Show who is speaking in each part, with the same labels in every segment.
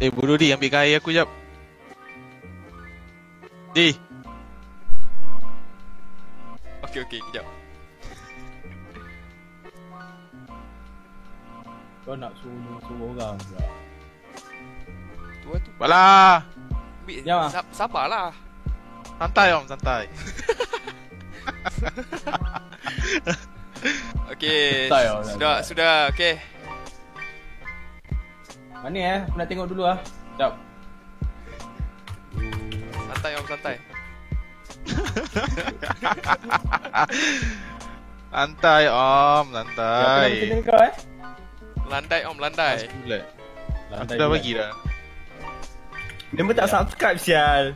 Speaker 1: Eh, bodoh Di, ambil air aku jap. Di.
Speaker 2: Okey okey kejap.
Speaker 3: Kau nak suruh-suruh orang pula.
Speaker 2: Tua tu.
Speaker 1: Balah.
Speaker 2: Ambil
Speaker 3: Jom ah.
Speaker 2: sab sabarlah.
Speaker 1: Santai om, santai.
Speaker 2: Okey.
Speaker 3: Tak, ya,
Speaker 2: Sudah
Speaker 3: tak.
Speaker 2: sudah okey.
Speaker 3: Mana eh? Aku nak tengok dulu ah. Sekejap.
Speaker 2: Santai om santai.
Speaker 1: Santai om, santai.
Speaker 3: Aku nak kau eh.
Speaker 2: Landai om landai.
Speaker 1: Bulat. Aku dah bagi dah.
Speaker 4: Member tak subscribe sial.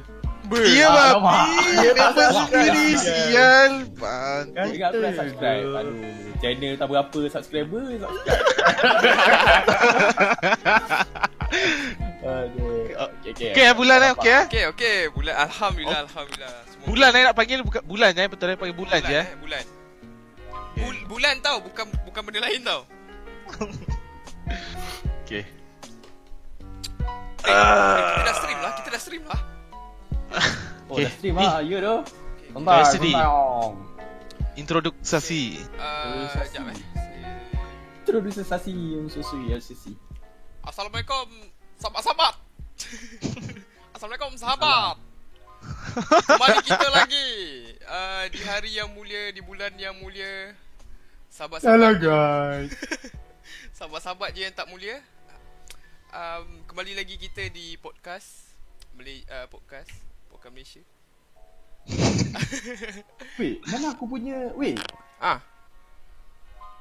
Speaker 1: Iya
Speaker 3: Ah,
Speaker 1: bab.
Speaker 3: alamak.
Speaker 1: Iya bab
Speaker 3: Alamak.
Speaker 1: sendiri
Speaker 4: Alamak.
Speaker 1: sial. Pan.
Speaker 3: Ingat aku dah subscribe. Aduh, channel tak berapa subscriber subscribe. Aduh. Okey okey.
Speaker 1: Oh, Okey eh, bulan eh, okey eh.
Speaker 2: Okey okey bulan alhamdulillah alhamdulillah. Semua
Speaker 1: Bulan eh nak panggil bukan bulan eh, betul eh panggil bulan je eh.
Speaker 2: Bulan. Bul- bulan tau bukan bukan benda lain tau.
Speaker 1: Okey.
Speaker 2: Eh, eh,
Speaker 1: Ah.
Speaker 2: kita dah stream lah, kita dah stream lah.
Speaker 3: Oh,
Speaker 1: Okey.
Speaker 3: dah stream ah. Ya doh.
Speaker 1: Dari
Speaker 3: Bembang,
Speaker 1: sini.
Speaker 3: bembang.
Speaker 1: Introduksi.
Speaker 2: Uh,
Speaker 3: Terus.
Speaker 2: sekejap eh.
Speaker 3: Terus sensasi yang susui yang sisi.
Speaker 2: Assalamualaikum sahabat-sahabat. Assalamualaikum sahabat. Kembali kita lagi uh, di hari yang mulia, di bulan yang mulia. Sahabat-sahabat,
Speaker 4: guys.
Speaker 2: sahabat-sahabat je yang tak mulia. Um, kembali lagi kita di podcast Malay, uh, podcast podcast Malaysia.
Speaker 3: Weh, mana aku punya? Weh,
Speaker 2: Ah,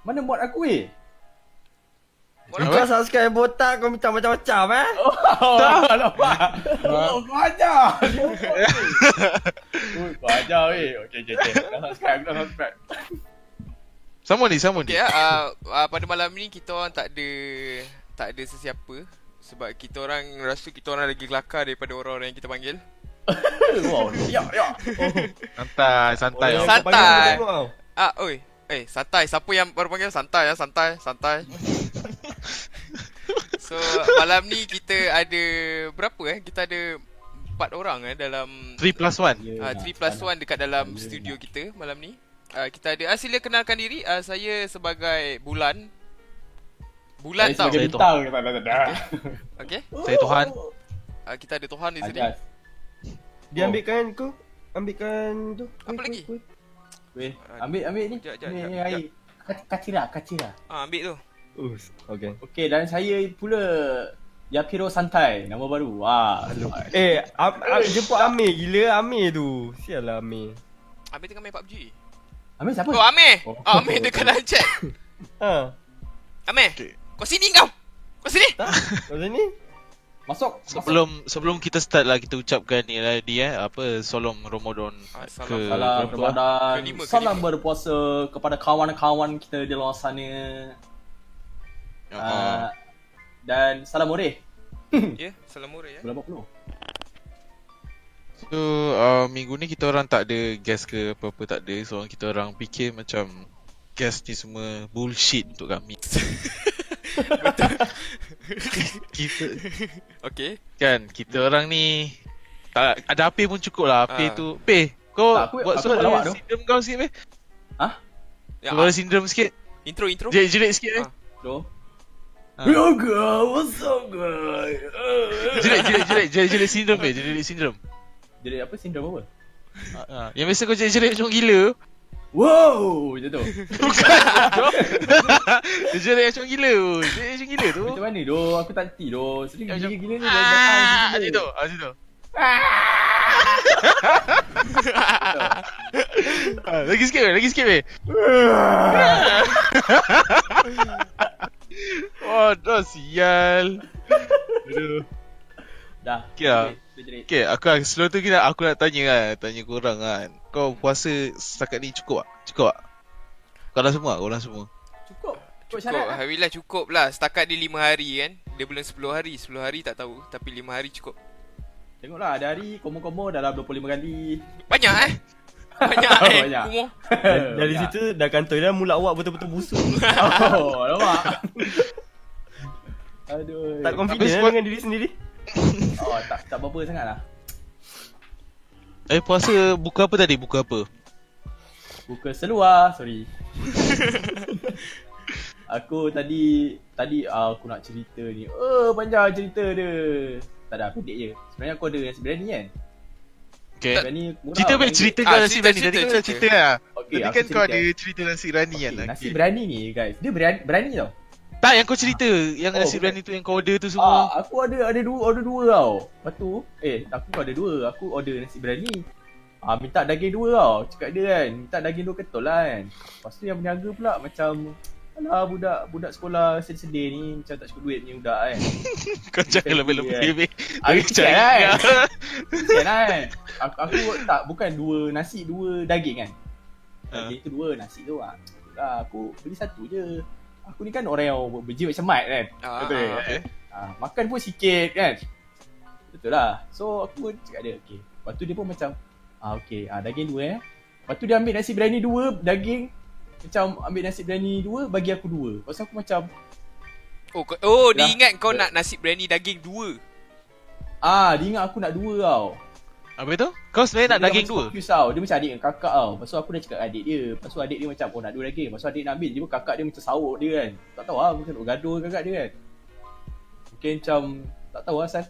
Speaker 3: mana mod aku weh?
Speaker 2: Orang
Speaker 4: Kau subscribe botak kau minta macam-macam eh.
Speaker 3: Oh, tak nampak. Oh, kau ajar. Ui, kau ajar weh. Okey okey okey. Dah subscribe, dah subscribe.
Speaker 1: Sama ni, sama ni.
Speaker 2: Okay, uh, uh, pada malam ni kita orang tak ada tak ada sesiapa sebab kita orang rasa kita orang lagi kelakar daripada orang-orang yang kita panggil.
Speaker 3: Wow, ya ya.
Speaker 1: Santai, santai om.
Speaker 2: San- Santai.
Speaker 4: Kau
Speaker 2: Ah, oi. Eh, santai. Siapa yang baru panggil santai ya, santai, santai. so, malam ni kita ada berapa eh? Kita ada empat orang eh dalam
Speaker 1: 3 plus 1.
Speaker 3: Ya,
Speaker 2: Ah,
Speaker 3: nak,
Speaker 2: 3 plus
Speaker 3: tak
Speaker 2: 1 dekat dalam
Speaker 3: Ya.
Speaker 2: studio kita malam ni. Ah, kita ada ah, sila kenalkan diri. Ah, saya sebagai Bulan. Bulan tau.
Speaker 3: Saya sebagai
Speaker 1: Saya
Speaker 3: bintang tak tak tak, tak.
Speaker 2: Okey.
Speaker 1: Saya Tuhan.
Speaker 2: Ah, kita ada Tuhan di sini.
Speaker 3: Ajas.
Speaker 4: Dia ambilkan kau ambilkan tu.
Speaker 2: Apa lagi?
Speaker 3: Weh, ambil ambil ni.
Speaker 2: Ah, Jap, jap,
Speaker 3: Ni
Speaker 2: jap,
Speaker 3: ni
Speaker 2: jap.
Speaker 3: air. Ka- Kacira, kacira.
Speaker 2: Ah, ambil tu.
Speaker 4: Uh, okay.
Speaker 3: Okey, dan saya pula Yapiro Santai, nama baru. Ah,
Speaker 4: Eh, am, am, jemput Amir gila Amir tu. Sial lah Amir.
Speaker 2: Amir tengah main PUBG.
Speaker 3: Ambil siapa?
Speaker 2: Oh, Amir.
Speaker 3: Oh.
Speaker 2: Oh, Amir dekat dalam chat.
Speaker 4: Ha.
Speaker 2: Amir.
Speaker 1: Okey.
Speaker 2: Kau sini kau. Kau sini.
Speaker 4: Tak? Kau sini?
Speaker 3: Masuk.
Speaker 1: Sebelum sebelum kita start lah kita ucapkan ni lah dia eh, apa solong Ramadan ke eh?
Speaker 2: Assalamualaikum.
Speaker 3: Ah, Salam
Speaker 1: berapa?
Speaker 3: Ramadan.
Speaker 2: Kelima, kelima.
Speaker 3: Salam berpuasa kepada kawan-kawan kita di luar sana.
Speaker 1: Ya Allah.
Speaker 3: Ah, dan salam oreh.
Speaker 2: Ya, yeah, salam murah ya.
Speaker 3: Berapa puluh?
Speaker 1: So uh, minggu ni kita orang tak ada guest ke apa-apa tak ada So kita orang fikir macam guest ni semua bullshit untuk kami Kita
Speaker 2: Okey.
Speaker 1: kan kita orang ni tak ada api pun cukup lah api
Speaker 2: Ah.
Speaker 1: tu Pe kau
Speaker 3: Tak, aku-
Speaker 1: buat
Speaker 3: aku
Speaker 1: suara
Speaker 3: tak lawak tu.
Speaker 1: sindrom kau sikit Pe
Speaker 2: Ya,
Speaker 1: Suara
Speaker 2: ah,
Speaker 1: sindrom sikit
Speaker 2: intro intro.
Speaker 1: Jerit-jerit sikit eh? Pe
Speaker 2: Ah.
Speaker 3: Bro.
Speaker 1: Ah.
Speaker 3: Yo girl, Ya what's up guys?
Speaker 1: Jerit-jerit jerit-jerit sindrom Pe jerit-jerit sindrom
Speaker 3: Jadi apa sindrom apa?
Speaker 1: Ah, ah. Yang biasa kau jerit-jerit macam gila
Speaker 3: Wow, macam tu.
Speaker 1: Bukan Dia jerit macam gila tu. Jerit macam gila tu
Speaker 3: Macam mana doh? Aku tak nanti doh. Sering
Speaker 1: Macam-
Speaker 3: gila-gila ni dah
Speaker 1: Ah,
Speaker 3: datang
Speaker 1: macam
Speaker 3: gila.
Speaker 1: tu, macam tu. Ah, Lagi sikit weh, lagi sikit weh. Wah, dah sial. Aduh.
Speaker 3: Dah.
Speaker 1: Okay lah.
Speaker 3: Jerit.
Speaker 1: Okay, aku sebelum tu kita aku nak tanya kan, tanya korang kan. Kau puasa setakat ni cukup tak? Cukup tak? Kau orang semua, kau orang semua.
Speaker 3: Cukup. Cukup
Speaker 2: Cukup,
Speaker 3: syarat. lah.
Speaker 2: Alhamdulillah cukup lah. Setakat dia 5 hari kan. Dia belum 10 hari. 10 hari tak tahu. Tapi 5 hari cukup.
Speaker 3: Tengoklah ada hari komo-komo dalam 25 kali.
Speaker 2: Banyak eh. Banyak eh.
Speaker 3: Banyak.
Speaker 2: Umur.
Speaker 4: Dari
Speaker 3: Ya.
Speaker 4: situ dah kantoi dah mula awak betul-betul busuk.
Speaker 3: Oh, nampak. Aduh.
Speaker 4: tak
Speaker 1: Tapi
Speaker 4: confident eh,
Speaker 1: sebab-
Speaker 4: lah dengan diri sendiri.
Speaker 3: Oh tak tak berapa sangat lah
Speaker 1: Eh puasa buka apa tadi? Buka apa?
Speaker 3: Buka seluar Sorry Aku tadi Tadi ah, aku nak cerita ni Oh panjang cerita dia Tak ada pendek je Sebenarnya aku ada yang sebenarnya ni kan
Speaker 1: Okay.
Speaker 3: Sebenarnya murah
Speaker 1: Cerita boleh
Speaker 3: kan?
Speaker 1: cerita
Speaker 2: Ah,
Speaker 1: kau nasi
Speaker 2: cerita,
Speaker 1: berani.
Speaker 2: cerita,
Speaker 1: Tadi kau dah
Speaker 2: cerita.
Speaker 1: cerita lah.
Speaker 3: Okey,
Speaker 1: Tadi
Speaker 3: aku
Speaker 1: kan kau
Speaker 3: cerita.
Speaker 1: ada cerita nasi berani
Speaker 3: Okey,
Speaker 1: kan.
Speaker 3: Nasi
Speaker 1: Okay.
Speaker 3: berani ni guys Dia berani, berani tau
Speaker 1: Tak yang kau cerita. Yang
Speaker 3: Oh,
Speaker 1: nasi
Speaker 3: bukan.
Speaker 1: berani tu yang kau order tu
Speaker 3: Ah,
Speaker 1: semua.
Speaker 3: aku ada ada dua order dua tau. Lepas tu, eh aku kau ada dua. Aku order nasi berani. Ah minta daging dua tau. Cakap dia kan, minta daging dua ketol lah kan. Lepas tu yang berniaga pula macam Alah budak budak sekolah sedih-sedih ni macam tak cukup duit ni budak kan.
Speaker 1: Kau jangan lebih-lebih.
Speaker 3: Aku cakap kan.
Speaker 1: ingat.
Speaker 3: Kan kan. Aku, aku tak bukan dua nasi dua daging kan. Daging tu dua nasi tu ah. Lah aku beli satu je. Aku ni kan orang yang berjiwa cermat kan.
Speaker 2: Ah,
Speaker 3: Betul
Speaker 2: ah,
Speaker 3: kan? Ah, makan pun sikit kan. Betul lah. So aku pun cakap dia okay. Lepas tu dia pun macam ah okay, ah, daging dua eh. Lepas tu dia ambil nasi berani dua, daging macam ambil nasi berani dua bagi aku dua. Lepas tu aku macam
Speaker 2: Oh, kau, oh
Speaker 3: Dah.
Speaker 2: dia ingat kau nak nasi berani daging dua.
Speaker 3: ah dia ingat aku nak dua tau.
Speaker 1: Apa tu? Kau sebenarnya nak
Speaker 3: Dia
Speaker 1: daging
Speaker 3: macam
Speaker 1: dua?
Speaker 3: confused tau. Dia macam adik dengan kakak tau. Lepas tu aku dah cakap dengan adik dia. Lepas tu adik dia macam oh nak dua daging. Lepas tu adik nak ambil. Dia pun kakak dia macam sawak dia kan. Tak tahu lah mungkin nak gaduh dengan kakak dia kan. Mungkin macam tak tahu lah San.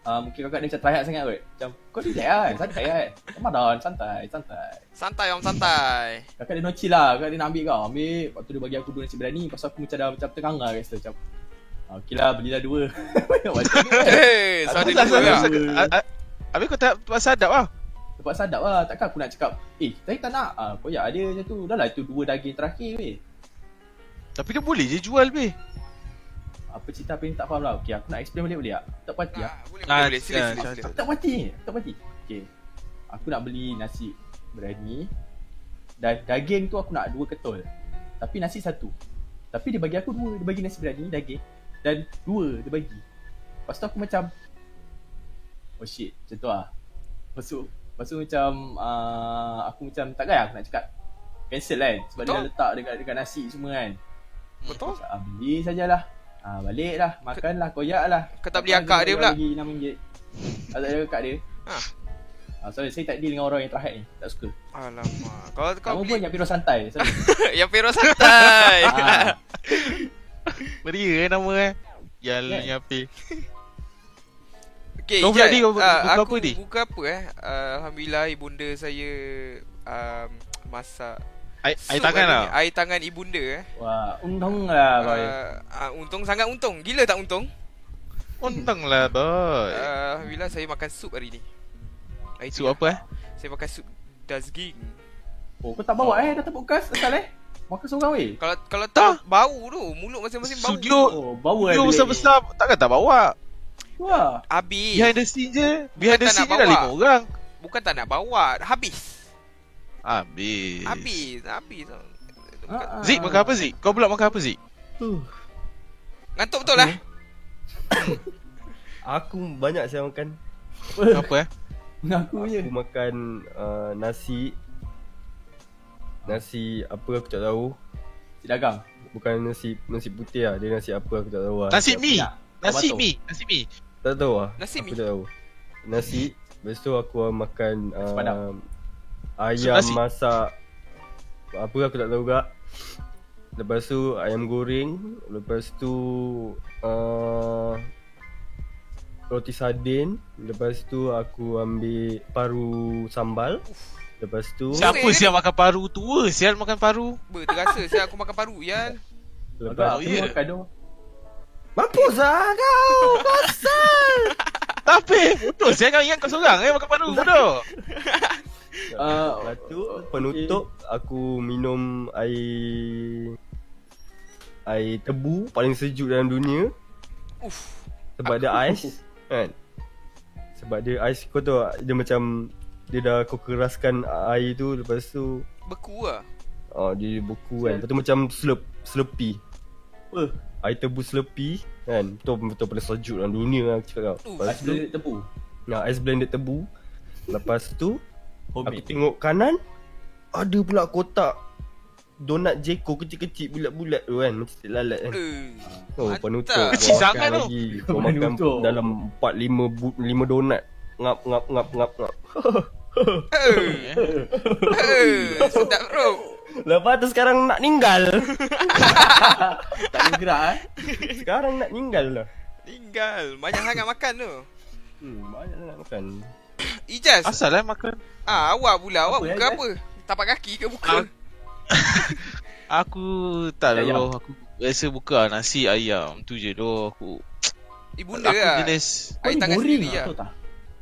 Speaker 3: Uh, mungkin kakak dia macam try hard sangat kot. Macam kau relax lah kan. Santai kan. Ramadan santai santai.
Speaker 2: Santai om santai.
Speaker 3: Kakak dia no chill lah. Kakak dia nak ambil kau. Ambil. Lepas tu dia bagi aku dua nasi berani. Lepas tu aku macam dah macam terkangar kat situ. Macam ah, okey lah belilah dua. Macam tu kan.
Speaker 2: Eh, so ada
Speaker 3: Tak, tak,
Speaker 2: dua
Speaker 3: tak,
Speaker 2: lah.
Speaker 3: tak.
Speaker 1: Habis kau tak puasa adab lah.
Speaker 3: Sebab sadap lah. Takkan aku nak cakap, eh, saya tak nak. Ah, koyak dia macam tu. Dah lah itu dua daging terakhir weh.
Speaker 1: Tapi dia boleh je jual be.
Speaker 3: Apa cerita apa ni tak faham lah. Okay, aku nak explain balik boleh tak? Tak pati lah.
Speaker 2: Ah, Boleh,
Speaker 1: Ah,
Speaker 2: boleh, boleh. Sila,
Speaker 1: ah,
Speaker 2: sila,
Speaker 1: sorry.
Speaker 2: sila.
Speaker 3: Aku tak pati. Aku tak pati. Okay. Aku nak beli nasi berani. Dan daging tu aku nak dua ketol. Tapi nasi satu. Tapi dia bagi aku dua. Dia bagi nasi berani, daging. Dan dua dia bagi. Lepas tu aku macam, oh shit, macam tu lah. Lepas tu, lepas tu macam, uh, aku macam takkan lah aku nak cakap. Cancel kan. Sebab dia
Speaker 2: Betul.
Speaker 3: dah letak dekat, dekat nasi semua kan.
Speaker 2: Betul?
Speaker 3: Ah, beli sajalah. Ah, balik lah. Makan lah. Koyak lah.
Speaker 2: Kau tak beli akak dia pula?
Speaker 3: Bagi RM6. Ah, tak ada akak dia.
Speaker 2: Ha.
Speaker 3: Ah, sorry, saya tak deal dengan orang yang terhad ni. Tak suka.
Speaker 2: Alamak. Kau kau
Speaker 3: Kamu pun
Speaker 2: beli
Speaker 3: yang piro santai. Sorry.
Speaker 2: yang Fero santai.
Speaker 3: ah,
Speaker 1: Meria eh nama eh. Yal
Speaker 3: Kan?
Speaker 1: nyapi.
Speaker 2: Okey,
Speaker 1: Kau pula,
Speaker 2: Ijaz,
Speaker 1: Di, kau bu-
Speaker 2: ah,
Speaker 1: buka
Speaker 2: aku
Speaker 1: apa, Di?
Speaker 2: Buka apa eh? Ah, Alhamdulillah ibunda saya um, masak
Speaker 1: Ai ai
Speaker 2: Sup
Speaker 1: tangan
Speaker 2: hari
Speaker 1: lah.
Speaker 2: ni. Air tangan ibunda eh.
Speaker 3: wah, untung lah boy.
Speaker 2: Ah, ah, untung sangat untung. Gila tak untung?
Speaker 1: Untang lah boy.
Speaker 2: Ah, Alhamdulillah saya makan sup hari ni. Hari tu
Speaker 1: Sup apa eh?
Speaker 2: Saya makan sup daging.
Speaker 3: Oh, kau tak bawa eh datang podcast asal eh? Makan seorang weh.
Speaker 2: Kalau kalau tak bau tu, mulut masing-masing bau.
Speaker 1: Studio
Speaker 3: Oh,
Speaker 1: Studio
Speaker 3: bawa eh. bilik ni.
Speaker 1: besar-besar takkan tak lah. bawa.
Speaker 3: Wah.
Speaker 2: Habis.
Speaker 1: Behind the scene je. Behind
Speaker 2: Bukan
Speaker 1: the
Speaker 2: tak nak
Speaker 1: scene je dah
Speaker 2: bawa.
Speaker 1: lima orang.
Speaker 2: Bukan tak nak bawa, habis.
Speaker 1: Habis.
Speaker 2: Habis, habis.
Speaker 3: Ah, ah.
Speaker 1: Zik makan apa Zik? Kau pula makan apa Zik?
Speaker 4: Huh.
Speaker 2: Ngantuk betul lah.
Speaker 4: Aku banyak saya makan.
Speaker 1: Apa eh?
Speaker 3: Mengaku je.
Speaker 4: Aku makan uh, nasi Nasi apa aku tak tahu.
Speaker 3: Si dagang.
Speaker 4: Bukan nasi nasi putih lah. Dia nasi apa aku tak tahu lah.
Speaker 1: Nasi
Speaker 4: apa.
Speaker 1: mi.
Speaker 3: nak.
Speaker 1: Nasi
Speaker 3: Apa tu?
Speaker 1: mi. Nasi mi.
Speaker 4: Tak tahu lah.
Speaker 2: Nasi
Speaker 4: aku
Speaker 2: mi.
Speaker 4: tak tahu. Nasi. Lepas tu aku makan
Speaker 3: Nasi
Speaker 4: uh,
Speaker 3: padang.
Speaker 4: ayam
Speaker 1: Sup nasi.
Speaker 4: masak. Apa aku tak tahu gak. Lepas tu ayam goreng. Lepas tu uh, roti sardin. Lepas tu aku ambil paru sambal. Lepas tu
Speaker 1: Siapa
Speaker 2: Boleh.
Speaker 1: sial makan paru tua? Sial makan paru.
Speaker 2: Ber, terasa saya aku makan paru ya.
Speaker 3: Agak
Speaker 4: lepas
Speaker 1: Oh, ya.
Speaker 3: aku makan tu.
Speaker 4: Mampus lah kau Pasal
Speaker 1: Tak apa. Bodoh sial kau ingat kau seorang eh makan paru. Bodoh.
Speaker 3: Ah,
Speaker 4: Lepas tu penutup Aku minum air Air tebu Paling sejuk dalam dunia
Speaker 2: Uff.
Speaker 4: Sebab dia ais Kan Sebab dia ais Kau tahu tak, Dia macam Dia dah kau keraskan air tu Lepas tu
Speaker 2: Beku lah
Speaker 4: oh, Dia beku kan Lepas tu macam slurp Slurpee
Speaker 3: Apa?
Speaker 4: Air tebu slurpee Kan Betul-betul paling sejuk dalam dunia lah Aku cakap kau
Speaker 2: Uf.
Speaker 4: Lepas
Speaker 3: Ais
Speaker 4: tu
Speaker 3: blended tepu.
Speaker 4: Nah, ice blended tebu Lepas tu Aku
Speaker 3: Homemade.
Speaker 4: tengok kanan Ada pula kotak donat Jeko kecil-kecil bulat-bulat tu kan macam cik lalat kan.
Speaker 2: Eh,
Speaker 4: Oh,
Speaker 2: mantap.
Speaker 4: penutup.
Speaker 1: Kecil
Speaker 4: Kau makan
Speaker 1: sangat tu.
Speaker 4: lagi. Kau
Speaker 3: Kau
Speaker 4: makan
Speaker 3: penutup.
Speaker 4: dalam 4 5 bu- 5 donat. Ngap ngap ngap ngap ngap.
Speaker 2: Eh, eh, sedap bro.
Speaker 4: Lepas tu sekarang nak ninggal.
Speaker 3: Tak boleh gerak eh
Speaker 4: sekarang nak ninggal lah.
Speaker 2: Tinggal. Banyak sangat makan tu.
Speaker 4: Hmm, banyak nak makan.
Speaker 2: Ijaz.
Speaker 1: Asal lah makan
Speaker 2: Ah, awak pula. Awak
Speaker 3: Apa,
Speaker 2: buka
Speaker 3: Ijaz?
Speaker 2: apa? Tapak kaki ke buka?
Speaker 1: Ah. Aku tak lah
Speaker 3: Ayam.
Speaker 1: doh. Aku biasa buka nasi ayam Tu je doh aku
Speaker 2: Ibunda
Speaker 1: Aku
Speaker 2: lah.
Speaker 1: jenis
Speaker 3: Kau
Speaker 2: Air
Speaker 3: ni
Speaker 2: tangan
Speaker 3: boring
Speaker 2: sendiri
Speaker 3: lah
Speaker 2: lah.
Speaker 3: tahu tak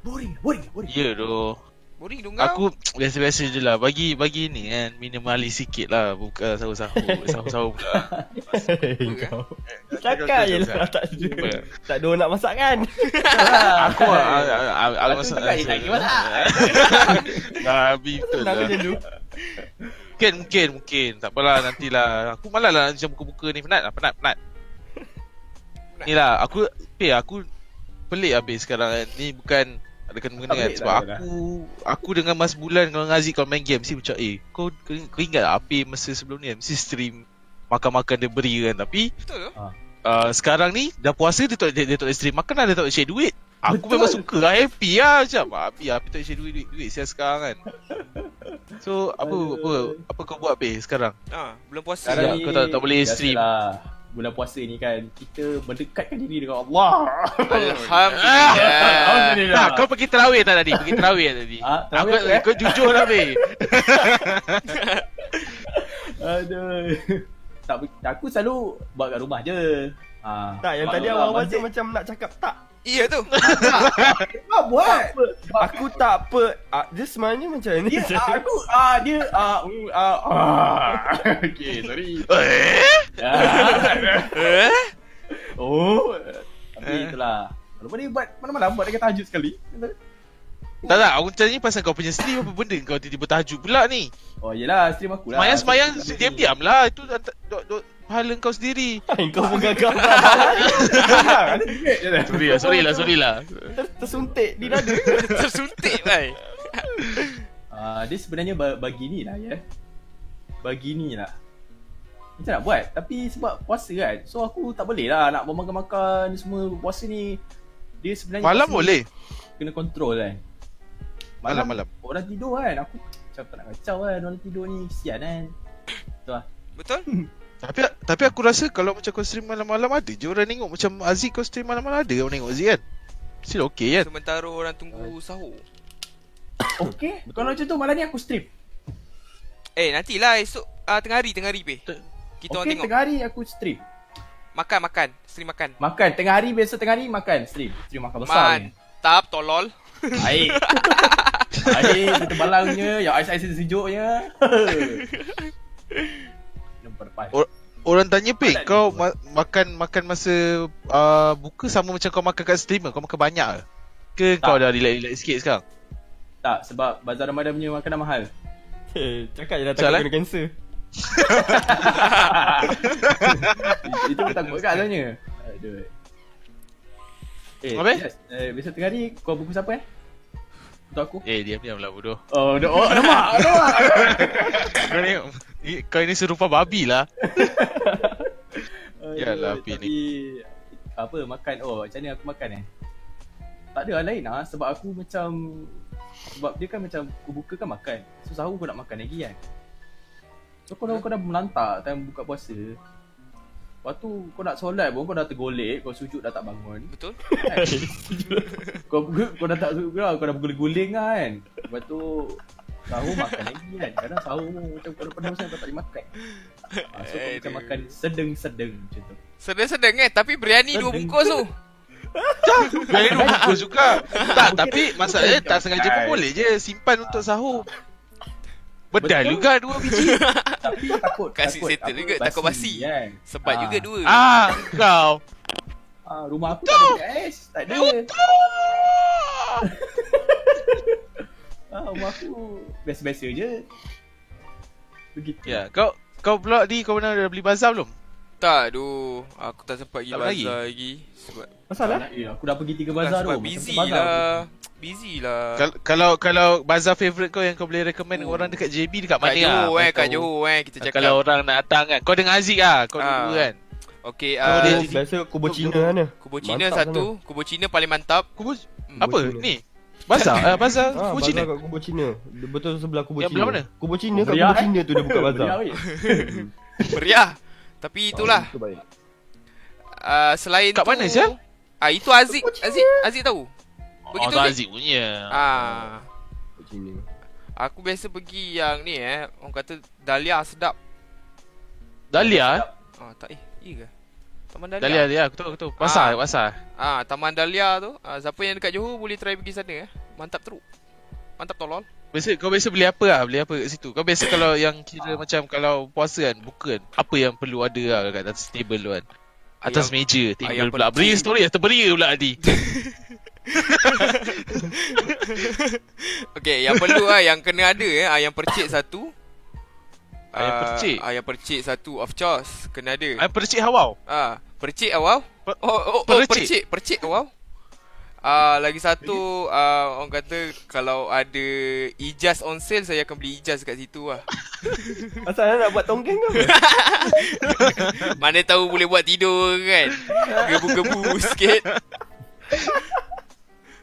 Speaker 3: Boring boring boring
Speaker 1: Ya doh
Speaker 2: Boring dong kau.
Speaker 1: Aku biasa-biasa je lah Bagi bagi ni kan Minimalis sikit lah Buka sahur-sahur Sahur-sahur pula
Speaker 4: Kau. Cakap je lah
Speaker 1: Apa?
Speaker 4: tak ada. Tak ada nak masak kan.
Speaker 1: Aku ah, ah, ah, ah,
Speaker 3: Lepas tu
Speaker 1: masak-
Speaker 3: juga dia tak kira masak.
Speaker 1: Dah habis betul
Speaker 4: Kenapa
Speaker 1: lah
Speaker 4: macam tu?
Speaker 1: Mungkin mungkin mungkin Tak apalah nantilah Aku malas lah macam buka-buka ni Penat lah penat penat Ni lah aku Pay aku Pelik habis sekarang kan Ni bukan ada kena mengena
Speaker 3: Tak
Speaker 1: kan
Speaker 3: pelik
Speaker 1: Sebab
Speaker 3: lah,
Speaker 1: aku Aku dengan Mas Bulan Kalau dengan Aziz Kalau main game Mesti macam Eh kau, kau, kau ingat tak Apa masa sebelum ni kan Mesti stream Makan-makan dia beri kan Tapi
Speaker 2: Betul tu.
Speaker 1: uh, Sekarang ni Dah puasa dia tak, dia, dia tak boleh stream makan lah Dia tak boleh share duit Aku
Speaker 3: Betul.
Speaker 1: memang suka lah Happy lah Macam ah, Happy lah Happy tak boleh share duit Duit, duit saya sekarang kan So apa, apa Apa kau buat Pay sekarang
Speaker 2: Ah, bulan puasa.
Speaker 1: Sekarang-
Speaker 2: Sekarang.
Speaker 1: kau tak- tak boleh stream.
Speaker 3: biasalah. lah. Bulan puasa ni kan Kita mendekatkan diri dengan Allah
Speaker 2: Alhamdulillah.
Speaker 3: Alhamdulillah.
Speaker 1: Nah, kau pergi terawih tak tadi? Pergi terawih tak tadi?
Speaker 3: Ah,
Speaker 1: aku,
Speaker 3: terawih tu, eh?
Speaker 1: kau jujur lah, Pay
Speaker 3: Aduh tak, be- Aku selalu Buat kat rumah je ha,
Speaker 4: Tak, yang
Speaker 3: buat
Speaker 4: tadi
Speaker 3: kat
Speaker 4: awal
Speaker 3: rumah.
Speaker 4: awal tu macam nak cakap tak.
Speaker 2: Iya tu.
Speaker 3: Kau "Ah, buat
Speaker 4: Apa? Aku tak apa. Ah, Dia sebenarnya macam ni.
Speaker 3: Dia ah, aku ah dia ah mm, ah, ah. Okay sorry
Speaker 1: Eh?
Speaker 3: Ah.
Speaker 2: Eh?
Speaker 3: Oh Tapi itulah Kalau dia buat malam-malam buat dekat tahajud sekali
Speaker 1: Tak tak, aku macam ni pasal kau punya stream apa benda kau tiba-tiba tahajud pula ni.
Speaker 3: Oh yelah stream aku lah
Speaker 1: Semayang-semayang diam-diam lah. Itu anta- dok, dok, pahala kau sendiri.
Speaker 4: Kau pegang gambar.
Speaker 3: lah. Ada duit je dah.
Speaker 1: Sorry lah, sorry lah, sorry lah.
Speaker 4: Ter- Tersuntik di dada.
Speaker 2: Tersuntik bai.
Speaker 3: Ah, Dia sebenarnya ba- bagi ni lah ya Bagi ni lah Macam nak buat Tapi sebab puasa kan So aku tak boleh lah Nak makan-makan ni semua Puasa ni Dia sebenarnya
Speaker 1: Malam
Speaker 3: puasa ni
Speaker 1: boleh?
Speaker 3: Kena kontrol kan
Speaker 1: Malam, malam.
Speaker 3: Orang tidur kan Aku macam tak nak kacau kan Orang tidur ni Kesian kan
Speaker 2: Betul?
Speaker 1: Tapi tapi aku rasa kalau macam kau stream malam-malam ada je orang tengok. Macam Aziz kau stream malam-malam ada orang tengok Aziz kan? Still okay
Speaker 3: Ya.
Speaker 1: kan?
Speaker 2: Sementara orang tunggu sahur.
Speaker 3: Okay Kalau macam tu malam ni aku stream
Speaker 2: Eh, nantilah esok ah, tengah hari, tengah hari pe.
Speaker 1: Te-
Speaker 2: Kita orang
Speaker 3: okay,
Speaker 2: tengok.
Speaker 3: tengah hari aku stream
Speaker 2: Makan, makan. Stream makan.
Speaker 3: Makan tengah hari biasa tengah hari makan stream Stream makan besar ni
Speaker 2: Mantap, tolol.
Speaker 3: Air Air kita balangnya Yang ais-ais sejuknya Minum berpas
Speaker 1: Or- Orang tanya Pei,
Speaker 3: Tak ada
Speaker 1: kau
Speaker 3: jumpa.
Speaker 1: ma- makan makan masa uh, buka sama macam kau makan kat streamer, kau makan banyak ke? Ke
Speaker 3: Tak.
Speaker 1: kau dah relax-relax sikit sekarang?
Speaker 3: Tak sebab Bazar Ramadan punya makanan mahal
Speaker 4: Eh, Cakap je dah
Speaker 1: Salah.
Speaker 4: takut kena kanser.
Speaker 3: Itu- Itu aku takut kat sebenarnya Aduh Eh,
Speaker 1: Apa?
Speaker 3: Yes, eh, biasa tengah hari kau buku siapa eh? Untuk aku
Speaker 1: Eh, diam-diam lah bodoh.
Speaker 3: Oh, no, oh nama, nama
Speaker 1: kau ni kau ni serupa babi lah. Yalah, Api
Speaker 3: Tapi Apa, makan, oh macam ni aku makan eh Tak ada hal lain lah sebab aku macam Sebab dia kan macam, aku buka kan makan So sahur aku nak makan lagi kan So kau dah, kau dah melantak time buka puasa Lepas tu kau nak solat pun kau dah tergolek, kau sujud dah tak bangun kan?
Speaker 2: Betul?
Speaker 3: kau kau dah tak suka lah, kau dah berguling-guling lah kan. Lepas tu sahur makan lagi kan. Kadang sahur pun macam kau dah penuh sangat kau tak boleh makan. Ah, so kau macam
Speaker 2: Aduh.
Speaker 3: makan sedeng-sedeng macam tu.
Speaker 2: Sedang-sedang eh, tapi biryani dua
Speaker 3: Sedang.
Speaker 2: bungkus tu.
Speaker 1: Kau ni aku suka. Tak, tapi masalahnya tak sengaja pun boleh je simpan untuk sahur. Bedal
Speaker 3: Betul.
Speaker 1: juga dua biji.
Speaker 3: Tapi takut
Speaker 2: Kat
Speaker 3: takut
Speaker 2: settle
Speaker 3: apa,
Speaker 2: juga, takut basi.
Speaker 3: Kan?
Speaker 2: Sebat
Speaker 3: Ah.
Speaker 2: juga dua.
Speaker 1: Ah, kau.
Speaker 3: Ah, rumah aku tak ada es, tak ada. Ah, rumah aku biasa-biasa je. Begitu.
Speaker 1: Ya, kau kau pula ni kau pernah dah beli bazar belum?
Speaker 2: Tak aduh Aku tak sempat pergi
Speaker 1: Tak
Speaker 2: bazar
Speaker 1: lagi?
Speaker 2: lagi. lagi Sebab
Speaker 3: Masalah? Tak, eh, aku dah pergi tiga bazar tu.
Speaker 2: sebab
Speaker 3: Macam
Speaker 2: busy
Speaker 3: bazar aku.
Speaker 2: lah Busy lah
Speaker 1: Kal- kalau kalau bazar favorite kau yang kau boleh recommend
Speaker 2: Oh.
Speaker 1: orang dekat JB dekat
Speaker 2: Kat
Speaker 1: mana lah?
Speaker 2: Johor eh
Speaker 1: Kau
Speaker 2: Kat
Speaker 1: Hmm. tahu.
Speaker 2: Johor eh Kita cakap
Speaker 1: Kalau orang nak datang kan. Kau dengan Aziz ah, kau
Speaker 2: Ah.
Speaker 1: dua kan.
Speaker 2: Okay
Speaker 1: Ah,
Speaker 4: Uh,
Speaker 1: dia
Speaker 2: uh,
Speaker 1: jadi-
Speaker 4: biasa kubur Cina kan.
Speaker 2: Kubur Cina
Speaker 4: Mantap
Speaker 2: satu Kubur Cina paling mantap
Speaker 1: Kau pun-
Speaker 2: Hmm.
Speaker 1: apa
Speaker 4: Cina.
Speaker 1: ni? Bazar, ah, bazar
Speaker 4: Ah,
Speaker 1: Kubu
Speaker 4: bazar
Speaker 1: Cina.
Speaker 4: kat kubur Cina. Dia Betul sebelah kubur
Speaker 1: Yang
Speaker 4: Cina.
Speaker 1: belah mana?
Speaker 4: Kubur Cina kat
Speaker 3: Meriah,
Speaker 4: kubur
Speaker 3: eh?
Speaker 4: Cina tu dia buka bazar.
Speaker 3: Meriah, weh.
Speaker 2: Meriah Tapi itulah
Speaker 4: Ah, itu baik.
Speaker 2: uh, Selain
Speaker 1: Kat
Speaker 2: tu
Speaker 1: mana, Syah?
Speaker 2: Ah Itu Aziz Aziz Aziz tahu
Speaker 1: Oh,
Speaker 2: Begitu
Speaker 1: tu
Speaker 2: ke?
Speaker 1: Aziz punya.
Speaker 2: Ah,
Speaker 4: Kubur Cina.
Speaker 2: Aku biasa pergi yang ni eh Orang kata Dahlia sedap
Speaker 1: Dahlia, eh?
Speaker 2: Ah tak eh Iya ke? Taman Dahlia,
Speaker 1: Dahlia dia aku tahu aku tahu. Pasar,
Speaker 2: Ah.
Speaker 1: pasar.
Speaker 2: Ah, Taman Dahlia tu. Ah, siapa yang dekat Johor boleh try pergi sana eh. Mantap teruk. Mantap tolol.
Speaker 1: Biasa kau biasa beli apa lah? Beli apa kat situ? Kau biasa kalau yang kira
Speaker 2: Ah.
Speaker 1: macam kalau puasa kan, bukan apa yang perlu ada lah kat atas table tu kan. Atas
Speaker 2: Ayam-
Speaker 1: meja, table
Speaker 2: ayam
Speaker 1: pula. Beri
Speaker 2: pencit.
Speaker 1: story atau beri pula Adi.
Speaker 2: Okey, yang perlu ah yang kena ada eh ayam percik satu.
Speaker 1: Ayam
Speaker 2: Ah,
Speaker 1: percik?
Speaker 2: Ayam percik satu of course kena ada.
Speaker 1: Ayam percik hawau.
Speaker 2: Ah, percik awal.
Speaker 1: Per-
Speaker 2: oh, oh, oh,
Speaker 1: percik.
Speaker 2: percik, percik awal. Ah, lagi satu ah orang kata kalau ada ijaz on sale saya akan beli ijaz kat situ lah.
Speaker 4: Asal nak buat tongkeng kau?
Speaker 2: Mana tahu boleh buat tidur kan. Gebu-gebu sikit.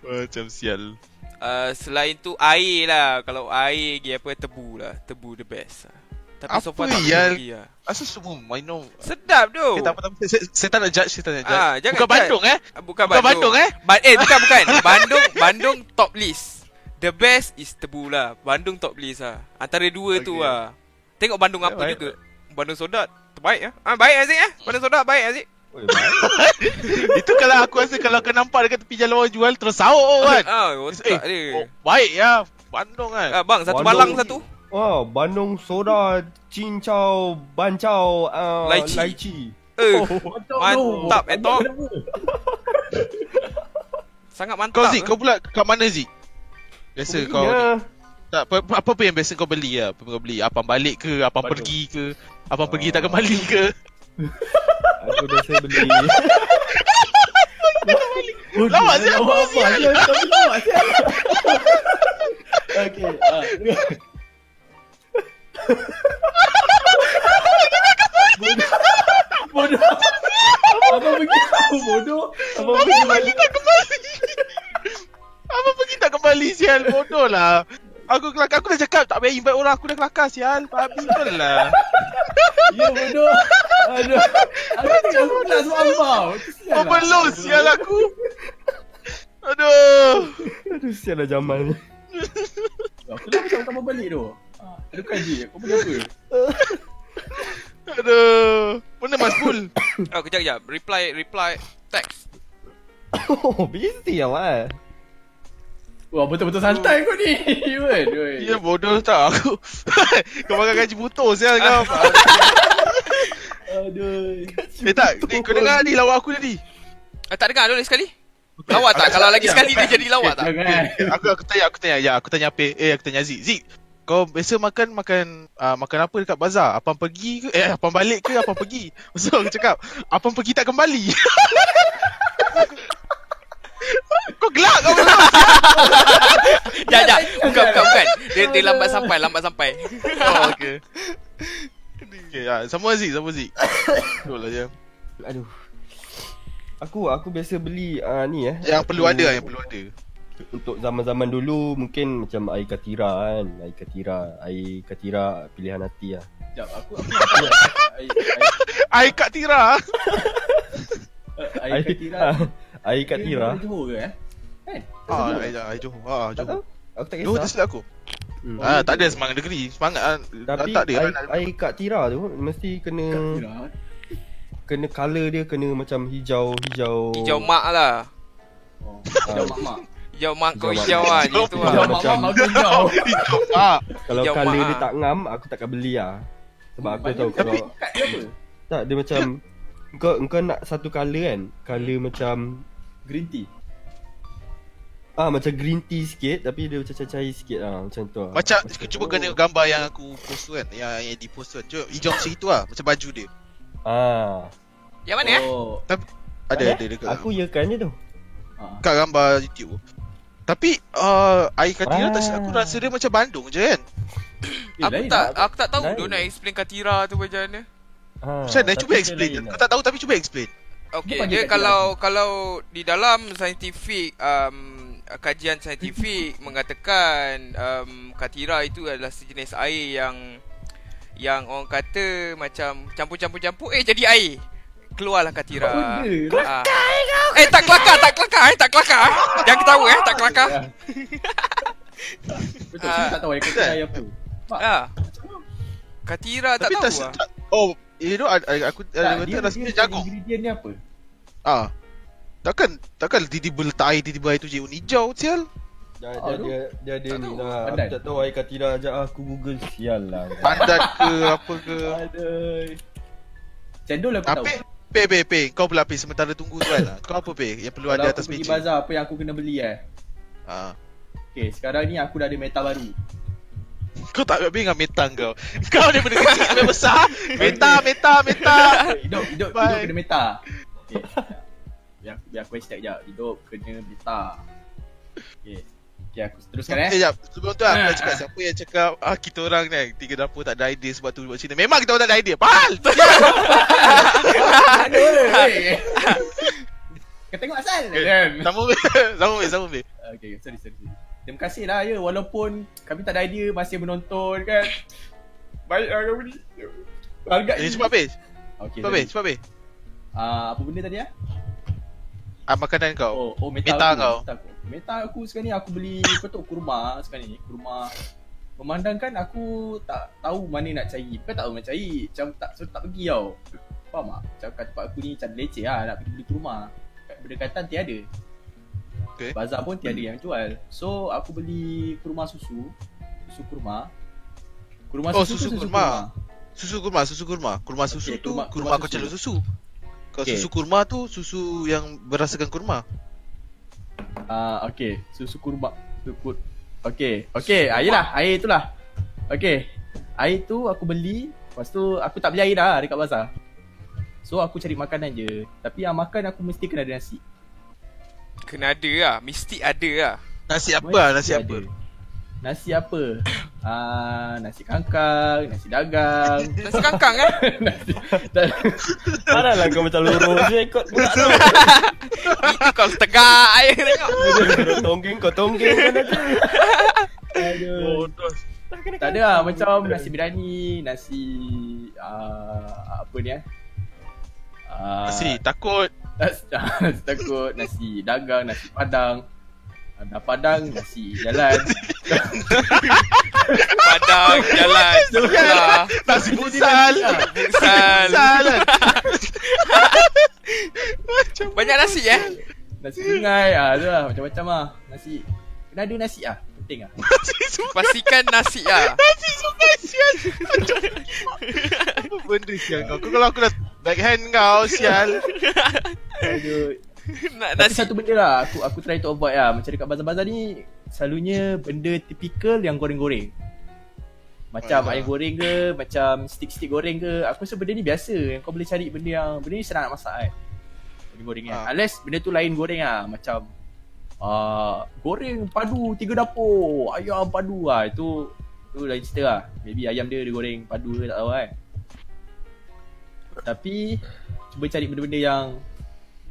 Speaker 1: Macam sial.
Speaker 2: Uh, selain tu air lah Kalau air lagi apa Tebu lah Tebu the best lah. Tapi
Speaker 1: Apa
Speaker 2: so far tak
Speaker 1: yang-
Speaker 2: pergi lah
Speaker 1: Asal semua minum
Speaker 2: Sedap tu
Speaker 1: Okay, tak apa, tak apa. Saya, saya tak nak judge, saya tak nak judge.
Speaker 2: Oh. Ah, jangan
Speaker 1: Bukan
Speaker 2: judge.
Speaker 1: Bandung eh.
Speaker 2: Ah, Bukan,
Speaker 1: Bukan
Speaker 2: Bandung,
Speaker 1: Bandung, eh?
Speaker 2: ba- Eh bukan bukan Bandung Bandung top list The best is tebu lah Bandung top list lah Antara dua tu
Speaker 1: Okay.
Speaker 2: lah Tengok Bandung
Speaker 1: Ya,
Speaker 2: apa
Speaker 1: baik.
Speaker 2: juga Bandung soda Terbaik lah ah, Baik Aziz lah Bandung soda baik Aziz
Speaker 4: Oi, baik.
Speaker 1: Itu kalau aku rasa kalau kau nampak dekat tepi jalan orang jual terus sauk kan.
Speaker 2: ah,
Speaker 1: Eh,
Speaker 2: Otak
Speaker 1: oh,
Speaker 2: dia
Speaker 1: baik ya. Bandung kan.
Speaker 2: ah, Bang satu
Speaker 4: Bandung-
Speaker 2: balang satu
Speaker 4: Wah, Bandung Ah, soda, cincau, bancau, uh,
Speaker 2: Laici.
Speaker 4: laici.
Speaker 2: Eh
Speaker 3: Oh. Mantap,
Speaker 2: Mantap,
Speaker 3: bro.
Speaker 2: eh, Tok.
Speaker 3: Kenapa?
Speaker 2: Sangat mantap
Speaker 1: Kau Zik,
Speaker 2: eh.
Speaker 1: kau pula kat mana Zik? Biasa
Speaker 4: Kubur
Speaker 1: kau
Speaker 4: Cina.
Speaker 1: ni. Tak, apa, apa apa yang biasa kau beli lah? Apa yang kau beli? Apa balik ke? Apa
Speaker 3: Bandung.
Speaker 1: pergi ke? Apa pergi
Speaker 4: Ah.
Speaker 1: tak kembali ke?
Speaker 4: Aku biasa beli.
Speaker 3: Oh,
Speaker 1: Lawak
Speaker 4: eh,
Speaker 3: dia
Speaker 1: siapa,
Speaker 3: lawak apa?
Speaker 1: sial?
Speaker 3: Dia tak boleh lawak siapa? Okey. ah. Bodoh. Bodoh. Abang pergi tahu bodoh. Abang pergi balik.
Speaker 1: tak kembali. apa pergi tak kembali sial? Bodoh lah. Aku kelakar, aku dah cakap tak payah invite orang, aku dah kelakar sial. Babi kau lah.
Speaker 3: Ya bodoh. Aduh. Aku aku tak suruh abang. Kesian lah.
Speaker 1: Overload sial aku. Aduh.
Speaker 4: Aduh, sial lah Jamal ni.
Speaker 3: Aku dah macam kamu balik tu. Ah, Aduh kaji. Kau punya apa?
Speaker 1: Aduh. Mana Mas Pul?
Speaker 2: Oh kejap kejap Reply reply Text
Speaker 4: Oh, busy awal.
Speaker 3: Wah betul-betul santai kau ni. Iwan. oi.
Speaker 1: Ya bodoh tak aku. kau makan gaji butuh sial kau.
Speaker 3: Aduh.
Speaker 1: eh tak, ni, kau dengar ni lawak aku tadi.
Speaker 2: ah, Tak dengar Lagi sekali Lawak tak Kalau lagi sekali dia jadi lawak tak
Speaker 3: Jangan.
Speaker 1: Eh, aku aku tanya aku tanya ya aku tanya apa eh aku tanya Zik Zik kau biasa makan makan uh, makan apa dekat bazar apa pergi ke eh apa balik ke apa pergi so aku cakap apa pergi tak kembali kau gelak kau bodoh.
Speaker 2: Jap, jap. Bukan, bukan, bukan. Dia, dia lambat sampai, lambat sampai.
Speaker 1: oh, okey okey ya, sama Zik sama Zik betul lah je
Speaker 4: Aduh. Aku aku biasa beli uh, ni eh.
Speaker 1: yang perlu ada yang perlu ada
Speaker 4: untuk zaman-zaman dulu mungkin macam air katira kan. Air katira, air katira pilihan hati lah.
Speaker 3: Sekejap, aku aku nak tanya. Air air-
Speaker 1: Ai Kak Tira
Speaker 3: air katira.
Speaker 4: air katira.
Speaker 3: Dia Johor ke eh? Kan?
Speaker 1: Ah, ai ai Johor. Ah,
Speaker 4: Tak tahu.
Speaker 1: Johor.
Speaker 4: Aku tak
Speaker 1: Johor tak
Speaker 4: kisah.
Speaker 1: silap aku.
Speaker 4: Hmm.
Speaker 1: Ah, tak ada semangat negeri. Semangat ah,
Speaker 4: Tapi
Speaker 1: tak ada.
Speaker 4: air, air katira tu mesti kena
Speaker 3: Katira.
Speaker 4: kena color dia kena macam hijau hijau.
Speaker 2: Hijau mak lah.
Speaker 3: Oh,
Speaker 4: Ah.
Speaker 3: Hijau mak-mak.
Speaker 2: Hijau mak kau
Speaker 4: Hijau
Speaker 2: hijau
Speaker 4: mak.
Speaker 2: lah. Gitu
Speaker 3: Hijau
Speaker 4: Hijau
Speaker 2: lah.
Speaker 3: mak-mak
Speaker 4: macam-
Speaker 3: kau hijau.
Speaker 1: Hijau. Ah,
Speaker 4: Kalau
Speaker 2: Hijau
Speaker 4: color
Speaker 2: mak,
Speaker 4: dia
Speaker 2: ah.
Speaker 4: tak ngam aku takkan beli lah. Sebab aku
Speaker 3: Maknanya
Speaker 4: tahu
Speaker 3: kau
Speaker 4: kalau
Speaker 3: kat dia apa?
Speaker 4: tak dia macam kau kau nak satu color kan. Color macam
Speaker 3: Green tea.
Speaker 4: ah macam green tea sikit tapi dia macam cair-cair sikit ah macam tu. lah.
Speaker 1: Macam cuba kena gambar yang aku post tu kan Yang yang di post tu kan Cuba hijau macam itu lah Macam baju dia
Speaker 4: Ah,
Speaker 2: Yang mana eh?
Speaker 3: Oh.
Speaker 4: Mana?
Speaker 1: Ada ada dekat
Speaker 4: aku yakan je tu.
Speaker 3: Ha.
Speaker 1: kat gambar YouTube. Tapi uh, air Katira tak silap aku
Speaker 4: Ah.
Speaker 1: rasa dia macam Bandung je kan.
Speaker 3: Eh,
Speaker 2: Aku
Speaker 3: lain
Speaker 2: tak
Speaker 3: lah.
Speaker 2: aku tak tahu
Speaker 4: Lain.
Speaker 2: dia nak explain Katira tu macam mana.
Speaker 4: Ha.
Speaker 1: Macam mana?
Speaker 4: tapi
Speaker 1: Cuba
Speaker 4: dia
Speaker 1: explain.
Speaker 4: lain
Speaker 1: Kau
Speaker 4: lah.
Speaker 1: tak tahu tapi cuba explain.
Speaker 2: Okey,
Speaker 3: Dia panggil
Speaker 2: dia
Speaker 3: kat
Speaker 2: kalau kalau di dalam saintifik um, kajian saintifik mengatakan um, Katira itu adalah sejenis air yang yang orang kata macam campur-campur-campur eh jadi air. Keluarlah Katira. Ah.
Speaker 3: Benda
Speaker 2: Eh tak kelakar, tak kelakar, eh tak kelakar. eh. Jangan ketawa eh, tak kelakar.
Speaker 3: Ya. Betul,
Speaker 2: Ah.
Speaker 3: kita tak tahu yang kata yang apa.
Speaker 2: Ha. Katira tak
Speaker 1: tapi
Speaker 2: tahu ah.
Speaker 1: tak, oh, you know ada- ada- aku ada kata
Speaker 3: Tak, dia,
Speaker 1: rasa
Speaker 3: dia,
Speaker 1: dia
Speaker 3: dia
Speaker 1: jagung.
Speaker 3: ingredient dia apa?
Speaker 1: Ah. Takkan takkan tiba-tiba letak air tiba-tiba air tu jadi warna hijau sial.
Speaker 4: Dia
Speaker 3: Oh,
Speaker 4: dia
Speaker 3: tu.
Speaker 4: dia, dia ada
Speaker 2: Tak
Speaker 4: ni
Speaker 2: tahu.
Speaker 4: lah. Aku
Speaker 3: Pandai.
Speaker 4: tak tahu air katira ajak Ah, aku google sial lah.
Speaker 1: Pandan ke apa ke. Ah,
Speaker 3: Adoi. Cendol aku tahu.
Speaker 1: Apa? Pe pe pe kau pula pe sementara tunggu tu kan. Kau apa pe yang perlu
Speaker 3: Kalau
Speaker 1: ada
Speaker 3: aku
Speaker 1: atas
Speaker 3: pergi
Speaker 1: meja.
Speaker 3: bazar apa yang aku kena beli eh.
Speaker 1: Ah.
Speaker 3: Okay, sekarang ni aku dah ada meta baru.
Speaker 1: Kau tak ambil dengan metang kau. Kau daripada kecil sampai besar. Meta meta meta.
Speaker 3: Hidup, hidup,
Speaker 1: Bye.
Speaker 3: hidup kena meta. Okay. biar, biar aku hashtag sekejap. Hidup kena meta. Okay. Okay, aku teruskan eh.
Speaker 1: Sekejap, sebelum tu lah, aku nak
Speaker 3: Ah,
Speaker 1: cakap
Speaker 3: ah.
Speaker 1: siapa yang cakap ah kita orang ni tiga dapur tak ada idea sebab tu buat cerita. Memang kita orang tak ada idea. Pal.
Speaker 3: Ada orang, weh. Kau tengok asal. Kan?
Speaker 1: Sama be. Sama be, sama be.
Speaker 3: Okay, sorry, sorry. sorry. Terima kasih lah ya walaupun kami tak ada idea masih menonton kan. Baik lah kami ni. Harga
Speaker 1: Eh cepat be.
Speaker 3: Okay,
Speaker 1: Cepat be, cepat be.
Speaker 3: Uh, apa benda tadi ah?
Speaker 1: Ah makanan kau.
Speaker 3: Oh, oh meta,
Speaker 1: Meta
Speaker 3: aku,
Speaker 1: kau.
Speaker 3: Meta aku. Meta aku sekarang ni aku beli apa tu kurma sekarang ni. Kurma memandangkan aku tak tahu mana nak cari. Bukan tak tahu nak cari. Macam tak so tak pergi tau. Faham tak? Macam kat tempat aku ni macam leceh lah nak pergi beli kurma. Kat berdekatan tiada.
Speaker 1: Okay.
Speaker 3: Bazar pun tiada yang jual. So aku beli kurma susu. Susu kurma. Kurma
Speaker 1: Oh,
Speaker 3: susu,
Speaker 1: susu
Speaker 3: ke susu
Speaker 1: kurma.
Speaker 3: kurma.
Speaker 1: Susu kurma, susu kurma. Kurma susu
Speaker 3: Okey,
Speaker 1: tu
Speaker 3: kurma-
Speaker 1: kurma,
Speaker 3: kurma
Speaker 1: kau
Speaker 3: susu.
Speaker 1: celup susu. Kau
Speaker 3: Okey.
Speaker 1: susu kurma tu susu yang berasakan kurma.
Speaker 3: Ah, okey. Susu kurma. Susu kur... Okey. Okey, air lah. Air tu lah. Okey. Air tu aku beli. Lepas tu aku tak beli air dah dekat bazar. So aku cari makanan je. Tapi yang makan aku mesti kena ada nasi.
Speaker 2: Kena ada lah, mesti ada lah.
Speaker 1: Nasi apa
Speaker 3: Mesti
Speaker 1: lah, nasi
Speaker 3: ada.
Speaker 1: apa?
Speaker 3: Nasi apa? Ah, nasi kangkang, nasi dagang.
Speaker 2: Nasi kangkang kan?
Speaker 4: Parahlah kau macam lorong je ikut pula tu.
Speaker 2: Itu kalau tegak air tengok.
Speaker 4: Kau tonggeng kau tonggeng kan aja.
Speaker 3: Aduh.
Speaker 1: Bodoh.
Speaker 3: tak ada lah macam nasi berani, nasi ah, apa ni eh? Ah,
Speaker 1: Nasi takut.
Speaker 3: Nasi, nasi takut, nasi dagang, nasi padang. Ada padang, nasi jalan.
Speaker 2: Padang, jalan, lah. sekolah,
Speaker 1: Nasi busal.
Speaker 2: buksal.
Speaker 1: Salah.
Speaker 2: Banyak nasi eh?
Speaker 3: Nasi sungai, ah, tu lah, macam-macam lah. Nasi, kena ada nasi lah, penting lah.
Speaker 1: Nasi sungai.
Speaker 2: Pastikan nasi lah.
Speaker 1: Nasi sungai sial. Macam apa benda sial kau? Kau kalau aku dah backhand kau sial.
Speaker 3: Ada,
Speaker 2: Na-
Speaker 3: tapi
Speaker 2: nasi
Speaker 3: satu benda lah, aku aku try to avoid lah. Macam dekat bazar-bazar ni, selalunya benda tipikal yang goreng-goreng. Macam
Speaker 1: Ah.
Speaker 3: ayam goreng ke, macam stick-stick goreng ke. Aku rasa benda ni biasa yang kau boleh cari benda yang, benda ni senang nak masak kan. Benda goreng kan.
Speaker 1: Ah.
Speaker 3: Unless benda tu lain goreng lah, macam uh, goreng padu tiga dapur ayam padu lah itu tu lain cerita lah maybe ayam dia dia goreng padu ke tak tahu kan tapi cuba cari benda-benda yang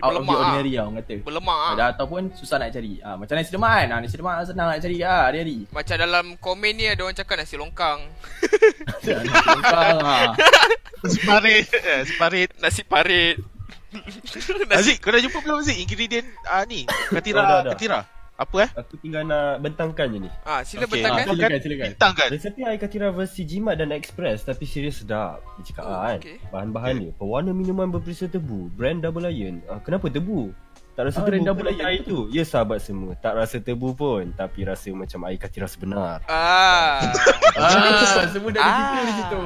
Speaker 2: Dia
Speaker 3: out of the
Speaker 2: berlemak
Speaker 3: ordinary lah orang kata
Speaker 2: berlemak ah.
Speaker 3: ada ataupun susah nak cari ha, macam nasi lemak kan ha, nasi lemak senang nak cari lah hari-hari
Speaker 2: Macam dalam komen ni ada orang cakap nasi longkang.
Speaker 3: Ah, nasi longkang ha.
Speaker 1: Separit. Eh, Separit.
Speaker 2: Nasi parit. nasi
Speaker 1: Aziz, kau dah jumpa belum Aziz? Ingredient ah, ni.
Speaker 4: Oh, dah,
Speaker 1: Katira.
Speaker 4: dah.
Speaker 1: Katira. Apa eh?
Speaker 4: Aku tinggal nak bentangkan je ni.
Speaker 2: ah sila
Speaker 1: Okey,
Speaker 2: bentangkan.
Speaker 3: ah, silakan silakan
Speaker 1: Bintang kan?
Speaker 4: Resepi air katira versi jimat dan ekspres tapi serius sedap. Dia cakap
Speaker 2: Oh,
Speaker 4: oh, kan.
Speaker 2: okey.
Speaker 4: Bahan-bahan dia. Pewarna minuman berperisa tebu. Brand Double Lion. Ah, kenapa tebu? Tak
Speaker 3: Ah,
Speaker 4: rasa tebu
Speaker 3: brand
Speaker 4: pun
Speaker 3: Double
Speaker 4: air
Speaker 3: Lion.
Speaker 4: itu. Ya sahabat semua. Tak rasa tebu pun. Tapi rasa macam air katira sebenar.
Speaker 2: Ah.
Speaker 3: ah, semua dah ah. kita di situ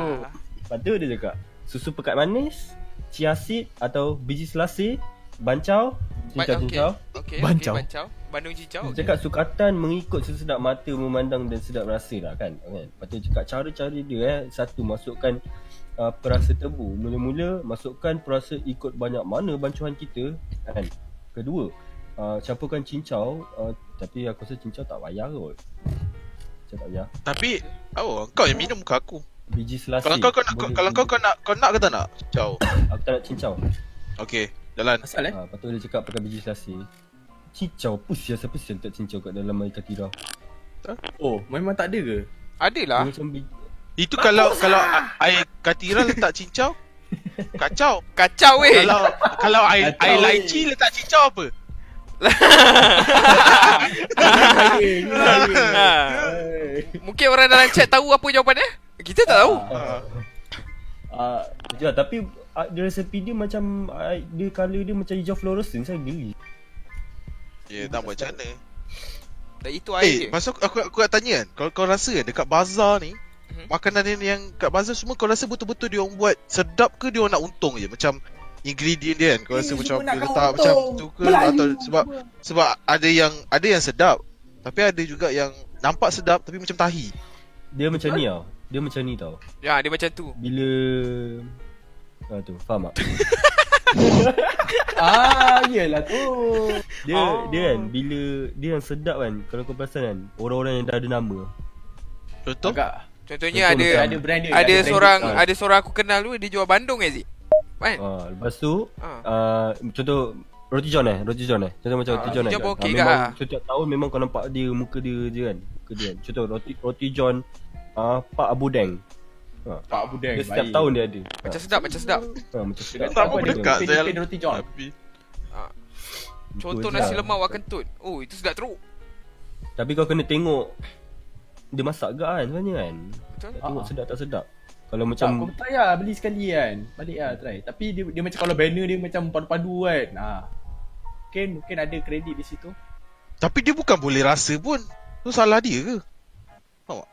Speaker 4: Lepas tu dia cakap. Susu pekat manis. Chia seed atau biji selasih. Bancau.
Speaker 2: Ba-
Speaker 4: Cincau-cincau.
Speaker 2: okey. Okay,
Speaker 5: Bancau.
Speaker 2: Okay, Bancau. Bandung Cicau.
Speaker 1: Oh,
Speaker 4: Dia cakap sukatan mengikut sesedap mata memandang dan sedap rasa lah kan. kan? Lepas tu dia cakap cara-cara dia eh. Satu masukkan uh, perasa tebu. Mula-mula masukkan perasa ikut banyak mana bancuhan kita kan. Kedua, uh, campurkan cincau. Uh, tapi aku rasa cincau tak payah kot. Cincau tak payah.
Speaker 1: Tapi Oh kau yang minum ke aku
Speaker 4: Biji selasih.
Speaker 1: Kalau kau, kau nak
Speaker 4: Boleh-
Speaker 1: Kalau kau, kau nak Kau nak ke tak nak Ciao
Speaker 4: Aku tak nak cincau.
Speaker 1: Okay Jalan
Speaker 3: Asal eh?
Speaker 4: Ha, lepas tu dia cakap pakai biji selasih. Cincau pus siapa siapa tak cincau kat dalam air katira.
Speaker 3: Oh, memang tak ada ke?
Speaker 4: Dia
Speaker 1: Ah.
Speaker 2: Adalah.
Speaker 4: macam bi-
Speaker 1: Itu kalau Kalau a- air katira letak cincau Kacau
Speaker 2: Kacau weh.
Speaker 1: Kalau Kalau air,
Speaker 3: Kacau,
Speaker 1: air
Speaker 3: eh.
Speaker 1: lychee letak cincau apa
Speaker 2: Ah. Mungkin orang dalam chat tahu apa jawapan dia. Kita tak tahu.
Speaker 1: Ah.
Speaker 4: Ah, uh, tapi uh, dia resepi dia macam uh, dia color dia macam hijau fluorescent saya geli.
Speaker 1: Ya tak buat macam mana
Speaker 2: Dan itu
Speaker 1: Eh,
Speaker 2: air dia.
Speaker 1: masa aku, aku, aku nak tanya kan, kalau kau rasa kan dekat bazar ni,
Speaker 2: Mhm.
Speaker 1: makanan yang, yang kat bazar semua kau rasa betul-betul dia orang buat sedap ke dia orang nak untung je? Macam ingredient dia kan, kau rasa
Speaker 3: Eh,
Speaker 1: macam
Speaker 3: semua nak
Speaker 1: dia
Speaker 3: kau
Speaker 1: letak macam
Speaker 3: untung.
Speaker 1: tu ke
Speaker 3: Melayu.
Speaker 1: atau sebab sebab ada yang ada yang sedap tapi ada juga yang nampak sedap tapi macam tahi.
Speaker 4: Dia macam ni tau. Dia macam ni tau.
Speaker 2: Ya, dia macam tu.
Speaker 4: Bila Ah tu, faham tak?
Speaker 3: ah, yelah tu.
Speaker 4: Dia
Speaker 2: Oh.
Speaker 4: dia kan bila dia yang sedap kan kalau kau perasan kan orang-orang yang dah ada nama.
Speaker 1: Contoh?
Speaker 3: Agak.
Speaker 2: Contohnya ada
Speaker 4: Betul, betul.
Speaker 3: Ada ah. brand dia.
Speaker 2: ada
Speaker 3: brand
Speaker 2: seorang
Speaker 3: dia.
Speaker 2: ada seorang aku kenal tu dia jual bandung eh Zik. Kan?
Speaker 4: Ah lepas tu
Speaker 2: Ah.
Speaker 4: ah contoh roti john eh, roti john eh. Contoh macam
Speaker 2: Ah,
Speaker 4: roti
Speaker 2: Roti
Speaker 4: john eh.
Speaker 2: John pun
Speaker 4: kan?
Speaker 2: okey
Speaker 4: Ah,
Speaker 2: juga
Speaker 4: memang
Speaker 2: lah.
Speaker 4: setiap tahun memang kau nampak dia muka dia je kan. Muka dia. kan. Contoh roti roti john ah Pak Abu Deng. Ah.
Speaker 3: Pak
Speaker 2: Eh,
Speaker 3: Budeng.
Speaker 4: Dia setiap tahun dia ada. Ah.
Speaker 2: Macam sedap, macam sedap.
Speaker 4: Ha, macam sedap.
Speaker 1: Tak
Speaker 3: Apa
Speaker 1: pun
Speaker 3: dia?
Speaker 1: dekat
Speaker 3: Pin-
Speaker 1: saya.
Speaker 3: pin roti john.
Speaker 1: Tapi-
Speaker 4: Betul
Speaker 2: Contoh
Speaker 4: je
Speaker 2: nasi
Speaker 4: lah.
Speaker 2: lemak wak kentut. Oh, itu sedap teruk.
Speaker 4: Tapi kau kena tengok dia masak ke kan sebenarnya kan.
Speaker 2: Betul?
Speaker 4: Nak tengok
Speaker 3: Ah.
Speaker 4: sedap tak sedap. Kalau
Speaker 3: Macam kau
Speaker 4: macam
Speaker 3: try lah beli sekali kan. Balik lah try. Tapi dia, dia macam kalau banner dia macam padu-padu kan. Ha. Mungkin mungkin ada kredit di situ.
Speaker 1: Tapi dia bukan boleh rasa pun. Tu salah dia ke? Faham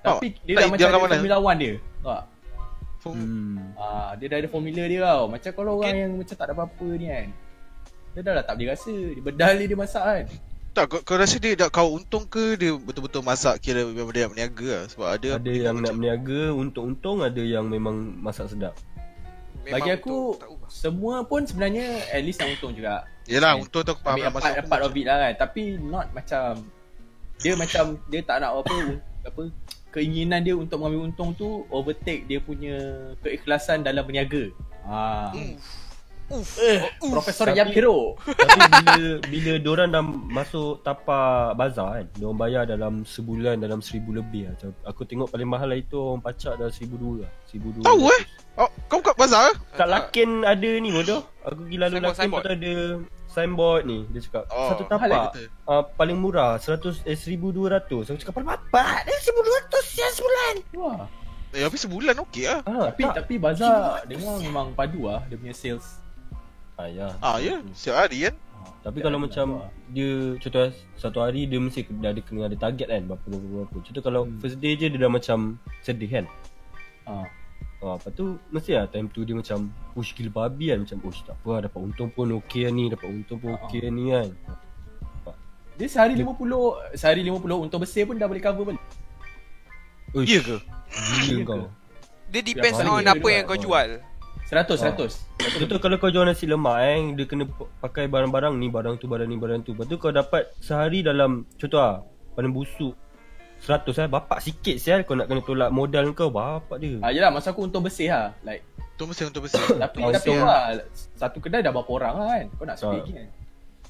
Speaker 3: Tapi dia
Speaker 1: Tak,
Speaker 3: dah
Speaker 1: dia
Speaker 3: macam
Speaker 1: orang
Speaker 3: ada
Speaker 1: mana?
Speaker 3: formula one dia. Tak.
Speaker 1: Hmm.
Speaker 4: hmm,
Speaker 3: Ah, dia dah ada formula dia tau. Macam kalau orang yang macam tak ada apa-apa ni kan. Dia dah lah tak boleh rasa. Dia bedal dia, dia masak kan.
Speaker 1: Tak, kau, kau rasa dia dah kau untung ke dia betul-betul masak kira memang dia nak berniaga lah sebab ada
Speaker 4: ada yang nak berniaga untung-untung ada yang memang masak sedap.
Speaker 2: Memang
Speaker 3: Bagi aku
Speaker 2: betul, tahu lah.
Speaker 3: semua pun sebenarnya at least nak untung juga.
Speaker 1: Yelah, untung tu aku faham
Speaker 3: Ambil
Speaker 1: lah
Speaker 3: a part,
Speaker 1: masa
Speaker 3: a part of it lah kan. Tapi not macam dia macam dia tak nak apa apa keinginan dia untuk mengambil untung tu overtake dia punya keikhlasan dalam berniaga. Ah.
Speaker 2: Uf. Uf.
Speaker 3: Profesor
Speaker 4: Tapi-
Speaker 3: Yapiro.
Speaker 4: Tapi bila bila diorang dah masuk tapak bazar kan, diorang bayar dalam sebulan dalam seribu lebih lah. Macam Aku tengok paling mahal lah itu orang pacak dah seribu dua lah. Seribu dua.
Speaker 1: Tahu eh? Oh, kau buka bazar?
Speaker 4: Kat Laken ada ni bodoh. Aku gila
Speaker 2: Signboard,
Speaker 4: lalu Laken
Speaker 2: signboard.
Speaker 4: tu ada signboard ni. Dia cakap
Speaker 1: Oh,
Speaker 4: satu
Speaker 1: mahal
Speaker 3: eh
Speaker 4: tapak
Speaker 1: kata?
Speaker 4: uh, paling murah 100 eh 1200. Aku cakap paling apa? Eh 1200 yang sebulan.
Speaker 3: Wah.
Speaker 1: Eh, tapi sebulan okey lah.
Speaker 4: Ha,
Speaker 3: Ah, Tapi
Speaker 4: tak.
Speaker 3: tapi bazar dia orang memang padu ah dia punya sales.
Speaker 4: Ah, ya.
Speaker 1: Ah, ya. Setiap hari kan?
Speaker 3: Ah,
Speaker 4: Tapi
Speaker 3: tak
Speaker 4: kalau
Speaker 3: ada
Speaker 4: macam
Speaker 3: lah.
Speaker 4: dia contoh satu hari dia mesti dah ada kena ada target kan berapa berapa berapa. Contoh kalau
Speaker 1: Hmm.
Speaker 4: first day je dia dah macam sedih kan.
Speaker 3: Ah.
Speaker 4: Ha, lepas tu mesti lah time tu dia macam Ush gila babi kan Macam ush tak apa lah, dapat untung pun okey lah ni Dapat untung pun
Speaker 3: Ah.
Speaker 4: okey lah ni kan
Speaker 3: Dia sehari 50 sehari 50 untung bersih pun dah boleh cover balik.
Speaker 4: Ush
Speaker 1: Ya ke?
Speaker 4: gila kau
Speaker 2: Dia depends
Speaker 4: Tiap
Speaker 2: on
Speaker 4: hari
Speaker 2: apa
Speaker 4: dia
Speaker 2: yang
Speaker 4: jual.
Speaker 2: kau jual.
Speaker 3: 100
Speaker 4: Ah.
Speaker 3: 100.
Speaker 4: Contoh kalau kau jual nasi lemak eh Dia kena p- pakai barang-barang ni Barang tu barang ni barang tu Lepas tu kau dapat sehari dalam Contoh lah Paling busuk 100 eh Bapak sikit sial Kau nak kena tolak modal kau Bapak dia
Speaker 3: Ah yelah masa aku untung bersih lah Like
Speaker 1: Tu mesti untuk besar.
Speaker 3: Tapi
Speaker 4: Oh,
Speaker 3: tapi
Speaker 4: so-
Speaker 3: lah Satu kedai dah berapa orang lah kan Kau nak
Speaker 4: Ah.
Speaker 3: split lagi kan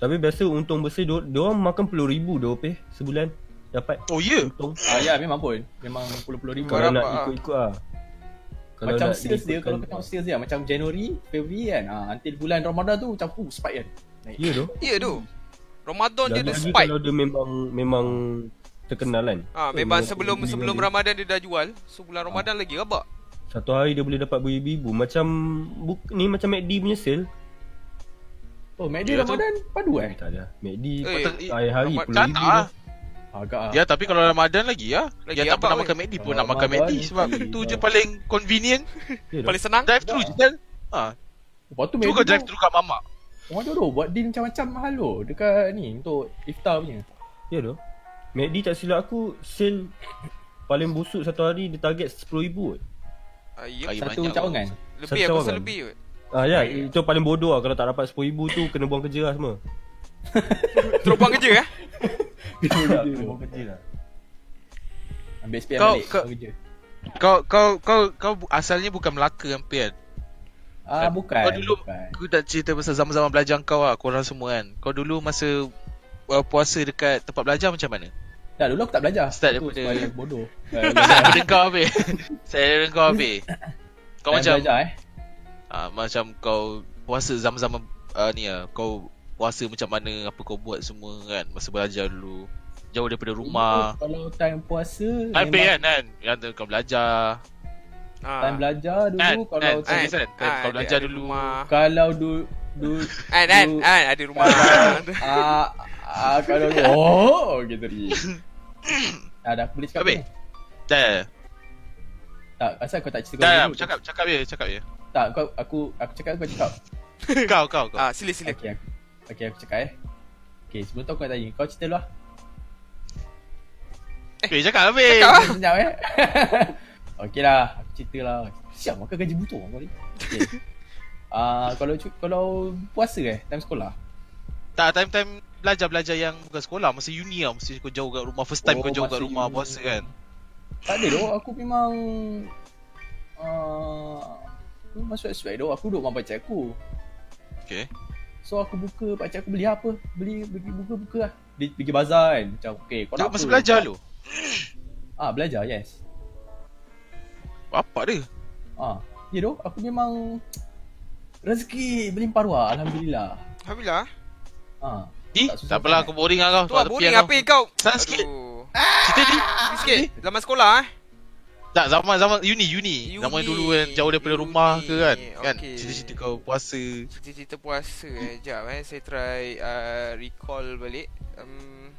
Speaker 4: Tapi biasa untung besar Dia dia orang makan RM10,000 dia peh Sebulan Dapat
Speaker 1: Oh, ya.
Speaker 4: untung
Speaker 3: Ah ya memang pun Memang puluh-puluh ribu
Speaker 4: Kalau
Speaker 2: Korang
Speaker 4: nak
Speaker 2: apa, ah?
Speaker 4: ikut-ikut lah Kalau
Speaker 3: Macam
Speaker 4: nak
Speaker 3: sales dia Kalau kau
Speaker 4: ikutkan-
Speaker 3: tengok sales dia ah, Macam Januari February kan ah, Until bulan Ramadan tu Macam uh spike kan Naik
Speaker 4: Ya doh
Speaker 2: Ya tu. Ramadan dia ada
Speaker 4: Lagi
Speaker 2: spike.
Speaker 4: kalau dia memang memang terkenal kan.
Speaker 2: Ah,
Speaker 4: Tu
Speaker 2: memang
Speaker 4: memang
Speaker 2: sebelum
Speaker 4: tinggi
Speaker 2: sebelum
Speaker 4: kan dia.
Speaker 2: Ramadan dia dah jual. So bulan Ramadan lagi rabak.
Speaker 4: Satu hari dia boleh dapat beribu-ibu. Macam buk, ni macam McD punya sale.
Speaker 3: Oh McD
Speaker 1: Ya, tu-
Speaker 3: Ramadan Padu eh
Speaker 4: Eh, tak ada. McD
Speaker 2: Eh,
Speaker 4: hari-hari
Speaker 2: Ramad-
Speaker 4: puluh
Speaker 1: Tak
Speaker 4: ribu.
Speaker 1: nak lah.
Speaker 3: Agak ah.
Speaker 1: Ya, tapi kalau Ramadan lagi lah.
Speaker 2: Lagi
Speaker 1: Yang tak
Speaker 2: apa,
Speaker 1: pernah
Speaker 2: weh?
Speaker 1: makan McD pun nak
Speaker 4: Ramadan
Speaker 1: makan McD
Speaker 4: lagi.
Speaker 1: sebab tu je paling convenient.
Speaker 4: Ya,
Speaker 2: Paling senang.
Speaker 1: Drive-thru je kan? Ha,
Speaker 3: Lepas tu
Speaker 1: tu
Speaker 3: McD
Speaker 1: kau drive-thru kat mamak.
Speaker 3: Rumah jodoh buat deal macam-macam mahal tu Dekat ni untuk iftar punya
Speaker 4: Ya doh. McD tak silap aku sale paling busuk satu hari dia target RM10,000 kot.
Speaker 2: Ah, ya.
Speaker 1: Kaya Eh,
Speaker 3: Satu
Speaker 1: banyak lah.
Speaker 3: cawangan
Speaker 2: Lebih
Speaker 4: Satu
Speaker 2: aku rasa
Speaker 4: orang.
Speaker 2: lebih kot.
Speaker 4: Ah ya, itu paling bodoh lah kalau tak dapat RM10,000 tu kena buang kerja lah semua.
Speaker 2: Terus buang kerja eh?
Speaker 4: Tak, kena buang kerja lah.
Speaker 3: Ambil SPM
Speaker 1: Kau-
Speaker 3: balik
Speaker 1: kau-
Speaker 3: kau kerja
Speaker 1: Kau kau kau kau bu- asalnya bukan Melaka hampir kan.
Speaker 3: Ah bukan
Speaker 1: Kau dulu
Speaker 3: bukan.
Speaker 1: aku dah cerita pasal zaman-zaman belajar kau lah, korang semua kan. Kau dulu masa uh, puasa dekat tempat belajar macam mana?
Speaker 3: Dah dulu aku tak belajar
Speaker 1: Start
Speaker 3: Aku
Speaker 1: daripada-
Speaker 3: sekolah bodoh
Speaker 1: Saya daripada kau habis. Saya daripada kau habis. Kau macam
Speaker 3: belajar eh
Speaker 1: ah, macam kau puasa zaman-zaman ah, ni ah, kau puasa macam mana, apa kau buat semua kan masa belajar dulu. Jauh daripada rumah.
Speaker 3: Dulu Kalau time puasa
Speaker 1: Habis kan
Speaker 3: memang
Speaker 1: kan Yang tu kau belajar
Speaker 3: Time
Speaker 2: Ah.
Speaker 3: belajar
Speaker 1: Kan
Speaker 3: dulu
Speaker 1: kan
Speaker 3: Kalau
Speaker 1: Serius kan Kan
Speaker 2: Ah,
Speaker 1: Kau
Speaker 2: ada-
Speaker 1: belajar
Speaker 2: ada
Speaker 1: dulu
Speaker 2: rumah.
Speaker 3: Kalau dulu Dulu
Speaker 2: An, an, an, ada rumah.
Speaker 3: Ah, ah kalau
Speaker 1: Kan?
Speaker 3: oh gitu ni. Dah dah aku boleh cakap
Speaker 1: Habis?
Speaker 3: ni.
Speaker 1: Dah
Speaker 3: Tak, pasal kau tak cerita kau
Speaker 1: Dah dah
Speaker 3: dulu.
Speaker 1: Cakap Cakap je Cakap je
Speaker 3: Tak, kau aku aku cakap kau cakap.
Speaker 1: Kau kau kau
Speaker 2: Ah, sila sila.
Speaker 3: Okey aku. Okey aku cakap eh. Okey, sebelum tu aku nak tanya, kau cerita dulu lah.
Speaker 1: Okay Eh, cakap habis
Speaker 2: Cakap lah.
Speaker 3: Sekejap eh. Okey lah, aku cerita lah. Siap makan gaji butuh kau ni. Okey. Ah, kalau cu- kalau puasa eh, time sekolah.
Speaker 1: Tak time-time Belajar-belajar yang Bukan sekolah Masa uni lah Mesti kau jauh kat rumah First time
Speaker 3: Oh,
Speaker 1: kau jauh kat
Speaker 3: masa
Speaker 1: rumah
Speaker 3: uni.
Speaker 1: Puasa kan
Speaker 3: Tak ada doh, aku memang ah, aku masuk SPM doh, aku duduk dengan pakcik aku.
Speaker 1: Okay
Speaker 3: So aku buka pakcik aku beli apa? Beli pergi buka-buka lah. Dia pergi bazar kan. Macam okey, kau nak
Speaker 1: Kau masa
Speaker 3: apa?
Speaker 1: belajar lu
Speaker 3: Ah, belajar, yes.
Speaker 1: Bapak dia
Speaker 3: Ah, ya doh, aku memang rezeki melimpah ruah, alhamdulillah.
Speaker 2: Alhamdulillah.
Speaker 3: Ah.
Speaker 1: Di
Speaker 3: Tak
Speaker 1: Tak
Speaker 3: susah
Speaker 1: apalah
Speaker 3: sangat.
Speaker 1: aku boring lah
Speaker 2: Tu
Speaker 1: kau
Speaker 2: ah,
Speaker 1: Tak tepi
Speaker 2: boring
Speaker 1: lah
Speaker 2: apa kau?
Speaker 1: Sana sikit.
Speaker 2: Aduh.
Speaker 1: Cerita di
Speaker 2: Ni sikit. Zaman sekolah eh.
Speaker 1: Tak zaman-zaman Uni uni
Speaker 2: Uni,
Speaker 1: Zaman dulu kan Jauh daripada rumah ke kan Kan
Speaker 2: okay.
Speaker 1: Cerita-cerita kau puasa
Speaker 2: Cerita-cerita puasa eh. Sekejap eh. Saya try uh, recall balik. Um,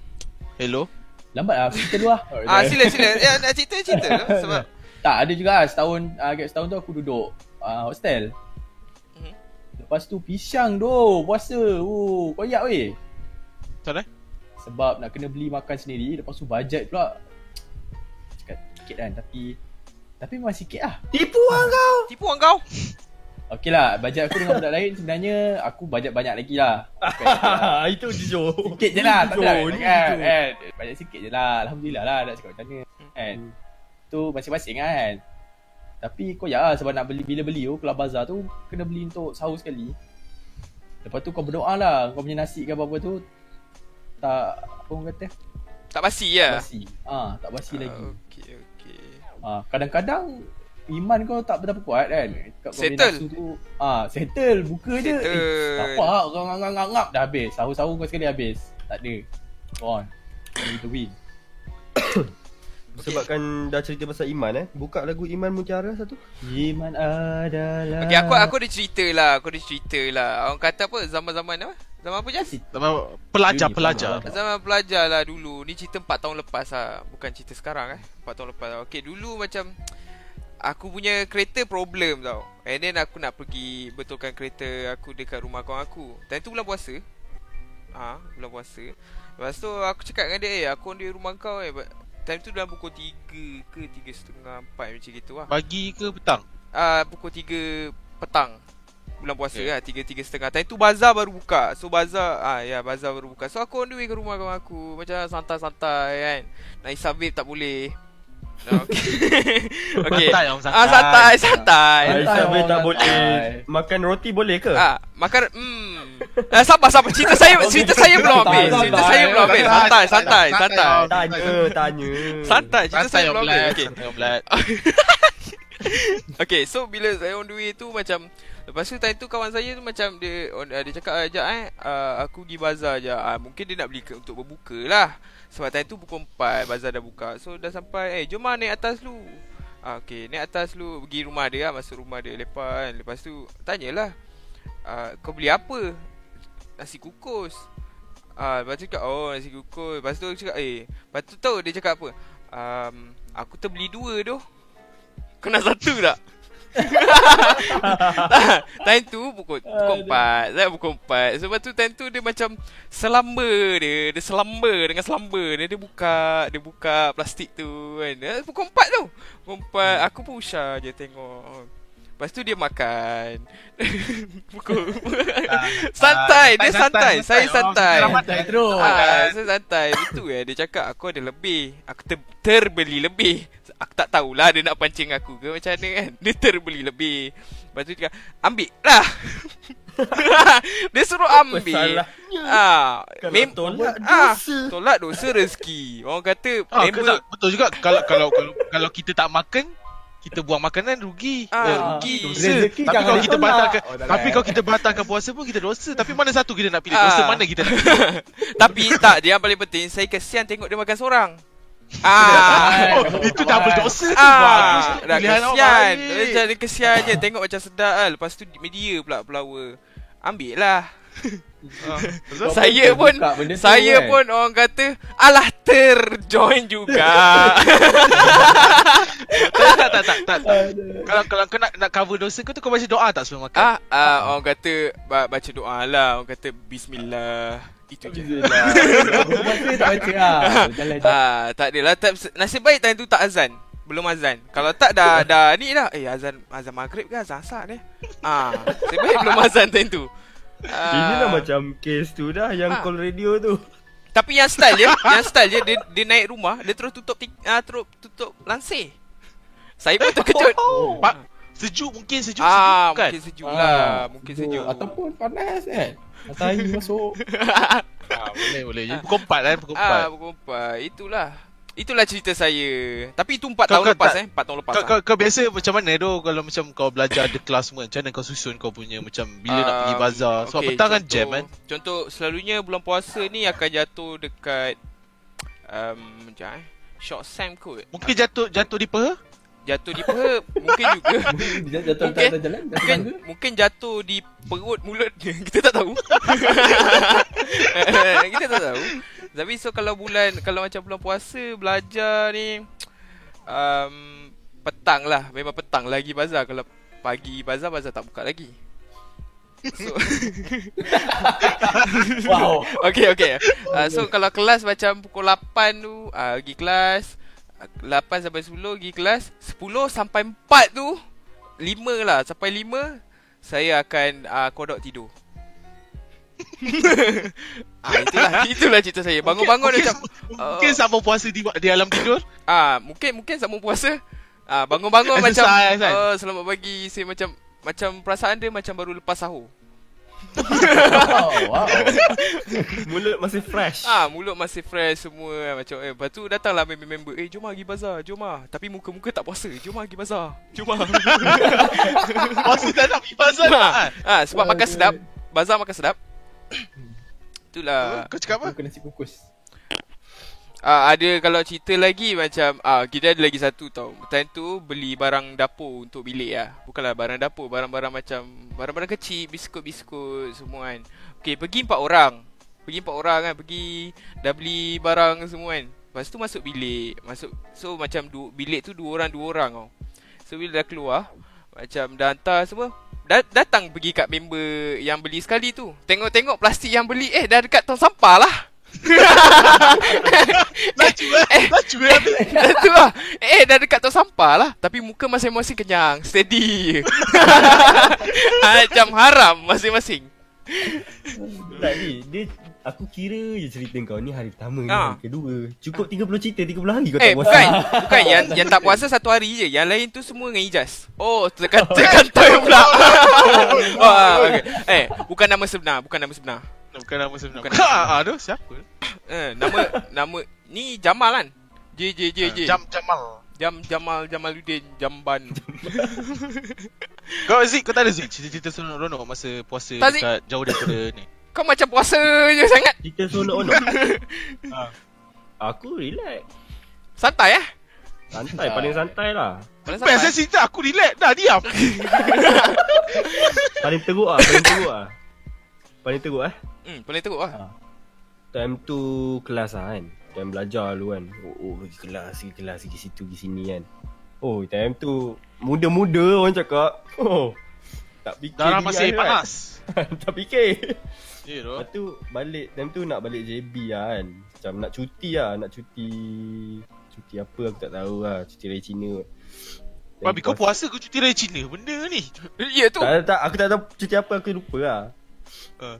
Speaker 1: Hello
Speaker 3: Lambat lah, aku cerita dulu lah.
Speaker 2: ah, sila sila. Ya, nak cerita cerita lah sebab
Speaker 3: Tak, ada juga lah. Setahun, ah, gap setahun tu aku duduk ah, hostel.
Speaker 2: Mhm.
Speaker 3: Lepas tu pisang doh, puasa. Oh, koyak weh.
Speaker 1: Macam mana
Speaker 3: Sebab nak kena beli makan sendiri, lepas tu bajet pula. Cakap sikit kan, tapi tapi memang sikit lah.
Speaker 4: Tipu ah kau.
Speaker 2: tipu orang kau.
Speaker 3: Okey lah, bajet aku dengan budak lain sebenarnya aku bajet banyak lagi lah. Bukan sikit lah.
Speaker 4: Itu jujur.
Speaker 3: Sikit je lah Tak ada kan,
Speaker 4: Jujur, jujur.
Speaker 3: kan. Banyak sikit je lah Alhamdulillah lah Nak cakap macam mana Kan Tu masing-masing kan Tapi kau ya lah Sebab nak beli Bila beli tu Kalau bazar tu Kena beli untuk sahur sekali Lepas tu kau berdoa lah Kau punya nasi ke apa-apa tu Tak Apa orang kata
Speaker 2: Tak basi ya.
Speaker 3: Basi Ah, Tak basi lagi
Speaker 2: Ah, Okey okey.
Speaker 3: Ah, Kadang-kadang Iman kau tak berapa kuat kan Kat kau punya
Speaker 2: Settle.
Speaker 3: nafsu tu, ah, Settle Buka je
Speaker 2: Settle.
Speaker 3: Eh, tak apa lah Ngap-ngap-ngap Dah habis Sahur-sahur kau sekali habis Tak ada Go on You to win
Speaker 4: Sebabkan dah cerita pasal Iman eh. Buka lagu Iman Mutiara satu.
Speaker 3: Iman adalah
Speaker 2: Okey aku aku ada cerita lah. Aku ada cerita lah. Orang kata apa zaman-zaman apa? Zaman apa Jas?
Speaker 1: Zaman Pelajar-pelajar
Speaker 3: Uni,
Speaker 2: Zaman pelajar lah dulu Ni cerita 4 tahun lepas lah Bukan cerita sekarang eh 4 tahun lepas Okay dulu macam Aku punya kereta problem tau And then aku nak pergi Betulkan kereta aku dekat rumah kawan aku Time tu bulan puasa Ah, ha, bulan puasa Lepas tu aku cakap dengan dia Eh aku di rumah kau eh But Time tu dalam pukul 3 ke 3.30 4 macam gitu lah
Speaker 1: Pagi ke petang
Speaker 2: uh, pukul 3 petang bulan puasa okay. lah 3 3 setengah time tu bazar baru buka so bazar ah ya bazar baru buka so aku on the way ke rumah kawan aku macam santai-santai kan nak isabib tak boleh Ah, Okay Okay
Speaker 1: Santai orang santai
Speaker 2: Ah santai Santai
Speaker 3: Santai.
Speaker 4: Aisyah boleh tak
Speaker 3: santai.
Speaker 4: boleh makan roti boleh ke?
Speaker 2: Ah makan hmm ah, Sabar sabar Cerita saya Cerita saya belum habis Cerita saya belum habis Santai santai Santai
Speaker 4: Tanya, tanya.
Speaker 2: Santai Cerita
Speaker 1: Santai
Speaker 2: saya
Speaker 1: orang
Speaker 2: belum
Speaker 1: belat
Speaker 2: habis Okay
Speaker 1: Santai orang belat
Speaker 2: Okay so bila saya on the way tu macam Lepas tu time tu kawan saya tu macam dia on, uh, dia cakap ajak eh uh, aku pergi bazar je. Uh, mungkin dia nak beli ke, untuk berbuka lah. Sebab time tu pukul 4 bazar dah buka. So dah sampai eh jom lah naik atas lu. Ah, okay naik atas lu pergi rumah dia lah masuk rumah dia lepak kan. Lepas tu tanyalah uh, kau beli apa? Nasi kukus. Ah, lepas tu cakap oh nasi kukus. Lepas tu cakap eh lepas tu tahu dia cakap apa? Um, aku terbeli dua tu. Kena satu tak? Tak, time tu pukul pukul 4. Saya pukul 4. Sebab tu time tu dia macam selamba dia, dia selamba dengan selamba dia dia buka, dia buka plastik tu kan. Eh, Pukul 4 tu. Pukul 4 aku pun usah je tengok. Lepas tu dia makan. pukul. santai,
Speaker 1: Ah,
Speaker 2: dia santai.
Speaker 1: Oh,
Speaker 2: Saya santai.
Speaker 3: Santai terus.
Speaker 2: Ah, saya santai Itu ya Dia cakap aku ada lebih Aku ter- terbeli lebih Aku tak tahulah Dia nak pancing aku ke Macam mana kan Dia terbeli lebih Lepas tu dia cakap Ambil lah Dia suruh ambil
Speaker 4: salahnya?
Speaker 2: ah,
Speaker 4: Kalau
Speaker 2: mem-
Speaker 4: tolak
Speaker 2: ah,
Speaker 4: dosa.
Speaker 2: Tolak dosa rezeki Orang kata
Speaker 1: Ah,
Speaker 2: member-
Speaker 1: kena, betul juga kalau kalau kalau kalau kita tak makan kita buang makanan rugi.
Speaker 2: Ah,
Speaker 1: eh, rugi dosa.
Speaker 3: rezeki
Speaker 1: tapi
Speaker 3: jangan
Speaker 1: kalau kita
Speaker 3: ditolak.
Speaker 1: batalkan
Speaker 3: Oh, dah
Speaker 1: tapi
Speaker 3: lah.
Speaker 1: kalau kita batalkan puasa pun kita dosa. Tapi mana satu kita nak pilih?
Speaker 2: Ah.
Speaker 1: Dosa mana kita nak pilih?
Speaker 2: Tapi tak Dia yang paling penting Saya kesian tengok dia makan seorang Ah,
Speaker 1: Oh, itu double dosa tu. bagus.
Speaker 2: Ah, dah
Speaker 1: Pilihan awak
Speaker 2: kesian.
Speaker 1: baik.
Speaker 2: Dia jadi kesian je tengok macam sedap kan. Lepas tu media pula flower. Ambil lah.
Speaker 1: Ah, betul?
Speaker 3: Kau
Speaker 2: Saya pun
Speaker 3: pun terbuka benda tu,
Speaker 2: saya
Speaker 3: kan?
Speaker 2: pun orang kata alah terjoin juga.
Speaker 1: tak tak tak tak. tak. Kalau kalau kau nak, nak cover dosa kau tu kau baca doa tak sebelum makan?
Speaker 2: ah, ah orang kata ba- baca doa lah. Orang kata bismillah. Itu je.
Speaker 3: Alhamdulillah. Aku baca tak baca lah. Jalan je.
Speaker 2: Ah, tak adalah tak, nasib baik time tu tak azan. Belum azan. Kalau tak dah dah ni dah. Eh azan azan maghrib ke azan asar ni? Ah, nasib baik belum azan time tu. Ah,
Speaker 4: Inilah macam kes tu dah yang
Speaker 2: Ah.
Speaker 4: call radio tu.
Speaker 2: Tapi yang style dia, yang style dia, dia, dia naik rumah, dia terus tutup tik, uh, terus tutup lansir. Saya pun terkejut.
Speaker 1: Oh. Pak, sejuk mungkin sejuk sejuk
Speaker 2: ah,
Speaker 1: kan?
Speaker 2: mungkin sejuk lah, mungkin
Speaker 3: betul.
Speaker 2: sejuk.
Speaker 3: Ataupun panas kan. Matahari masuk.
Speaker 1: Ah, boleh boleh. Jadi Pukul 4 kan, pukul 4.
Speaker 2: ah, pukul empat. Itulah. Itulah cerita saya. Tapi itu 4
Speaker 1: Kau-
Speaker 2: tahun
Speaker 1: kau
Speaker 2: lepas
Speaker 1: tak-
Speaker 2: eh, 4 tahun lepas.
Speaker 1: Kau,
Speaker 2: ah.
Speaker 1: kau, kau biasa macam mana tu kalau macam kau belajar ada kelas semua macam mana kau susun kau punya macam bila nak pergi
Speaker 2: Um,
Speaker 1: bazar sebab
Speaker 2: okey,
Speaker 1: petang kan
Speaker 2: contoh-
Speaker 1: jam kan
Speaker 2: Contoh selalunya bulan puasa ni akan jatuh dekat um, Sekejap eh Short Sam kot
Speaker 1: mungkin jatuh jatuh di Perth
Speaker 2: Jatuh di Perth Mungkin juga
Speaker 3: Dia jatuh
Speaker 2: Mungkin-
Speaker 3: atas jalan. jatuh
Speaker 2: Mungkin
Speaker 3: tangga.
Speaker 2: mungkin jatuh di perut mulut dia. Kita tak tahu. kita tak tahu. Tapi so kalau bulan kalau macam bulan puasa belajar ni um, petang lah. Memang petang lagi bazar kalau pagi bazar bazar tak buka lagi. So
Speaker 3: Wow.
Speaker 2: Okay okay uh, So kalau kelas macam pukul 8 tu uh, Pergi kelas Ah, 8 sampai 10 pergi kelas 10 sampai 4 tu 5 lah sampai 5 Saya akan uh, kodok tidur ah, itulah itulah cerita saya bangun-bangun
Speaker 1: mungkin,
Speaker 2: macam uh,
Speaker 1: mungkin, mungkin sama puasa di, di alam tidur
Speaker 2: ah mungkin mungkin sama puasa ah bangun-bangun macam
Speaker 1: Exercise, kan?
Speaker 2: oh, selamat pagi saya macam macam perasaan dia macam baru lepas sahur
Speaker 3: Wow. wow.
Speaker 4: Mulut masih fresh.
Speaker 2: Ah, mulut masih fresh semua kan. macam eh lepas tu datanglah member-member eh jom lah pergi bazar jom lah tapi muka-muka tak puasa jom lah pergi bazar jom lah
Speaker 1: puasa tak nak pergi bazar tak kan?
Speaker 2: ah, ah, sebab makan sedap bazar makan sedap
Speaker 1: ah.
Speaker 2: itulah
Speaker 1: kau cakap apa
Speaker 3: Bukan nasi kukus.
Speaker 2: ah, ada kalau cerita lagi macam ah kita ada lagi satu tau time tu beli barang dapur untuk bilik lah bukanlah barang dapur barang-barang macam barang-barang kecil biskut-biskut semua kan Okay, pergi empat orang. Pergi empat orang kan, pergi dah beli barang semua kan. Lepas tu masuk bilik. Masuk so macam du, bilik tu dua orang dua orang tau. So bila dah keluar, macam dah hantar semua, dat- datang pergi kat member yang beli sekali tu. Tengok-tengok plastik yang beli eh dah dekat tong sampah lah.
Speaker 1: laju eh laju eh habis.
Speaker 2: Dah tu lah Eh dah dekat tong sampah lah Tapi muka masing-masing kenyang Steady je Ah, Macam haram masing-masing
Speaker 4: Tak ni, dia aku kira je cerita kau ni hari pertama ni,
Speaker 2: Ah.
Speaker 4: hari kedua. Cukup 30 cerita 30 hari kau Ah,
Speaker 2: Eh
Speaker 4: tak puasa.
Speaker 2: bukan Bukan yang, yang tak puasa satu hari je Yang lain tu semua dengan Ijaz Oh tekan tekan toy pula Wah, okay. Eh bukan nama sebenar Bukan nama sebenar
Speaker 1: bukan nama sebenarnya
Speaker 2: Bukan.
Speaker 1: bukan. ah ah tu siapa
Speaker 2: eh, Nama Nama Ni Jamal kan J J J J
Speaker 1: Ah, Jam Jamal
Speaker 2: Jam Jamal Jamaluddin Jamban
Speaker 1: kau Zik kau tak ada Zik cerita-cerita seronok masa puasa
Speaker 2: Tak, Zik.
Speaker 1: dekat jauh daripada ni
Speaker 2: Kau macam puasa je sangat
Speaker 4: Cerita seronok-onok. Ah. Aku relax.
Speaker 2: Santai eh
Speaker 4: Santai, paling santai lah.
Speaker 2: Paling
Speaker 1: best eh
Speaker 2: santai
Speaker 1: cerita aku relax dah diam
Speaker 4: Paling teruk ah, paling teruk ah. Paling teruk eh.
Speaker 2: hmm, Paling teruk lah
Speaker 4: Time tu ah, kelas lah kan Time belajar dulu kan Oh, oh pergi kelas, pergi kelas, pergi situ, pergi sini kan Oh time tu Muda-muda orang cakap Oh Tak fikir
Speaker 1: Darah
Speaker 4: diri
Speaker 1: masih
Speaker 4: I,
Speaker 1: panas.
Speaker 4: kan? Tak fikir
Speaker 1: Ya tu.
Speaker 4: Lepas tu balik Time tu nak balik JB lah kan Macam nak cuti lah Nak cuti Cuti apa aku tak tahu lah Cuti dari Cina Time
Speaker 1: Babi kau
Speaker 4: puasa-
Speaker 1: puasa ke cuti dari Cina? Benda ni.
Speaker 2: Ya tu.
Speaker 4: tak, tak, aku tak tahu cuti apa Aku lupa lah
Speaker 1: Ah.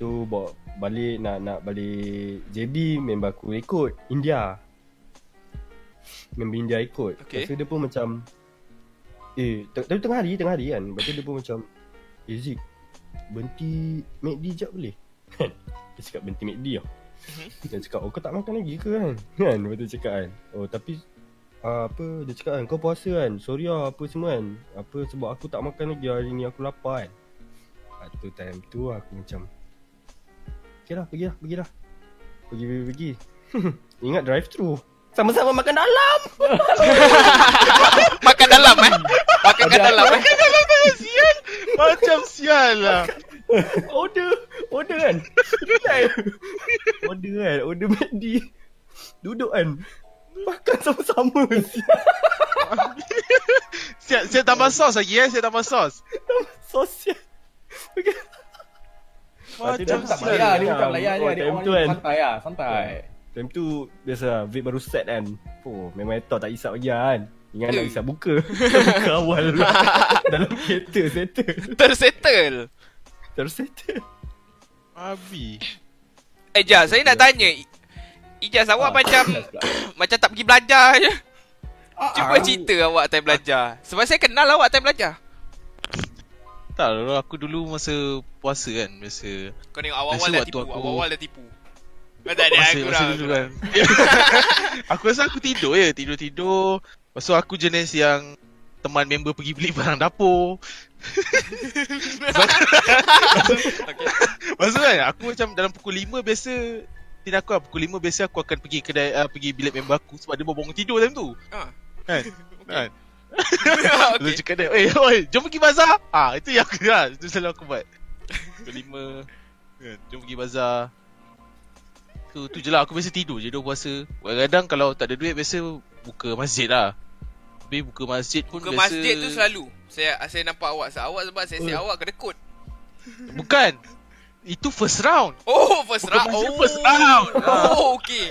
Speaker 4: Tu bawa balik nak nak balik JB member aku ikut India. Member India ikut.
Speaker 2: Okay.
Speaker 4: Lepas tu dia pun macam eh teng- tapi tengah hari tengah hari kan. Lepas tu dia pun macam eh Zik berhenti McD jap boleh? Kan? dia cakap berhenti McD lah. Dia cakap oh kau tak makan lagi ke kan? Kan lepas tu dia cakap kan. Oh tapi ah, apa dia cakap kan kau puasa kan. Sorry lah apa semua kan. Apa sebab aku tak makan lagi hari ni aku lapar kan. Lepas tu time tu aku macam Okay lah, pergi lah, pergi lah. Pergi, pergi, pergi. Ingat drive-thru. Sama-sama makan dalam.
Speaker 2: Makan dalam eh. Makan kat dalam eh.
Speaker 1: sial. Macam sial lah.
Speaker 4: order. Order kan. order kan. Order McD. Duduk kan. Makan sama-sama.
Speaker 1: Siap, siap tambah sos lagi eh. Siap tambah sos.
Speaker 4: Sosial. Okay. Lepas tu dia
Speaker 1: Macam
Speaker 4: tak
Speaker 3: Tak
Speaker 1: sial.
Speaker 4: bayar.
Speaker 3: payah dia bukan Melayu dia.
Speaker 4: Oh, time
Speaker 3: orang
Speaker 4: tu
Speaker 3: ni
Speaker 4: kan.
Speaker 3: Santai lah, santai.
Speaker 4: Time tu biasa vape baru set kan. Oh, memang etor tak isap lagi lah, kan. Ingat nak
Speaker 2: Eh.
Speaker 4: isap buka. buka awal lah. Dalam kereta settle.
Speaker 2: Tersettle.
Speaker 4: Terus settle.
Speaker 1: Babi.
Speaker 2: Eh Ijaz, saya nak tanya. I- Ijaz, awak macam macam tak pergi belajar je.
Speaker 1: Ah,
Speaker 2: Cuba cerita awak time belajar. Sebab saya kenal awak time belajar.
Speaker 1: Tak lah, aku dulu masa puasa kan. Biasa.
Speaker 2: Kau tengok
Speaker 1: awal-awal dah Masa
Speaker 2: awal-awal dah
Speaker 1: tipu,
Speaker 2: tipu.
Speaker 1: waktu aku- awal-awal
Speaker 2: Awal-awal dah tipu. Tak ada
Speaker 1: masa,
Speaker 2: aku lah.
Speaker 1: masa
Speaker 2: dah.
Speaker 1: dulu kan. aku rasa aku tidur je. Tidur-tidur. Lepas tu aku jenis yang teman member pergi beli barang dapur.
Speaker 2: Okay.
Speaker 1: Maksud kan aku macam dalam pukul 5 biasa Tidak aku lah, pukul 5 biasa aku akan pergi kedai uh, pergi bilik member aku sebab dia baru bangun tidur time tu.
Speaker 2: Ha.
Speaker 1: Kan? Kan? Lalu
Speaker 2: Okay.
Speaker 1: cakap dia, "Oi, oi, jom pergi bazar." Ah, itu yang aku lah, itu selalu aku buat. Pukul 5 kan, jom pergi bazar. Tu tu je lah aku biasa tidur je dua puasa. Kadang-kadang kalau tak ada duit biasa buka masjid lah. Tapi buka masjid pun
Speaker 2: Ke
Speaker 1: biasa
Speaker 2: masjid tu selalu. Saya saya nampak awak. Sebab awak sebab saya saya awak kedekut.
Speaker 1: Bukan. Itu first round.
Speaker 2: Oh, first
Speaker 1: Bukan
Speaker 2: round.
Speaker 1: masjid,
Speaker 2: Oh,
Speaker 1: first round.
Speaker 2: Oh, okay.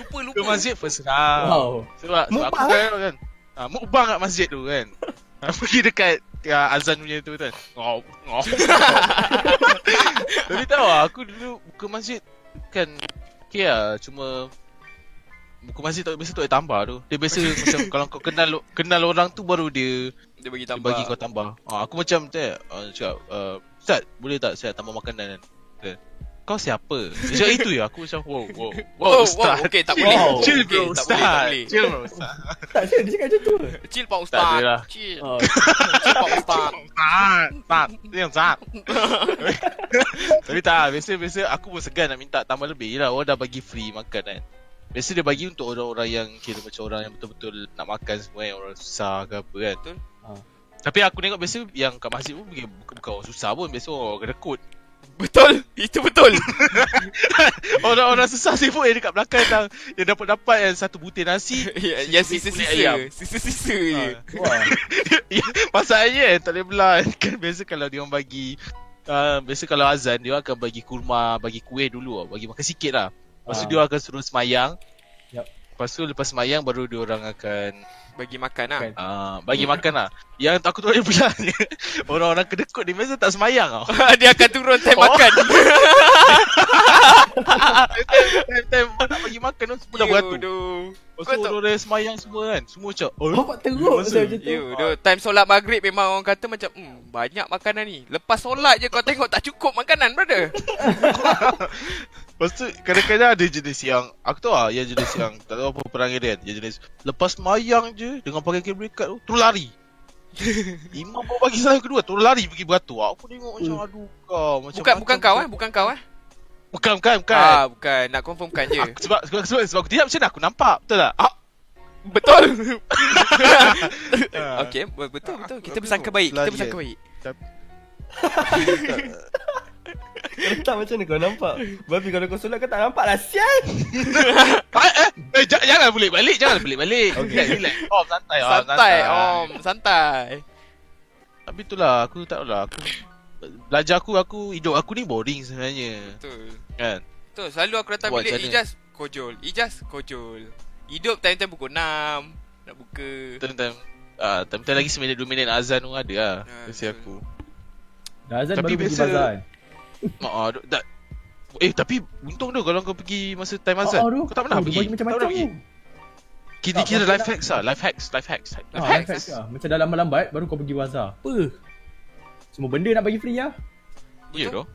Speaker 2: lupa, lupa.
Speaker 1: Buka masjid first round.
Speaker 4: Ah.
Speaker 3: Wow.
Speaker 1: Sebab, sebab aku
Speaker 3: Mukbang,
Speaker 1: kan, kan ha, Mukbang kat masjid tu kan ha, Pergi dekat ya, azan punya tu kan Ngop Ngop Tapi tahu lah Aku dulu buka masjid Kan Okay lah Cuma Buka masjid tak biasa tak boleh tambah tu Dia biasa macam Kalau kau kenal Kenal orang tu baru dia
Speaker 2: Dia bagi
Speaker 1: tambah.
Speaker 2: tambah.
Speaker 1: Dia bagi kau tambah ha, Aku macam Dia uh, cakap uh, Ustaz boleh tak saya tambah makanan kan Dia, kau siapa? Dia cakap itu ya Aku macam wow wow Wow
Speaker 2: Oh, wow,
Speaker 1: ustaz
Speaker 2: okay, tak
Speaker 1: Chill,
Speaker 3: boleh.
Speaker 1: Chill
Speaker 2: Okay,
Speaker 1: bro
Speaker 2: tak boleh, tak
Speaker 1: ustaz
Speaker 2: boleh.
Speaker 1: Chill bro ustaz
Speaker 3: Tak, sure, dia cakap macam tu.
Speaker 2: Chill Pak Ustaz.
Speaker 1: Tak ada lah.
Speaker 2: Chill.
Speaker 3: Oh,
Speaker 2: Chill Pak Ustaz.
Speaker 1: Tak, Ah, tak, dia yang tak. Tapi tak, biasa-biasa aku pun segan nak minta tambah lebih lah. Orang dah bagi free makan kan. Biasa dia bagi untuk orang-orang yang kira macam orang yang betul-betul nak makan semua kan. Orang susah ke apa kan.
Speaker 2: Betul.
Speaker 3: Ha.
Speaker 1: Tapi aku tengok biasa yang kat masjid pun bukan, bukan orang susah pun. Biasa orang kedekut.
Speaker 2: Betul. Itu betul.
Speaker 1: Orang-orang susah sibuk yang dekat belakang yang, yang dapat-dapat yang satu butir nasi.
Speaker 2: Ya,
Speaker 1: ayam.
Speaker 2: yang
Speaker 1: Ha.
Speaker 2: sisa-sisa. Sisa-sisa je.
Speaker 3: wah.
Speaker 1: Ya, Masalahnya eh, tak boleh belah kan biasa kalau dia orang bagi uh, biasa kalau azan dia orang akan bagi kurma, bagi kuih dulu lah, bagi makan sikit lah. Lepas tu
Speaker 3: Ah.
Speaker 1: dia orang akan suruh semayang.
Speaker 3: Yup.
Speaker 1: Lepas tu lepas semayang baru dia orang akan
Speaker 2: Bagi makan lah.
Speaker 3: Makan.
Speaker 1: uh, bagi
Speaker 3: Hmm.
Speaker 1: makan lah. Yang aku tak boleh belah ni, orang-orang kedekut ni biasa tak semayang tau.
Speaker 2: Dia akan turun time
Speaker 1: Oh.
Speaker 2: makan.
Speaker 1: Time-time orang nak bagi makan tu semua dah beratur.
Speaker 2: Yuduh.
Speaker 1: Lepas tu
Speaker 2: Kau tak-
Speaker 1: orang-orang yang semayang semua kan, semua macam oh,
Speaker 3: Bapak teruk
Speaker 1: Masa-
Speaker 3: pasal macam tu.
Speaker 2: Yuduh. Ya, Time solat maghrib memang orang kata macam hmm, banyak makanan ni. Lepas solat je kau tengok tak cukup makanan brother.
Speaker 1: Lepas tu kadang-kadang ada jenis yang Aku tahu lah yang jenis yang Tak tahu apa perangai dia kan Yang jenis Lepas mayang je Dengan pakai kabel kat tu Terus lari Imam baru bagi salam kedua Terus lari pergi beratur Aku tengok macam Aduh kau macam
Speaker 2: Hmm. Bukan bukan kau eh,
Speaker 1: macam-
Speaker 2: bukan kau eh.
Speaker 1: Bukan bukan bukan Ah,
Speaker 2: Ah, bukan. Nak confirmkan je.
Speaker 1: Aku sebab, sebab, sebab, sebab aku tidak macam mana aku nampak Betul tak? Ah,
Speaker 2: Betul. Okey, be- betul betul.
Speaker 1: Aku-
Speaker 2: Kita
Speaker 1: Ah. aku
Speaker 2: bersangka
Speaker 1: tengok
Speaker 2: baik. Kita
Speaker 1: larian.
Speaker 2: bersangka baik.
Speaker 4: Ya, Kau letak macam mana kau nampak? Babi kalau kau solat kau tak nampak lah sial.
Speaker 1: Ah, eh, eh, Eh, ja- jangan boleh balik, jangan boleh balik.
Speaker 4: Okay.
Speaker 1: Relax, relax. Oh, santai. oh,
Speaker 2: Santai Om Santai
Speaker 1: Tapi itulah, aku tak tahu lah. Aku, belajar aku, aku, hidup aku ni boring sebenarnya.
Speaker 2: Betul
Speaker 1: Kan?
Speaker 2: Betul Selalu aku datang
Speaker 1: Buat
Speaker 2: bilik
Speaker 1: macam mana?
Speaker 2: Ijaz Kojol Ijaz Kojol Hidup time-time pukul 6 Nak buka
Speaker 1: Time-time. Ah, time-time lagi seminit dua minit azan tu ada lah.
Speaker 2: Ah,
Speaker 1: Kasi
Speaker 2: betul.
Speaker 1: aku.
Speaker 3: Dah azan
Speaker 1: Tapi
Speaker 3: baru pergi
Speaker 1: biasa-
Speaker 3: bazar kan?
Speaker 1: Mak, ah, duk- tak. Eh, tapi untung tu kalau kau pergi masa time azan.
Speaker 3: tu.
Speaker 1: Kau tak pernah
Speaker 3: Oh, dia
Speaker 1: pergi.
Speaker 3: bagi
Speaker 1: tak
Speaker 3: macam-macam
Speaker 1: pernah
Speaker 3: tu.
Speaker 1: pergi. Kini
Speaker 3: Tak,
Speaker 1: kira
Speaker 3: pasal
Speaker 1: life
Speaker 3: nak-
Speaker 1: hacks lah. Life hacks, life hacks. Life
Speaker 3: Ah,
Speaker 1: hacks.
Speaker 3: effects lah. Macam dah lambat-lambat baru kau pergi bazar. Apa? Semua benda nak bagi free lah.
Speaker 1: Ya doh.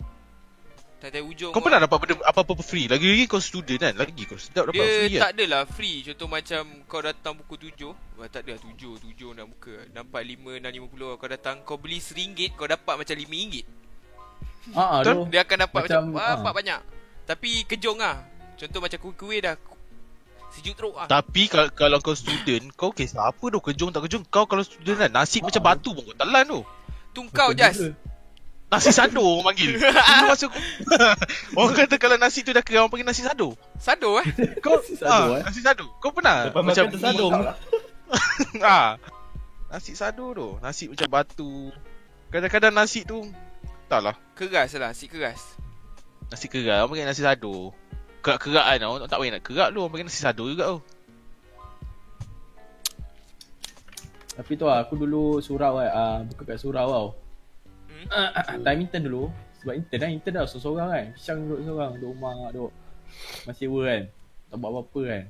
Speaker 2: Time-time hujung
Speaker 1: Kau
Speaker 2: pun.
Speaker 1: pernah dapat benda apa-apa free. Lagi-lagi kau student kan. Lagi kau sedap dapat
Speaker 2: Dia
Speaker 1: free kan.
Speaker 2: Ya, tak adalah free Contoh macam Kau datang pukul 7 Wah, Tak ada 7 7 nak buka Nampak 5 6.50 Kau datang Kau beli RM1 Kau dapat macam RM5
Speaker 3: Ah, ah,
Speaker 1: Betul.
Speaker 3: doh.
Speaker 2: Dia akan dapat macam,
Speaker 3: Macam,
Speaker 2: macam
Speaker 3: ah.
Speaker 2: dapat banyak. Tapi kejong ah. Contoh macam kuih-kuih dah ku- sejuk teruk ah.
Speaker 1: Tapi kalau, kalau kau student, kau kisah apa tu kejung tak kejung. Kau kalau student kan, nasi
Speaker 3: Ah.
Speaker 1: macam batu pun kau telan tu.
Speaker 2: Tu kau
Speaker 3: Betul
Speaker 2: Jas.
Speaker 3: juga.
Speaker 1: Nasi sado orang panggil. Dulu masa aku, orang kata kalau nasi tu dah keram, orang panggil nasi sado.
Speaker 2: Sado eh.
Speaker 1: Kau, nasi
Speaker 3: Nasi sado,
Speaker 1: sado, ah,
Speaker 3: eh?
Speaker 1: nasi sado. Kau lah. pernah
Speaker 4: Lepas macam makan tersadung.
Speaker 1: ah, nasi sado tu, nasi macam batu. Kadang-kadang nasi tu, taklah.
Speaker 2: Keras lah, si keras.
Speaker 1: Nasi kerak, orang panggil nasi sado. Kerak-kerak kan, orang tak payah nak kerak tu, orang panggil nasi sado juga oh. tu.
Speaker 3: Tapi tu lah, aku dulu surau kan. Ah, buka kat surau tau.
Speaker 2: Hmm?
Speaker 3: Ah, ah, ah, Time intern dulu. Sebab intern kan, intern dah seorang-seorang kan. Syang duduk seorang, duduk rumah, duduk. Masih sewa kan. Tak buat apa-apa kan.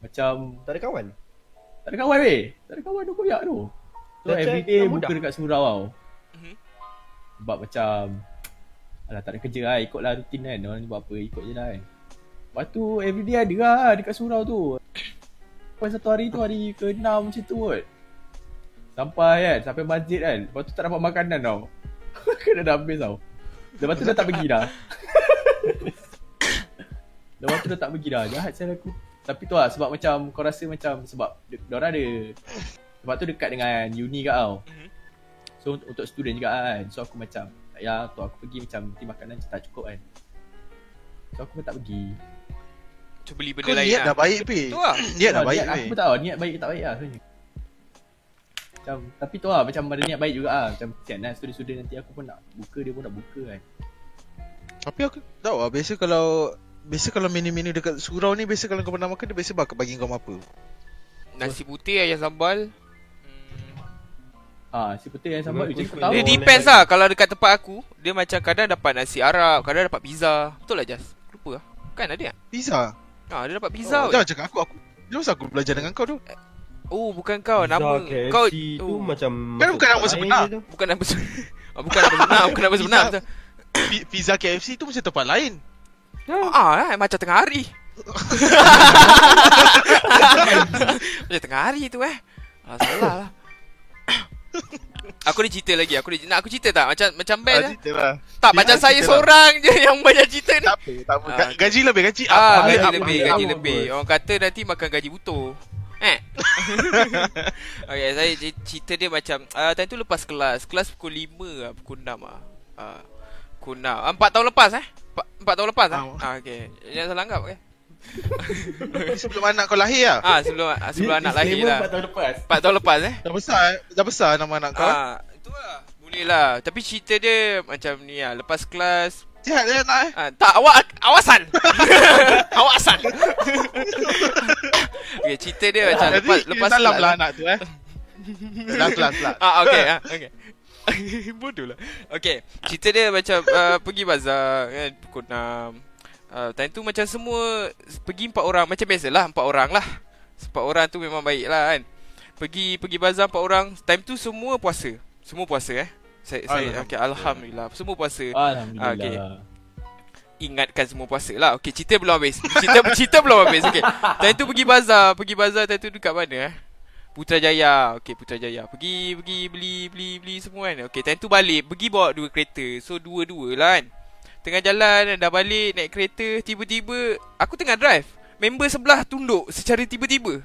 Speaker 3: Macam,
Speaker 4: Tak ada kawan?
Speaker 3: tak ada kawan weh. Tak ada kawan tu koyak tu. So
Speaker 4: Dah
Speaker 3: every
Speaker 4: check,
Speaker 3: day
Speaker 4: dah
Speaker 3: buka
Speaker 4: mudah.
Speaker 3: dekat surau tau.
Speaker 2: Mhm.
Speaker 3: Sebab macam Alah tak ada kerja lah Ikutlah rutin kan Orang ni buat apa Ikut je lah kan Lepas tu everyday ada lah Dekat surau tu Lepas satu hari tu Hari ke-6 macam tu kot Sampai kan Sampai masjid kan Lepas tu tak dapat makanan tau Kena dah habis tau Lepas tu dah tak pergi dah Lepas tu dah tak pergi dah Jahat saya aku Tapi tu lah sebab macam Kau rasa macam Sebab dia- Diorang ada Sebab tu dekat dengan Uni kat tau
Speaker 2: Mhm.
Speaker 3: So untuk, untuk student juga kan So aku macam Tak payah tu aku pergi macam Nanti makanan macam tak cukup kan So aku pun tak pergi
Speaker 2: Cuba beli benda
Speaker 1: Kau
Speaker 2: lain
Speaker 1: niat
Speaker 2: lah.
Speaker 1: dah baik, Pi.
Speaker 2: Tu lah.
Speaker 1: Niat dah
Speaker 3: Ah,
Speaker 1: baik,
Speaker 3: niat,
Speaker 1: Pi.
Speaker 3: Aku pun tak tahu niat baik ke tak baik lah sebenarnya macam, Tapi tu lah macam ada niat baik juga lah Macam kesian lah student-student nanti aku pun nak buka Dia pun nak buka kan
Speaker 1: Tapi aku tahu lah Biasa kalau Biasa kalau menu-menu dekat surau ni Biasa kalau kau pernah makan Dia biasa bakal bagi kau apa
Speaker 2: Nasi putih ayam sambal. Hmm.
Speaker 3: Ah, si putih yang sambal
Speaker 4: Aku
Speaker 3: Macam aku
Speaker 4: ikut
Speaker 3: tahu
Speaker 2: Dia
Speaker 4: Oh,
Speaker 2: depends
Speaker 4: boleh.
Speaker 2: lah Kalau dekat tempat aku Dia macam kadang dapat nasi Arab Kadang dapat pizza Betul lah Jas Lupa lah Kan ada kan
Speaker 1: Pizza
Speaker 2: ha, Dia dapat pizza
Speaker 1: oh,
Speaker 2: oh,
Speaker 1: Jangan cakap aku Aku Dia masa aku belajar dengan kau tu
Speaker 2: oh bukan kau Nama
Speaker 4: KFC
Speaker 2: Kau
Speaker 4: tu
Speaker 2: oh,
Speaker 4: macam
Speaker 1: Kan bukan nama sebenar.
Speaker 2: Bukan nama sebenar oh, Bukan nama sebenar Bukan nama sebenar
Speaker 1: Pizza- Pi- Pizza KFC tu macam tempat lain
Speaker 2: Ah, ah, macam tengah hari. macam tengah hari tu eh. Ah, salah lah. aku ni cerita lagi. Aku ni nak aku cerita tak? Macam macam best eh?
Speaker 1: lah
Speaker 2: Tak,
Speaker 1: dia-
Speaker 2: macam
Speaker 1: dia
Speaker 2: saya
Speaker 1: cerita lah.
Speaker 2: seorang je yang banyak cerita ni.
Speaker 1: Tak apa, tak apa. Ga-
Speaker 2: Ah.
Speaker 1: Gaji lebih gaji
Speaker 2: Ah,
Speaker 1: up,
Speaker 2: gaji
Speaker 1: up,
Speaker 2: lebih,
Speaker 1: up,
Speaker 2: gaji
Speaker 1: up.
Speaker 2: lebih. Orang kata nanti makan gaji butuh. Eh. okay, saya cer- cerita dia macam uh, time tu lepas kelas. Kelas pukul 5 lah, pukul 6 lah. Uh, pukul 6. Ah, 4 tahun lepas eh? 4, 4 tahun lepas eh?
Speaker 1: Ah.
Speaker 2: Ah, okay. Jangan salah anggap okay?
Speaker 1: Ni Sebelum anak kau lahir lah
Speaker 2: Ah, sebelum ah, sebelum anak lahir lah.
Speaker 3: 4 tahun lepas
Speaker 2: 4 tahun lepas eh.
Speaker 1: Dah besar eh? Dah besar nama anak kau eh?
Speaker 2: Ah, itulah. Boleh lah. Tapi cerita dia macam ni lah. Lepas kelas
Speaker 1: Sihat je anak eh
Speaker 2: Ah, tak awak awasan. awasan. okay, cerita dia Ya, macam
Speaker 1: Jadi
Speaker 2: lepas lepas
Speaker 1: salam
Speaker 2: kelas-
Speaker 1: lah anak tu eh Dalam kelas lah
Speaker 2: Ah okey ah okey. Bodoh lah. Okey, cerita dia macam uh, pergi bazar kan pukul 6. Uh, time tu macam semua pergi empat orang macam biasalah empat orang lah. Empat orang tu memang baik lah kan. Pergi pergi bazar empat orang. Time tu semua puasa. Semua puasa eh. Saya saya okey alhamdulillah. Semua puasa.
Speaker 3: Alhamdulillah
Speaker 2: Ah, okay. ingatkan semua puasa lah. Okey, cerita belum habis. Cerita cerita belum habis. Okey. Time tu pergi bazar, pergi bazar time tu dekat mana eh? Putrajaya. Okey, Putrajaya. Pergi pergi beli beli beli semua kan. Okey, time tu balik, pergi bawa dua kereta. So dua-dua lah kan. Tengah jalan dah balik naik kereta, tiba-tiba aku tengah drive. Member sebelah tunduk secara tiba-tiba.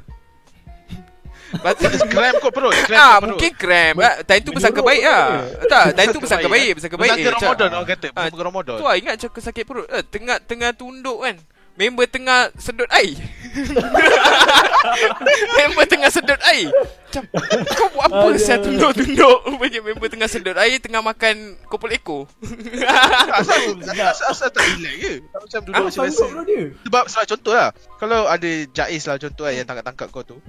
Speaker 2: Lepas tu
Speaker 1: Kram kot perut Kram
Speaker 2: Ah,
Speaker 1: kot perut
Speaker 2: mungkin cramp lah. Time tu bersangka
Speaker 3: menyorok
Speaker 2: baik
Speaker 3: ke?
Speaker 2: lah. Tak, time tu bersangka baik, bersangka baik.
Speaker 1: Bersangka
Speaker 2: eh, macam-
Speaker 1: Ramadan orang kata
Speaker 2: Ah,
Speaker 1: Bersangka Ramadan
Speaker 2: Tu lah ingat macam sakit perut eh, Tengah tengah tunduk kan Member tengah sedut air Member tengah sedut air Macam Kau buat apa
Speaker 4: Aduh.
Speaker 2: Saya tunduk-tunduk Rupanya member tengah sedut air Tengah makan Kopol Eko
Speaker 1: Asal
Speaker 2: lah.
Speaker 1: asal, asal tak relax ke? Tak macam duduk
Speaker 3: Aku
Speaker 1: macam
Speaker 3: sanggup
Speaker 1: biasa.
Speaker 3: bro dia
Speaker 1: Sebab salah contoh lah Kalau ada Jais lah contoh kan Yang tangkap-tangkap kau tu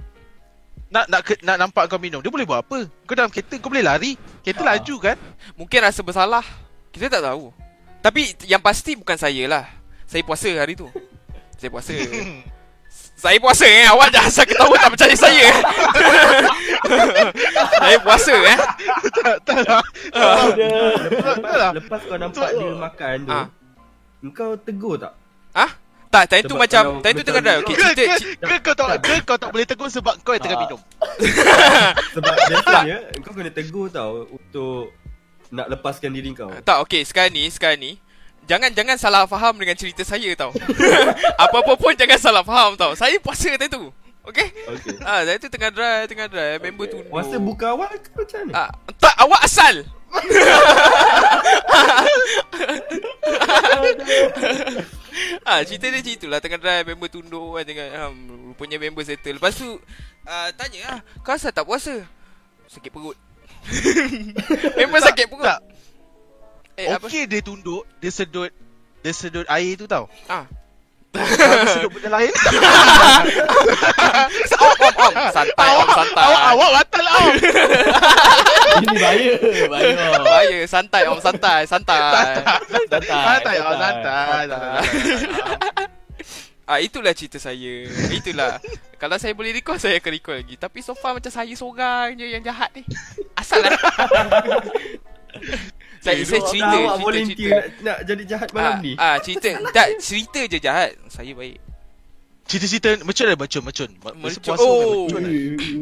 Speaker 1: nak nak ke, nak nampak kau minum dia boleh buat apa kau dalam kereta kau boleh lari kereta
Speaker 3: Ah.
Speaker 1: laju kan
Speaker 2: Mungkin rasa bersalah Kita tak tahu Tapi yang pasti bukan saya lah Saya puasa hari tu Saya puasa Saya puasa eh Awak dah asal ketawa tak percaya saya Saya puasa eh
Speaker 1: tak tak lah
Speaker 2: Ah.
Speaker 4: Kau dia
Speaker 1: tak lah
Speaker 4: Lepas kau nampak
Speaker 1: Betul.
Speaker 4: dia makan tu
Speaker 2: Ah.
Speaker 4: Kau tegur tak?
Speaker 2: Ah? Tak, time tu
Speaker 4: Sebab
Speaker 2: macam
Speaker 4: kalau
Speaker 2: Time tu
Speaker 4: betul-
Speaker 2: tengah drive Okay,
Speaker 1: ke
Speaker 2: cerita,
Speaker 1: ke,
Speaker 2: cerita
Speaker 1: ke kau tak ke kau tak boleh tegur sebab kau yang tengah
Speaker 3: Ah.
Speaker 1: minum
Speaker 4: Sebab biasanya kau kena tegur tau Untuk nak lepaskan diri kau
Speaker 2: Ah, Tak, okay, sekarang ni Sekarang ni Jangan jangan salah faham dengan cerita saya tau Apa-apa pun jangan salah faham tau Saya puasa time tu Okay
Speaker 4: Okay
Speaker 2: Ah, time tu tengah drive Tengah drive Member tu
Speaker 4: Masa buka awal ke macam mana?
Speaker 2: Ah, tak awak asal. ah, cerita dia cerita lah Tengah drive member tunduk kan Tengah um, Rupanya member settle Lepas tu uh, Tanya lah Kau asal tak puasa? Sakit perut Member
Speaker 1: Tak,
Speaker 2: sakit perut
Speaker 1: tak.
Speaker 2: Eh apa?
Speaker 1: okey dia tunduk dia sedut dia sedut air tu tau
Speaker 2: Ah.
Speaker 1: Kalau dia sedut benda lain
Speaker 2: Om, om, om Santai om, santai
Speaker 1: awak awak batal lah awak.
Speaker 3: Ini bahaya Bahaya
Speaker 2: Bahaya Ah, ya, Santai om, santai Santai
Speaker 1: santai awak
Speaker 3: santai.
Speaker 1: santai santai, santai.
Speaker 2: Ah itulah cerita saya. Itulah. Kalau saya boleh recall saya akan recall lagi. Tapi so far macam saya seorang je yang jahat ni. Asal lah. saya saya
Speaker 4: Awak-
Speaker 2: cerita
Speaker 4: awak
Speaker 2: cerita
Speaker 4: volunteer
Speaker 2: cerita.
Speaker 4: nak, nak jadi jahat malam
Speaker 2: Ah,
Speaker 4: ni
Speaker 2: ah cerita tak cerita je jahat. Saya baik.
Speaker 1: cerita-cerita macam mana macam macam
Speaker 2: Mercun.
Speaker 1: puasa
Speaker 2: Oh.
Speaker 1: mercun lah.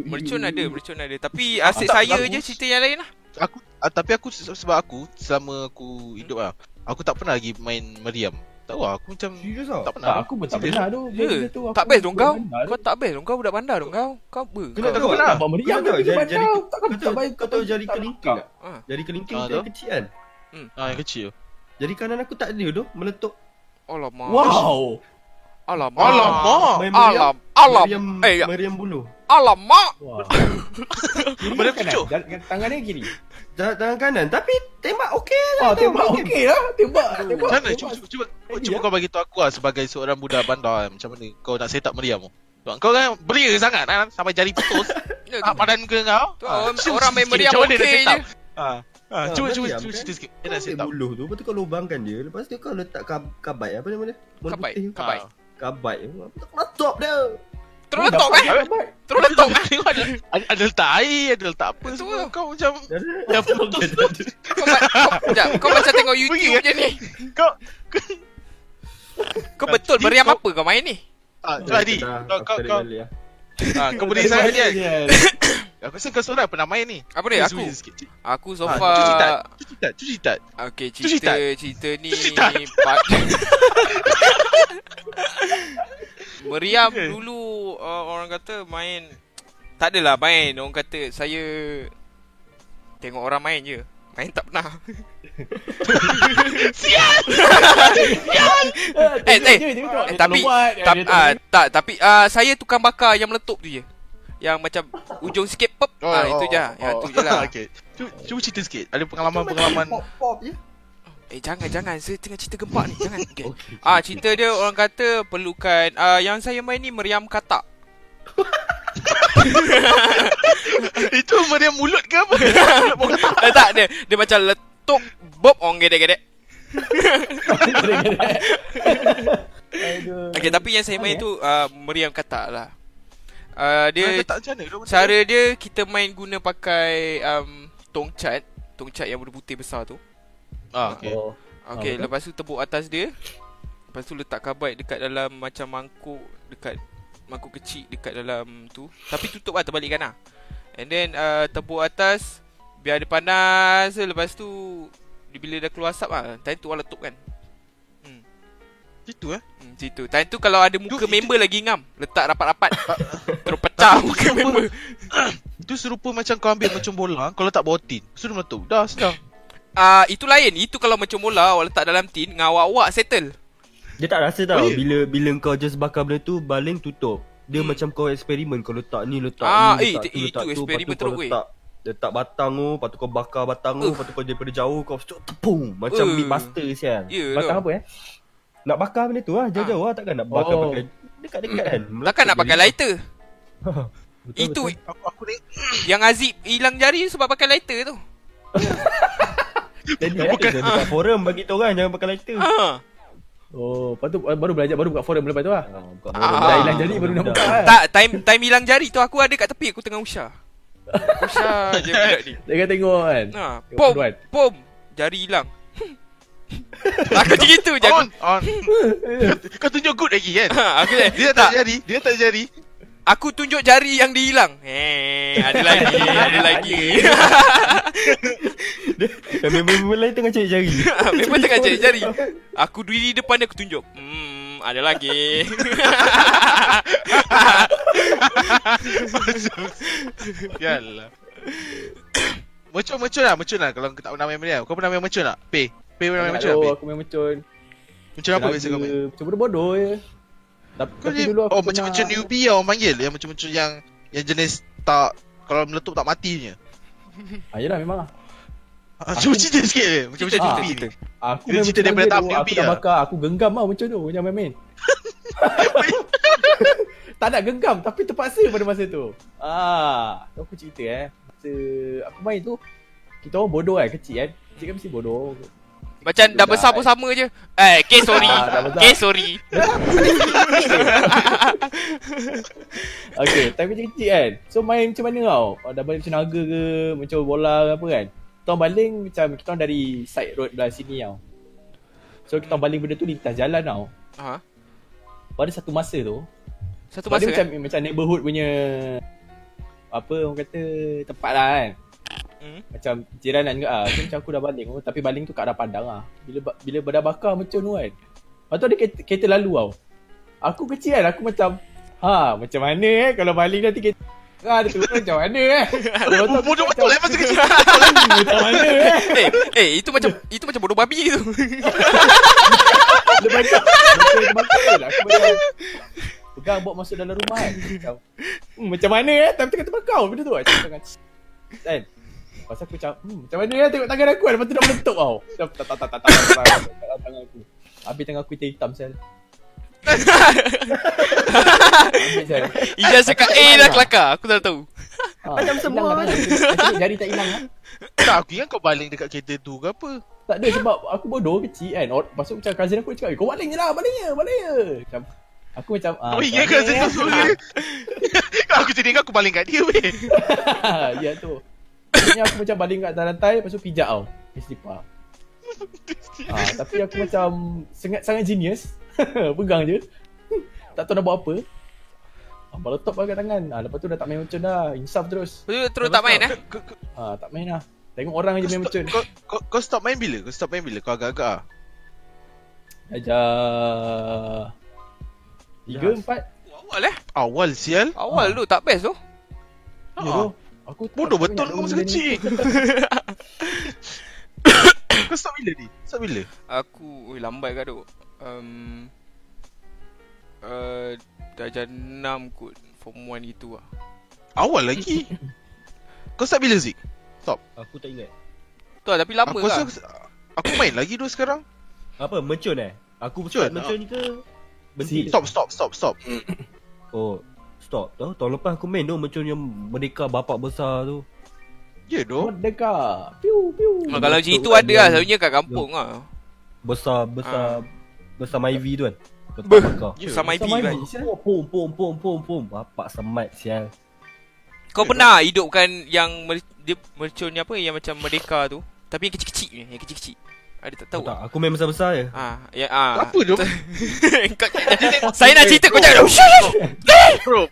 Speaker 2: Mercun ada, mercun ada. Tapi asyik
Speaker 1: tak
Speaker 2: saya
Speaker 1: bagus.
Speaker 2: je cerita yang lain lah.
Speaker 1: aku ah, tapi aku se- sebab aku selama aku hidup lah aku tak pernah lagi main meriam tahu lah aku macam
Speaker 4: Serius tau?
Speaker 1: tak pernah
Speaker 3: Tak aku pun tak
Speaker 1: Serius.
Speaker 3: pernah tu
Speaker 2: Ya.
Speaker 3: Benda tu
Speaker 2: Tak
Speaker 3: aku
Speaker 2: best dong
Speaker 3: tak
Speaker 2: kau.
Speaker 3: pernah
Speaker 2: Kau tak best dong kau budak bandar dong kau. Kau apa?
Speaker 1: tak
Speaker 4: Kau
Speaker 1: lah.
Speaker 4: tahu
Speaker 1: pernah.
Speaker 4: tak?
Speaker 3: Abang meriam
Speaker 4: Kau tahu
Speaker 3: tapi dia
Speaker 4: jari-
Speaker 3: bandar. Tak,
Speaker 4: jari- Kau
Speaker 3: kau
Speaker 4: tahu-
Speaker 3: tak baik,
Speaker 4: kau
Speaker 3: kau
Speaker 4: tahu
Speaker 3: tak-
Speaker 4: jari
Speaker 3: tak
Speaker 4: kelingking tak?
Speaker 2: Ah.
Speaker 4: Jari kelingking
Speaker 1: Ah,
Speaker 4: saya
Speaker 1: tahu.
Speaker 4: kecil kan?
Speaker 1: ah yang kecil
Speaker 4: Jari kanan aku tak ada tu Meletup
Speaker 2: Alamak.
Speaker 3: Wow
Speaker 2: Alamak.
Speaker 1: alamak
Speaker 4: Main
Speaker 2: Alam.
Speaker 4: meriam-
Speaker 2: Alam.
Speaker 4: Meriam,
Speaker 2: Eh, ya.
Speaker 4: meriam bulu
Speaker 2: alamak.
Speaker 3: Wah.
Speaker 1: Boleh
Speaker 3: Kanan,
Speaker 1: pucuk.
Speaker 3: jal- jal- kan, Tangan dia kiri
Speaker 4: Jalan tangan kanan Tapi tembak okey
Speaker 3: Wah tembak okey lah Tembak tembak,
Speaker 1: macam mana
Speaker 3: tembak.
Speaker 1: cuba cuba cuba,
Speaker 3: Jadi,
Speaker 1: cuba
Speaker 3: eh.
Speaker 1: kau bagi tahu aku lah sebagai seorang budak bandar kan, macam mana kau nak set up meriam tu sebab kau kan beria sangat kan sampai jari putus
Speaker 2: Ya,
Speaker 1: ah,
Speaker 2: tu-
Speaker 1: padan ke kau
Speaker 2: tu
Speaker 1: Ah,
Speaker 2: orang-
Speaker 1: cuba
Speaker 2: Orang
Speaker 1: sikit,
Speaker 2: main meriam
Speaker 1: macam mana nak
Speaker 2: okey
Speaker 1: set
Speaker 2: je.
Speaker 1: up? ah ah,
Speaker 4: Ah,
Speaker 1: cuba cuba
Speaker 4: meriam
Speaker 1: cuba
Speaker 4: kan?
Speaker 1: cerita sikit dia
Speaker 4: Kau
Speaker 1: nak set
Speaker 4: ambil
Speaker 1: up
Speaker 4: buluh tu Lepas tu kau lubangkan dia Lepas tu kau letak kab- kabai Apa nama dia? Warna
Speaker 2: Kabai.
Speaker 4: putih tu.
Speaker 2: Kabai.
Speaker 1: Ah.
Speaker 4: Kabai Lepas tu kau letup dia
Speaker 2: Terus letak eh.
Speaker 3: Dapat.
Speaker 2: Terus letak eh.
Speaker 1: Tengok ada, ada- ada letak air, ada letak apa
Speaker 2: Betul.
Speaker 1: semua Kau macam Ya,
Speaker 4: Jadi
Speaker 1: Dah putus tu
Speaker 2: Kau, ma- kau, sekejap, kau macam tengok YouTube
Speaker 1: Pergi, kan?
Speaker 2: je ni
Speaker 1: Kau
Speaker 2: Kau betul
Speaker 1: Jadi
Speaker 2: meriam
Speaker 1: kau-
Speaker 2: apa kau main ni?
Speaker 1: Ah, tu Adi. Kau kau kau ah, kau boleh
Speaker 3: Dapat
Speaker 1: sangat kan.
Speaker 3: dia.
Speaker 1: Aku rasa kau seorang pernah main ni.
Speaker 2: Apa dia?
Speaker 1: Cuba
Speaker 2: Aku
Speaker 1: sikit.
Speaker 2: Aku so
Speaker 1: Ah, cuci tak?
Speaker 2: far
Speaker 1: Cuci tak? Cuci tak?
Speaker 2: Okay
Speaker 1: Tu cerita.
Speaker 2: cerita Cerita ni
Speaker 1: Tu cerita.
Speaker 2: part- Meriam
Speaker 1: Okay.
Speaker 2: dulu uh, Orang kata main Tak adalah main Orang kata saya Tengok orang main je Main tak pernah Eh, eh.
Speaker 3: Dia- dia-
Speaker 1: Ah.
Speaker 3: dia- dia
Speaker 2: Eh,
Speaker 3: tak
Speaker 2: tapi-
Speaker 3: lewat, dia-
Speaker 2: Tap,
Speaker 3: dia tak
Speaker 2: ah, tak tapi ah, saya tukang bakar yang meletup tu je. Yang macam ujung sikit pop.
Speaker 1: Oh,
Speaker 2: ah itu je. ya tu je lah.
Speaker 1: Okey. Cuba, cuba cerita sikit. Ada pengalaman-pengalaman
Speaker 4: Pop pop je
Speaker 2: Eh jangan jangan saya tengah cerita gempak ni. Jangan. Okay. Ah cerita dia orang kata perlukan ah yang saya main ni meriam katak.
Speaker 1: itu meriam mulut ke apa?
Speaker 2: eh, tak dia dia macam letup bob orang gedek-gedek.
Speaker 3: Aduh.
Speaker 2: Okey tapi yang saya main tu ah, meriam katak lah. Ah
Speaker 1: Dia
Speaker 2: dia
Speaker 1: tak macam mana? Dia-
Speaker 2: cara dia kita main guna pakai um, tongcat, tongcat yang berputih besar tu.
Speaker 1: ah okey.
Speaker 3: Oh.
Speaker 2: Okay,
Speaker 3: Ah, betul.
Speaker 2: lepas tu tepuk atas dia. Lepas tu letak kabait dekat dalam macam mangkuk dekat mangkuk kecil dekat dalam tu. Tapi tutup lah terbalikkan lah. And then uh, tepuk atas biar dia panas. je. Lepas tu dia- bila dah keluar asap lah. Time tu orang letup kan.
Speaker 1: Gitu eh.
Speaker 2: Hmm, situ. Time tu kalau ada muka
Speaker 1: Dude,
Speaker 2: member lagi ngam, letak rapat-rapat. Terus pecah muka member.
Speaker 1: Itu serupa macam kau ambil macam bola, kau letak bawah tin. Lepas tu dia meletup. Dah sedang.
Speaker 2: Ah, uh, itu lain. Itu kalau macam bola awak letak dalam tin dengan awak-awak settle.
Speaker 4: Dia tak rasa tau
Speaker 1: Oh, ya?
Speaker 4: bila bila kau just bakar benda tu baling tutup. Dia hmm. macam kau eksperimen kau letak ni letak
Speaker 2: Ah,
Speaker 4: ni
Speaker 2: eh,
Speaker 4: letak
Speaker 2: itu- itu
Speaker 4: lepas
Speaker 2: eksperimen
Speaker 4: tu kau
Speaker 2: teruk, weh.
Speaker 4: letak, letak batang tu, lepas tu kau bakar batang tu,
Speaker 2: Uff.
Speaker 4: lepas tu kau daripada jauh kau cuk tepung macam
Speaker 2: Eh.
Speaker 4: uh. meat buster sial.
Speaker 2: Ya,
Speaker 4: batang
Speaker 2: tau.
Speaker 4: apa eh? Nak bakar benda tu lah jauh-jauh lah takkan nak bakar
Speaker 3: Oh.
Speaker 4: pakai dekat-dekat kan.
Speaker 2: Hmm. Takkan nak pakai lighter.
Speaker 4: Betul,
Speaker 2: Itu
Speaker 4: betul.
Speaker 1: Aku, aku ni
Speaker 2: yang Azib hilang jari sebab pakai lighter tu.
Speaker 4: Tadi ada je dekat forum bagi tu orang jangan pakai lighter.
Speaker 2: Ha.
Speaker 3: Oh, lepas tu eh, baru belajar baru buka forum lepas tu lah.
Speaker 4: Ah, buka
Speaker 2: Ah.
Speaker 4: forum.
Speaker 3: Dah hilang jadi baru nak buka.
Speaker 4: Dah.
Speaker 3: lah.
Speaker 2: Tak time time hilang jari tu aku ada kat tepi aku tengah usah. Usah je
Speaker 1: Eh.
Speaker 2: Ah, budak ni.
Speaker 3: Dia kan tengok kan.
Speaker 2: Ha,
Speaker 3: Tengok
Speaker 2: pom
Speaker 3: panduan.
Speaker 2: pom jari hilang. aku macam gitu je aku.
Speaker 1: on on. Kau tunjuk good lagi kan?
Speaker 2: Ha, aku je,
Speaker 1: Dia tak jadi, dia tak jadi.
Speaker 2: aku tunjuk jari yang dihilang. Eh, ada lagi, ada lagi.
Speaker 4: Dan member-member lain tengah cari jari.
Speaker 2: Memang tengah cari jari. Aku diri depan dia aku tunjuk. Hmm, ada lagi.
Speaker 1: Yalah. Mercun mercun lah, mercun lah kalau kau tak pernah main benda. Kau pernah main mercun tak? Pay. Pay pernah main mercun tak?
Speaker 3: Oh,
Speaker 1: Pay.
Speaker 3: aku main mencun.
Speaker 1: Mercun apa biasa kau main?
Speaker 3: Macam bodoh-bodoh je. Tapi,
Speaker 1: Kau
Speaker 3: tapi
Speaker 1: ni
Speaker 3: dulu aku
Speaker 1: oh macam macam newbie yang orang panggil yang macam macam yang yang jenis tak kalau meletup tak mati punya.
Speaker 3: Ah, yelah memang lah.
Speaker 1: Ah, Cuba cerita sikit je. Macam macam
Speaker 3: Ah.
Speaker 1: newbie ni.
Speaker 3: Aku
Speaker 1: Dia
Speaker 3: main
Speaker 1: cerita
Speaker 3: mencun
Speaker 1: daripada
Speaker 3: dia
Speaker 1: tahap
Speaker 3: tu,
Speaker 1: newbie
Speaker 3: Aku dah
Speaker 1: lah.
Speaker 3: bakar, aku genggam lah mencun tu. Jangan main-main. tak nak genggam tapi terpaksa pada masa tu. Ah, tu aku cerita eh. Masa aku main tu, kita orang bodoh kan kecil kan. Kecil kan mesti bodoh. kan.
Speaker 2: Macam dah besar pun sama je. Eh, okay sorry.
Speaker 3: Ah, dah besar.
Speaker 2: Okay sorry.
Speaker 3: Okay, time kecil-kecil kan. So main macam mana tau? Oh, dah balik macam naga ke, macam bola ke apa kan? Kita orang baling macam kita orang dari side road belah sini tau. So kita orang baling benda tu lintas jalan tau.
Speaker 2: Ha.
Speaker 3: Pada satu masa tu,
Speaker 2: Satu
Speaker 3: tu
Speaker 2: masa
Speaker 3: masa
Speaker 2: kan?
Speaker 3: macam macam neighborhood punya apa orang kata tempat lah kan.
Speaker 2: Hmm.
Speaker 3: Macam jiranan juga ah. So, macam aku dah baling tu, tapi baling tu kat arah padang ah. Bila ba- bila dah bakar macam tu kan. Lepas tu ada kereta, kereta lalu tau. Aku kecil kan, aku macam ha macam mana eh kalau baling nanti kereta Ah, dia turun macam mana eh? Lepas tu aku
Speaker 1: Bodoh
Speaker 3: macam,
Speaker 1: betul eh masa kecil.
Speaker 3: Macam mana eh?
Speaker 2: eh, eh itu macam itu macam bodoh babi tu.
Speaker 3: Lepas tu Betul terbakar lah Aku macam Pegang bawa masuk dalam rumah kan Macam hmm, Macam mana eh Time tengah terbakar Benda tu kan Macam tangan Kan Lepas tu aku macam hmm, Macam mana eh Tengok tangan aku kan Lepas tu dah meletup tau Macam tak tak tak tak tak tak, tak, tak, tak, tak, Tangan aku Habis tangan aku hitam hitam sel Ambil sel
Speaker 2: Ijaz cakap eh dah kelakar. Aku dah tahu.
Speaker 3: ha, Macam semua Jari tak hilang lah
Speaker 1: Tak aku ingat kau baling dekat kereta tu ke apa.
Speaker 3: Tak ada sebab aku bodoh kecil kan. Or- Lepas tu macam cousin aku cakap, "Eh, kau baling je lah, baling je, baling je. Macam, aku macam, ah,
Speaker 1: Kau ingat
Speaker 3: macam
Speaker 1: kat situ suara. Aku jadi ingat aku baling kat dia weh.
Speaker 3: Ah, ya tu. Ini aku macam baling kat atas lantai, lepas tu pijak tau. Istighfar. ah, tapi aku macam sangat sangat genius. Pegang je. tak tahu nak buat apa. Ah, meletup lah kat tangan. Ah, lepas tu dah tak main mencun dah. Insaf terus.
Speaker 2: Lepas tu terus tak main eh.
Speaker 1: Kau- kau-
Speaker 3: Ah, tak main lah. Tengok orang je main
Speaker 1: kau
Speaker 3: mencun.
Speaker 1: stop- kau- Kau kau stop main bila? Kau stop main bila? Kau agak-agak ah.
Speaker 3: Ajar. Tiga,
Speaker 4: Yes.
Speaker 3: empat.
Speaker 2: Awal eh.
Speaker 1: Awal sial.
Speaker 2: Awal tu tak best tu.
Speaker 3: Ya
Speaker 1: Ah.
Speaker 3: tu. Aku tak
Speaker 1: Bodoh
Speaker 3: tahu
Speaker 1: betul
Speaker 3: nak
Speaker 1: kau masa
Speaker 3: benda ni.
Speaker 1: kecil. Kau stop bila ni? Stop bila?
Speaker 2: Aku Ui lambat kat tu um, uh, Darjah 6 kot Form 1 gitu lah
Speaker 1: Awal lagi. Kau stop bila Zik?
Speaker 4: Aku tak ingat.
Speaker 2: Tu lah tapi lama
Speaker 1: Aku
Speaker 2: lah
Speaker 1: rasa aku main lagi tu sekarang.
Speaker 4: Apa mercun eh? Aku
Speaker 1: Mercun,
Speaker 2: ah.
Speaker 4: start mercun ke? Berhenti.
Speaker 1: Stop stop stop stop.
Speaker 4: Oh, stop. Tahu tahun lepas aku main tu mercun yang merdeka bapak besar tu.
Speaker 1: Ya doh.
Speaker 3: Merdeka. Piu, piu.
Speaker 2: Ah, Kalau macam
Speaker 4: Betul
Speaker 2: itu
Speaker 4: kan
Speaker 2: ada lah
Speaker 4: dia-
Speaker 2: Selalunya kat kampung lah
Speaker 4: Besar besar besar Myvi tu kan.
Speaker 2: Beh.
Speaker 4: Letak bakar.
Speaker 1: Ya.
Speaker 2: Sama IP
Speaker 3: Sama
Speaker 2: kan
Speaker 3: IP. Sial.
Speaker 4: Pom pom pom pom pom pom bapak semat sial.
Speaker 2: Kau pernah hidupkan yang mer- dia mercunnya apa yang macam merdeka tu Tapi yang kecil-kecil ni Yang kecil-kecil Ada tak tahu
Speaker 4: Tak, aku main besar-besar je.
Speaker 2: Ah, ya ah.
Speaker 1: Apa doh?
Speaker 2: Kau- saya nak cerita kau cakap. "Shh, shh, shh."
Speaker 1: Bro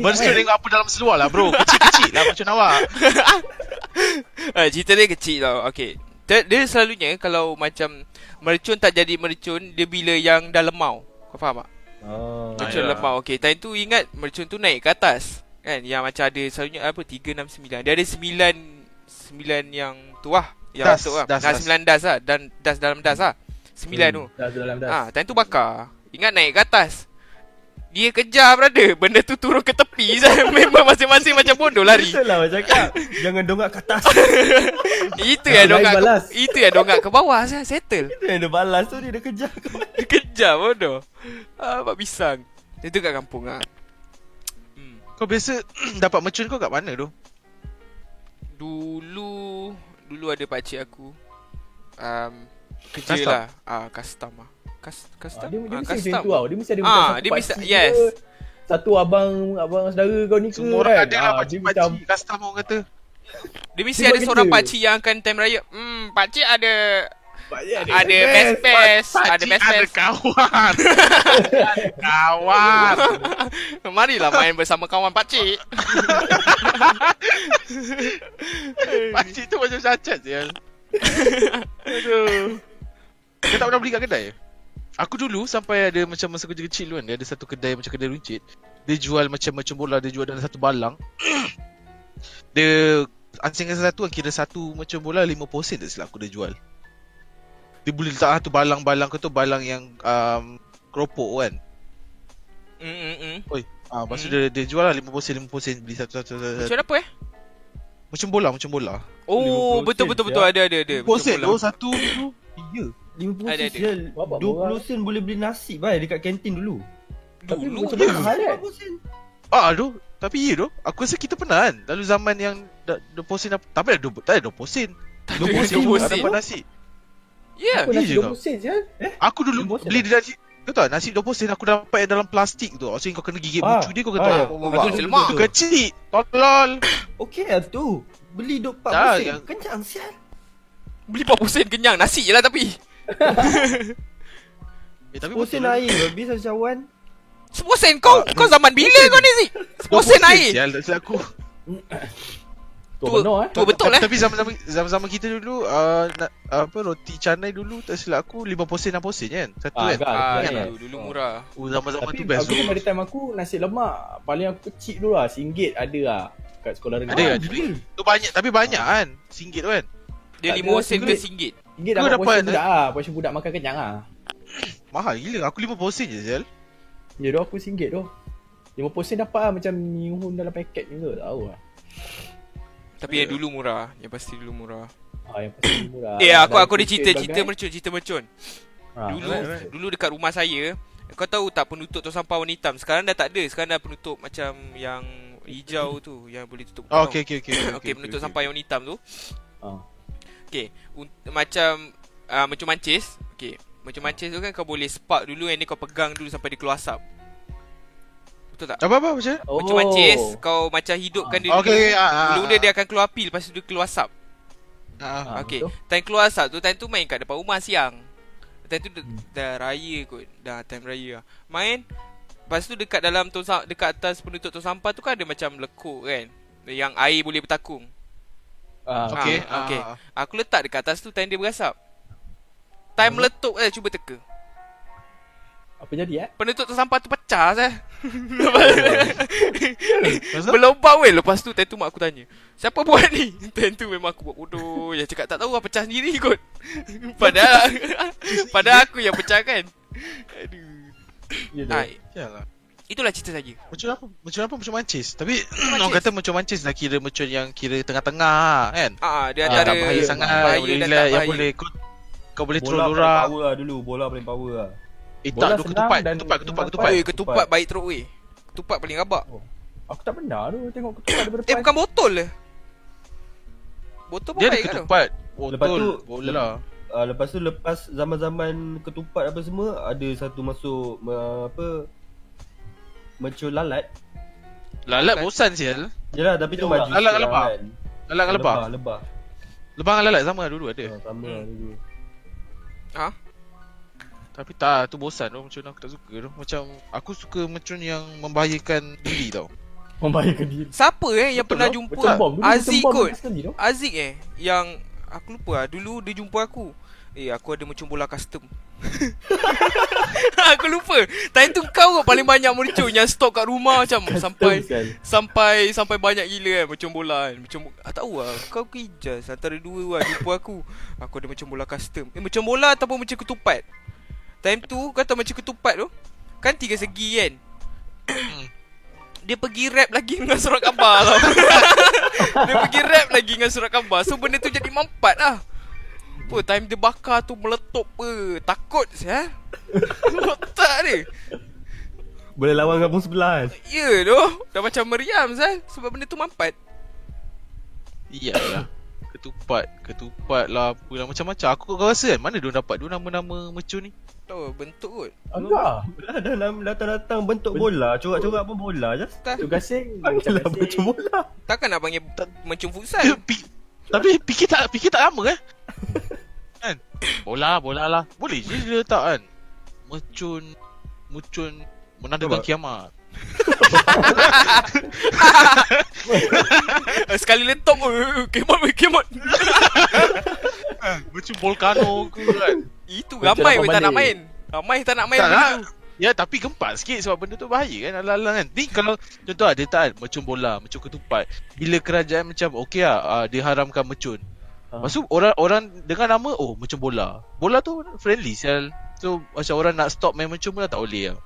Speaker 1: Mersu tengok apa dalam seluar lah bro Kecil-kecil lah macam awak
Speaker 2: Ah, cerita dia kecil tau. Okey. Dia, dia selalunya kalau macam mercun tak jadi mercun, dia bila yang dah lemau. Kau faham tak?
Speaker 4: Ah.
Speaker 1: Ah,
Speaker 2: Mercun
Speaker 1: ya.
Speaker 2: lemau. Okey, time tu ingat mercun tu naik ke atas. Kan? Yang macam ada selalunya apa 3 6 9. Dia ada 9 9 yang tu lah. Yang
Speaker 1: Das,
Speaker 2: masuk lah.
Speaker 1: das,
Speaker 2: Das,
Speaker 1: das.
Speaker 2: 9 das lah dan das dalam das lah. Sembilan
Speaker 4: Hmm.
Speaker 2: tu
Speaker 3: Dah tu dalam
Speaker 2: Ah,
Speaker 3: das.
Speaker 2: time tu bakar. Ingat naik ke atas. Dia kejar brother. Benda tu turun ke tepi. Member masing-masing macam bodoh lari.
Speaker 4: Betul lah macam cakap Jangan dongak ke atas
Speaker 2: Itu yang
Speaker 3: Ah, Lain
Speaker 2: dongak
Speaker 3: balas.
Speaker 2: ke, Itu yang dongak ke bawah saya Settle
Speaker 4: Itu yang dia balas tu Dia dah kejar kau
Speaker 2: Dia kejar bodoh ah, Bak pisang Dia tu kat kampung ah. Hmm.
Speaker 1: Kau biasa dapat mercun kau kat mana tu?
Speaker 2: Dulu Dulu ada pakcik aku um, Kerja
Speaker 1: Custom.
Speaker 2: lah ah, Custom lah Kas,
Speaker 3: Ah,
Speaker 2: custom?
Speaker 3: dia, dia
Speaker 2: Ah,
Speaker 3: mesti macam
Speaker 2: custom.
Speaker 3: tu tau. Dia mesti ada
Speaker 2: Ah,
Speaker 3: macam
Speaker 2: dia
Speaker 3: pakcik
Speaker 2: mesti- yes.
Speaker 3: ke, Satu abang abang saudara kau ni ke
Speaker 1: Semua orang
Speaker 3: kan.
Speaker 1: ada lah
Speaker 3: Ah, dia macam
Speaker 1: pakcik-pakcik custom orang kata.
Speaker 2: Dia mesti
Speaker 3: Dia
Speaker 2: ada
Speaker 3: buat
Speaker 2: seorang
Speaker 3: kerja.
Speaker 2: pakcik yang akan time raya Hmm pakcik ada Ada
Speaker 4: best.
Speaker 2: best best Ada
Speaker 1: Pakcik
Speaker 2: best
Speaker 1: ada
Speaker 2: best
Speaker 1: kawan. Pakcik ada kawan.
Speaker 2: Marilah main bersama kawan pakcik
Speaker 1: Pakcik tu macam cacat je. Aduh. Kau tak pernah beli kat kedai? Aku dulu sampai ada macam masa kerja kecil tu kan, dia ada satu kedai macam kedai runcit. Dia jual macam macam bola, dia jual dalam satu balang. dia asingkan satu kan kira satu macam bola 50 sen tak silap aku dia jual. Dia boleh letak satu balang-balang kau tu balang yang um, keropok kan.
Speaker 2: Hmm hmm hmm
Speaker 1: Ah, lepas tu dia, dia jual lah 50 sen, 50 sen beli satu satu, satu, satu.
Speaker 2: Macam apa eh?
Speaker 1: Macam bola, macam bola.
Speaker 2: Oh
Speaker 4: 50
Speaker 2: betul
Speaker 4: sen,
Speaker 2: betul
Speaker 4: ya.
Speaker 2: betul ada ada ada
Speaker 1: 50 sen
Speaker 2: Betul
Speaker 1: tu satu tu. Ya.
Speaker 2: Ada,
Speaker 4: 50 sen
Speaker 2: ada.
Speaker 4: sial.
Speaker 3: Babak
Speaker 4: 20
Speaker 3: borang.
Speaker 4: sen boleh beli nasi bai Dekat kantin dulu
Speaker 2: pula.
Speaker 3: Tapi
Speaker 2: Dulu
Speaker 3: macam
Speaker 2: je.
Speaker 3: mana hal kan?
Speaker 4: 50 sen
Speaker 1: Ah, aduh. Tapi ya tu, aku rasa kita pernah kan. Lalu zaman yang da- 20 sen, apa- tak ada 20, tak ada 20 sen.
Speaker 2: Tak ada
Speaker 1: 20 sen,
Speaker 2: 20
Speaker 1: tak
Speaker 2: sen.
Speaker 1: dapat nasi.
Speaker 2: Ya
Speaker 3: Apa nasi
Speaker 1: je kau.
Speaker 3: 20 sen je?
Speaker 1: Aku dulu
Speaker 3: 20 sen?
Speaker 1: beli dia nasi, kau tahu tak, nasi 20 sen aku dapat yang dalam plastik tu. Maksudnya kau kena gigit
Speaker 4: Ah,
Speaker 1: bucu Eh, dia, kau
Speaker 4: ah,
Speaker 1: kena
Speaker 4: ya.
Speaker 1: tahu.
Speaker 2: Betul jelma
Speaker 1: Itu kecil, tolol.
Speaker 4: Okey lah tu Beli duk 40
Speaker 1: Tak,
Speaker 4: sen
Speaker 1: yang-
Speaker 4: Kencang sial
Speaker 2: Beli 40 sen kenyang Nasi je lah tapi
Speaker 1: Eh, tapi
Speaker 4: 10 sen
Speaker 1: betul.
Speaker 4: air Habis satu cawan
Speaker 2: 10 sen kau Kau zaman bila kau ni Zik 10 sen air
Speaker 1: Sial, tak silap aku.
Speaker 3: Tu
Speaker 2: Tua-
Speaker 3: benar eh.
Speaker 2: Tua betul
Speaker 1: Tapi-
Speaker 2: eh
Speaker 1: Tapi zaman-zaman zaman-zaman kita dulu, ah, nak- apa, roti canai dulu, tak silap aku, 50 sen, 60 sen kan? Satu
Speaker 3: Ah,
Speaker 1: kan?
Speaker 3: agak.
Speaker 2: Ah,
Speaker 3: Kan?
Speaker 2: dulu, dulu murah
Speaker 1: Oh, zaman-zaman
Speaker 3: Tapi
Speaker 1: tu best
Speaker 3: aku
Speaker 1: tu.
Speaker 3: pada time aku nasi lemak paling aku kecil dulu lah RM1 ada lah kat sekolah
Speaker 4: Ah,
Speaker 3: rendah.
Speaker 1: Ada kan? Tu banyak, tapi banyak kan? Singgit tu kan?
Speaker 2: Dia
Speaker 3: Tak
Speaker 2: 5
Speaker 3: ada,
Speaker 2: sen ke
Speaker 3: duit.
Speaker 2: RM1
Speaker 3: RM1
Speaker 1: Kau
Speaker 3: dapat
Speaker 1: dapat
Speaker 3: portion
Speaker 1: eh?
Speaker 3: budak lah. Portion budak makan kenyang lah.
Speaker 1: Mahal gila. Aku 50 sen je, Zal.
Speaker 3: Ya doh aku RM1 doh. 50 sen dapat lah macam mihun dalam paket ni ke tak tahu lah.
Speaker 2: Tapi yang dulu murah Yang pasti dulu murah
Speaker 3: Ah yang pasti murah.
Speaker 2: Eh aku aku ada
Speaker 3: Kedai
Speaker 2: cerita Cerita
Speaker 3: bagai.
Speaker 2: mercun Cerita mercun
Speaker 3: Ah,
Speaker 2: Dulu
Speaker 1: alright, alright.
Speaker 2: dulu dekat rumah saya Kau tahu tak penutup tong sampah warna hitam Sekarang dah tak ada Sekarang dah penutup macam Yang hijau tu Yang boleh tutup
Speaker 1: Oh,
Speaker 2: kau.
Speaker 1: okay, okay, okay.
Speaker 2: Okey, penutup sampah yang warna hitam tu
Speaker 3: Ah.
Speaker 2: Okey, un- macam uh, Macam mancis Okey, macam
Speaker 1: Ah.
Speaker 2: mancis tu kan kau boleh spark dulu Yang ni kau pegang dulu sampai dia keluar asap Betul tak?
Speaker 1: Apa-apa macam mana?
Speaker 3: Oh.
Speaker 2: Macam mancis Kau macam hidupkan dia
Speaker 1: Ah, okey, okey, ah, ah,
Speaker 2: dulu
Speaker 1: ah.
Speaker 2: dia, dia akan keluar api Lepas tu dia keluar asap
Speaker 1: Ah.
Speaker 3: Ah,
Speaker 2: Okey,
Speaker 3: betul.
Speaker 2: time keluar asap tu Time tu main kat depan rumah siang Time tu
Speaker 3: Hmm.
Speaker 2: de- dah raya kot Dah time raya lah Main Lepas tu dekat dalam tong, sa- Dekat atas penutup tong sampah tu kan Ada macam lekuk kan Yang air boleh bertakung
Speaker 3: Ah,
Speaker 2: Ah,
Speaker 1: Okey,
Speaker 2: ah, okey.
Speaker 1: ah.
Speaker 2: Aku letak dekat atas tu time dia berasap. Time
Speaker 3: Hmm.
Speaker 2: meletup eh cuba teka.
Speaker 3: apa jadi eh?
Speaker 2: Penutup tu sampah tu pecah sah.
Speaker 1: Lepas tu?
Speaker 2: Berlobang weh Lepas tu time tu mak aku tanya Siapa buat ni? Time tu memang aku buat bodoh Yang cakap tak tahu lah pecah sendiri kot Padahal Padahal aku yang pecah kan Aduh
Speaker 3: Ya doh.
Speaker 2: nah,
Speaker 1: Yalah.
Speaker 2: Itulah cerita saya
Speaker 1: Macam apa? Macam apa macam mancis? Tapi orang kata macam mancis dah kira macam yang kira tengah-tengah lah, kan.
Speaker 2: Ah, dia
Speaker 1: Yang
Speaker 4: Ah,
Speaker 2: antara
Speaker 1: tak bahaya sangat,
Speaker 2: bahaya
Speaker 1: yang boleh
Speaker 2: dan
Speaker 1: relax,
Speaker 2: tak
Speaker 1: yang
Speaker 2: bahaya.
Speaker 1: boleh kau kau boleh troll
Speaker 4: Bola paling
Speaker 1: orang.
Speaker 4: power lah dulu Bola paling power lah
Speaker 1: Eh
Speaker 3: Bola
Speaker 1: tak, tu
Speaker 3: senang
Speaker 1: ketupat,
Speaker 3: dan-
Speaker 1: ketupat, ketupat,
Speaker 3: dan
Speaker 1: ketupat.
Speaker 2: Eh ketupat baik teruk weh Ketupat paling rabak
Speaker 3: Aku tak benar tu tengok ketupat daripada
Speaker 2: Eh bukan botol le Botol pun
Speaker 1: Dia ada Oh,
Speaker 2: baik kan tu
Speaker 1: ketupat.
Speaker 4: Lepas tu,
Speaker 1: Botol, bola.
Speaker 4: Uh, lepas tu lepas zaman-zaman ketupat apa semua ada satu masuk uh, apa mencur lalat.
Speaker 1: Lalat bosan sial.
Speaker 4: Yalah tapi tu
Speaker 1: Lalat
Speaker 4: maju.
Speaker 1: dengan
Speaker 4: sikit
Speaker 1: lebah.
Speaker 4: lah kan.
Speaker 1: Lalat dengan lebah.
Speaker 4: Lebah.
Speaker 1: Lebah dengan lalat sama dulu ada.
Speaker 4: Ha, sama lah dulu.
Speaker 1: Tapi tak, tu bosan tu macam aku tak suka tu. Macam aku suka macam yang membahayakan diri tau.
Speaker 3: membahayakan diri.
Speaker 2: Siapa eh yang
Speaker 1: Betul
Speaker 2: pernah
Speaker 1: lah.
Speaker 2: jumpa
Speaker 3: Macam bom dulu macam
Speaker 2: Aziz
Speaker 3: bom
Speaker 2: kot
Speaker 3: sekali tu.
Speaker 2: Aziz eh Yang Aku lupa lah Dulu dia jumpa aku Eh aku ada macam bola custom Aku lupa Time tu kau kot paling banyak mercun Yang stok kat rumah macam Sampai
Speaker 3: Betul,
Speaker 2: Sampai sampai banyak gila kan Macam bola kan Macam ah, Tak tahu lah Kau ke Ijaz Antara dua lah Jumpa aku Aku ada macam bola custom Eh macam bola ataupun macam ketupat Time tu Kau tahu macam ketupat tu Kan tiga segi kan Dia pergi rap lagi dengan surat khabar tau Dia pergi rap lagi dengan surat khabar So benda tu jadi mampat lah apa time dia bakar tu meletup apa Takut saya Otak dia
Speaker 4: Boleh lawan kampung sebelah kan
Speaker 2: Ya tu Dah macam meriam Zal Sebab benda tu mampat
Speaker 1: Iyalah Ketupat Ketupat lah Apalah macam-macam Aku kau rasa kan Mana diorang dapat Diorang nama-nama mercun ni
Speaker 2: Tahu bentuk kot
Speaker 3: Agak
Speaker 4: Dah dah dah datang-datang bentuk bola Corak-corak pun bola je
Speaker 2: Tak,
Speaker 3: Tu gasing Macam
Speaker 4: Panggil lah
Speaker 3: gasing
Speaker 4: bentuk bola
Speaker 2: Takkan nak panggil Mencum
Speaker 1: Dia
Speaker 2: futsal
Speaker 1: pi- Tapi fikir tak Fikir tak lama eh Kan Bola Bola lah Boleh je dia letak kan Mercun Mercun Menandakan
Speaker 4: Nampak?
Speaker 1: kiamat
Speaker 2: Eh, Sekali letup eh, Kemot weh kemot
Speaker 1: Mercun Eh, volcano ke kan
Speaker 2: Itu
Speaker 3: Macam
Speaker 2: ramai weh
Speaker 3: lapan
Speaker 2: tak nak
Speaker 3: balik.
Speaker 2: main Ramai tak nak main
Speaker 1: Tak
Speaker 2: benda
Speaker 1: lah.
Speaker 2: tu.
Speaker 1: Ya tapi gempak sikit sebab benda tu bahaya kan Alang-alang kan Ni kalau Contoh lah dia tak kan Mercun bola Mercun ketupat Bila kerajaan macam Okey lah uh, Dia haramkan mercun
Speaker 3: Ah.
Speaker 1: Lepas tu orang, orang dengar nama Oh mercun bola Bola tu friendly sial So macam orang nak stop main mercun pun dah tak boleh lah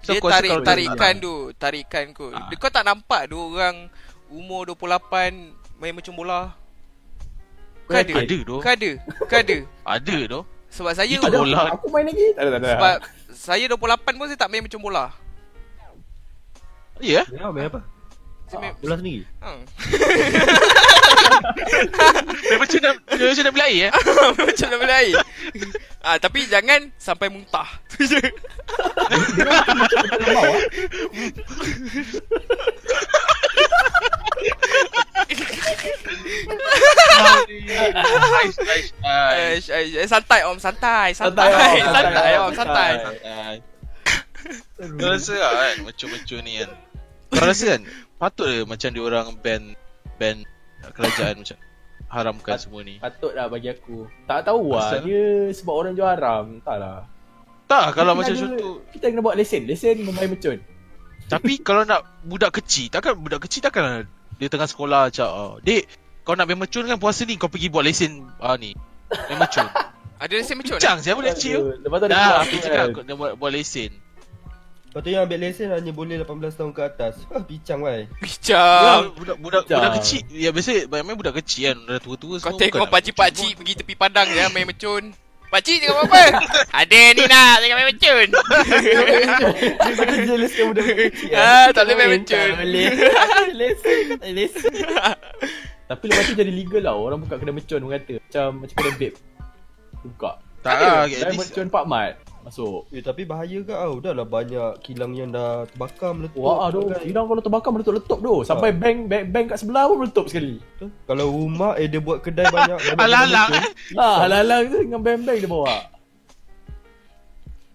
Speaker 2: Dia
Speaker 1: aku rasa
Speaker 2: tarik
Speaker 1: kalau-
Speaker 2: tarikan tu Tarikan kot
Speaker 1: Ah.
Speaker 2: Dia- Kau tak nampak Dua orang Umur 28 Main mencum bola Kau ada
Speaker 1: Ada tu
Speaker 2: Kau ada Kau ada
Speaker 1: Ada tu
Speaker 2: Sebab saya
Speaker 1: Itu bola.
Speaker 3: Aku main lagi Tak ada tak ada
Speaker 2: Sebab Saya 28 pun saya tak main mencum bola
Speaker 1: Ya yeah.
Speaker 4: Ya main apa?
Speaker 2: Saya main
Speaker 4: Bola sendiri?
Speaker 2: Ah.
Speaker 1: Main mercun nak Main mercun nak berlari eh
Speaker 2: Macam nak bela air ah, Tapi jangan sampai muntah Tu je
Speaker 1: Nice nice nice
Speaker 2: Aish, aish, aish. Eh, Santai om Santai
Speaker 3: Santai,
Speaker 2: Santai Santai,
Speaker 3: Om.
Speaker 2: om Santai
Speaker 1: Santai. Kau rasa lah kan Macam-macam ni kan Kau rasa kan Patut dia macam dia orang ban Ban kerajaan macam Haramkan semua ni
Speaker 3: Patut lah bagi aku Tak tahu lah
Speaker 1: Asal?
Speaker 3: Dia sebab orang jual haram Entahlah
Speaker 1: Tak kalau
Speaker 3: Kita
Speaker 1: macam
Speaker 3: ada-
Speaker 1: contoh
Speaker 3: Kita kena buat lesen Lesen memain mercun
Speaker 1: Tapi kalau nak Budak kecil Takkan budak kecil takkan Dia tengah sekolah macam oh, Dek Kau nak main mercun kan puasa ni Kau pergi buat lesen ah, ni Main mercun
Speaker 2: Ada lesen macam mana?
Speaker 1: Cang siapa budak kecil tu?
Speaker 3: Lepas tu ada
Speaker 1: Dah
Speaker 3: keluar
Speaker 1: aku
Speaker 3: kan.
Speaker 1: cakap kau- Dia buat, buat lesen
Speaker 4: Lepas tu yang ambil lesen hanya boleh 18 tahun ke atas Hah pincang
Speaker 1: Ya,
Speaker 4: wai
Speaker 2: Bicara
Speaker 1: budak budak
Speaker 3: Cang.
Speaker 1: budak kecil ya biasa main budak kecil kan dah tua-tua semua bukan
Speaker 2: Kau
Speaker 1: nak
Speaker 2: tengok
Speaker 1: main mercun
Speaker 2: pakcik-pakcik pergi tepi padang je main mecun Pakcik cakap apa-apa? Ada ni nak cakap main mecun
Speaker 3: Dia kata dia lesen budak kecil
Speaker 2: Ah, tak boleh main mercun.
Speaker 3: Tak boleh Aku Lesen kau tak boleh lesen Tapi lepas tu jadi legal lah Orang buka kedai mercun Mengata Macam macam kedai vape Dia Buka
Speaker 1: Tak
Speaker 2: ah,
Speaker 1: lah, at
Speaker 3: Kedai
Speaker 1: least
Speaker 3: mercun Pak Mat Masuk
Speaker 4: Eh tapi bahaya ke tau Dah lah banyak kilang yang dah
Speaker 2: Oh,
Speaker 4: terbakar meletup
Speaker 3: Wah aduh
Speaker 4: kan?
Speaker 3: Hidang kalau terbakar meletup-letup tu
Speaker 2: Ah.
Speaker 3: Sampai bank, bank bank kat sebelah pun meletup sekali
Speaker 4: Kalau rumah eh dia buat kedai banyak banyak benda
Speaker 1: Alang-alang
Speaker 4: macam.
Speaker 1: eh
Speaker 3: Ah, halang-halang tu dengan bank-bank dia bawa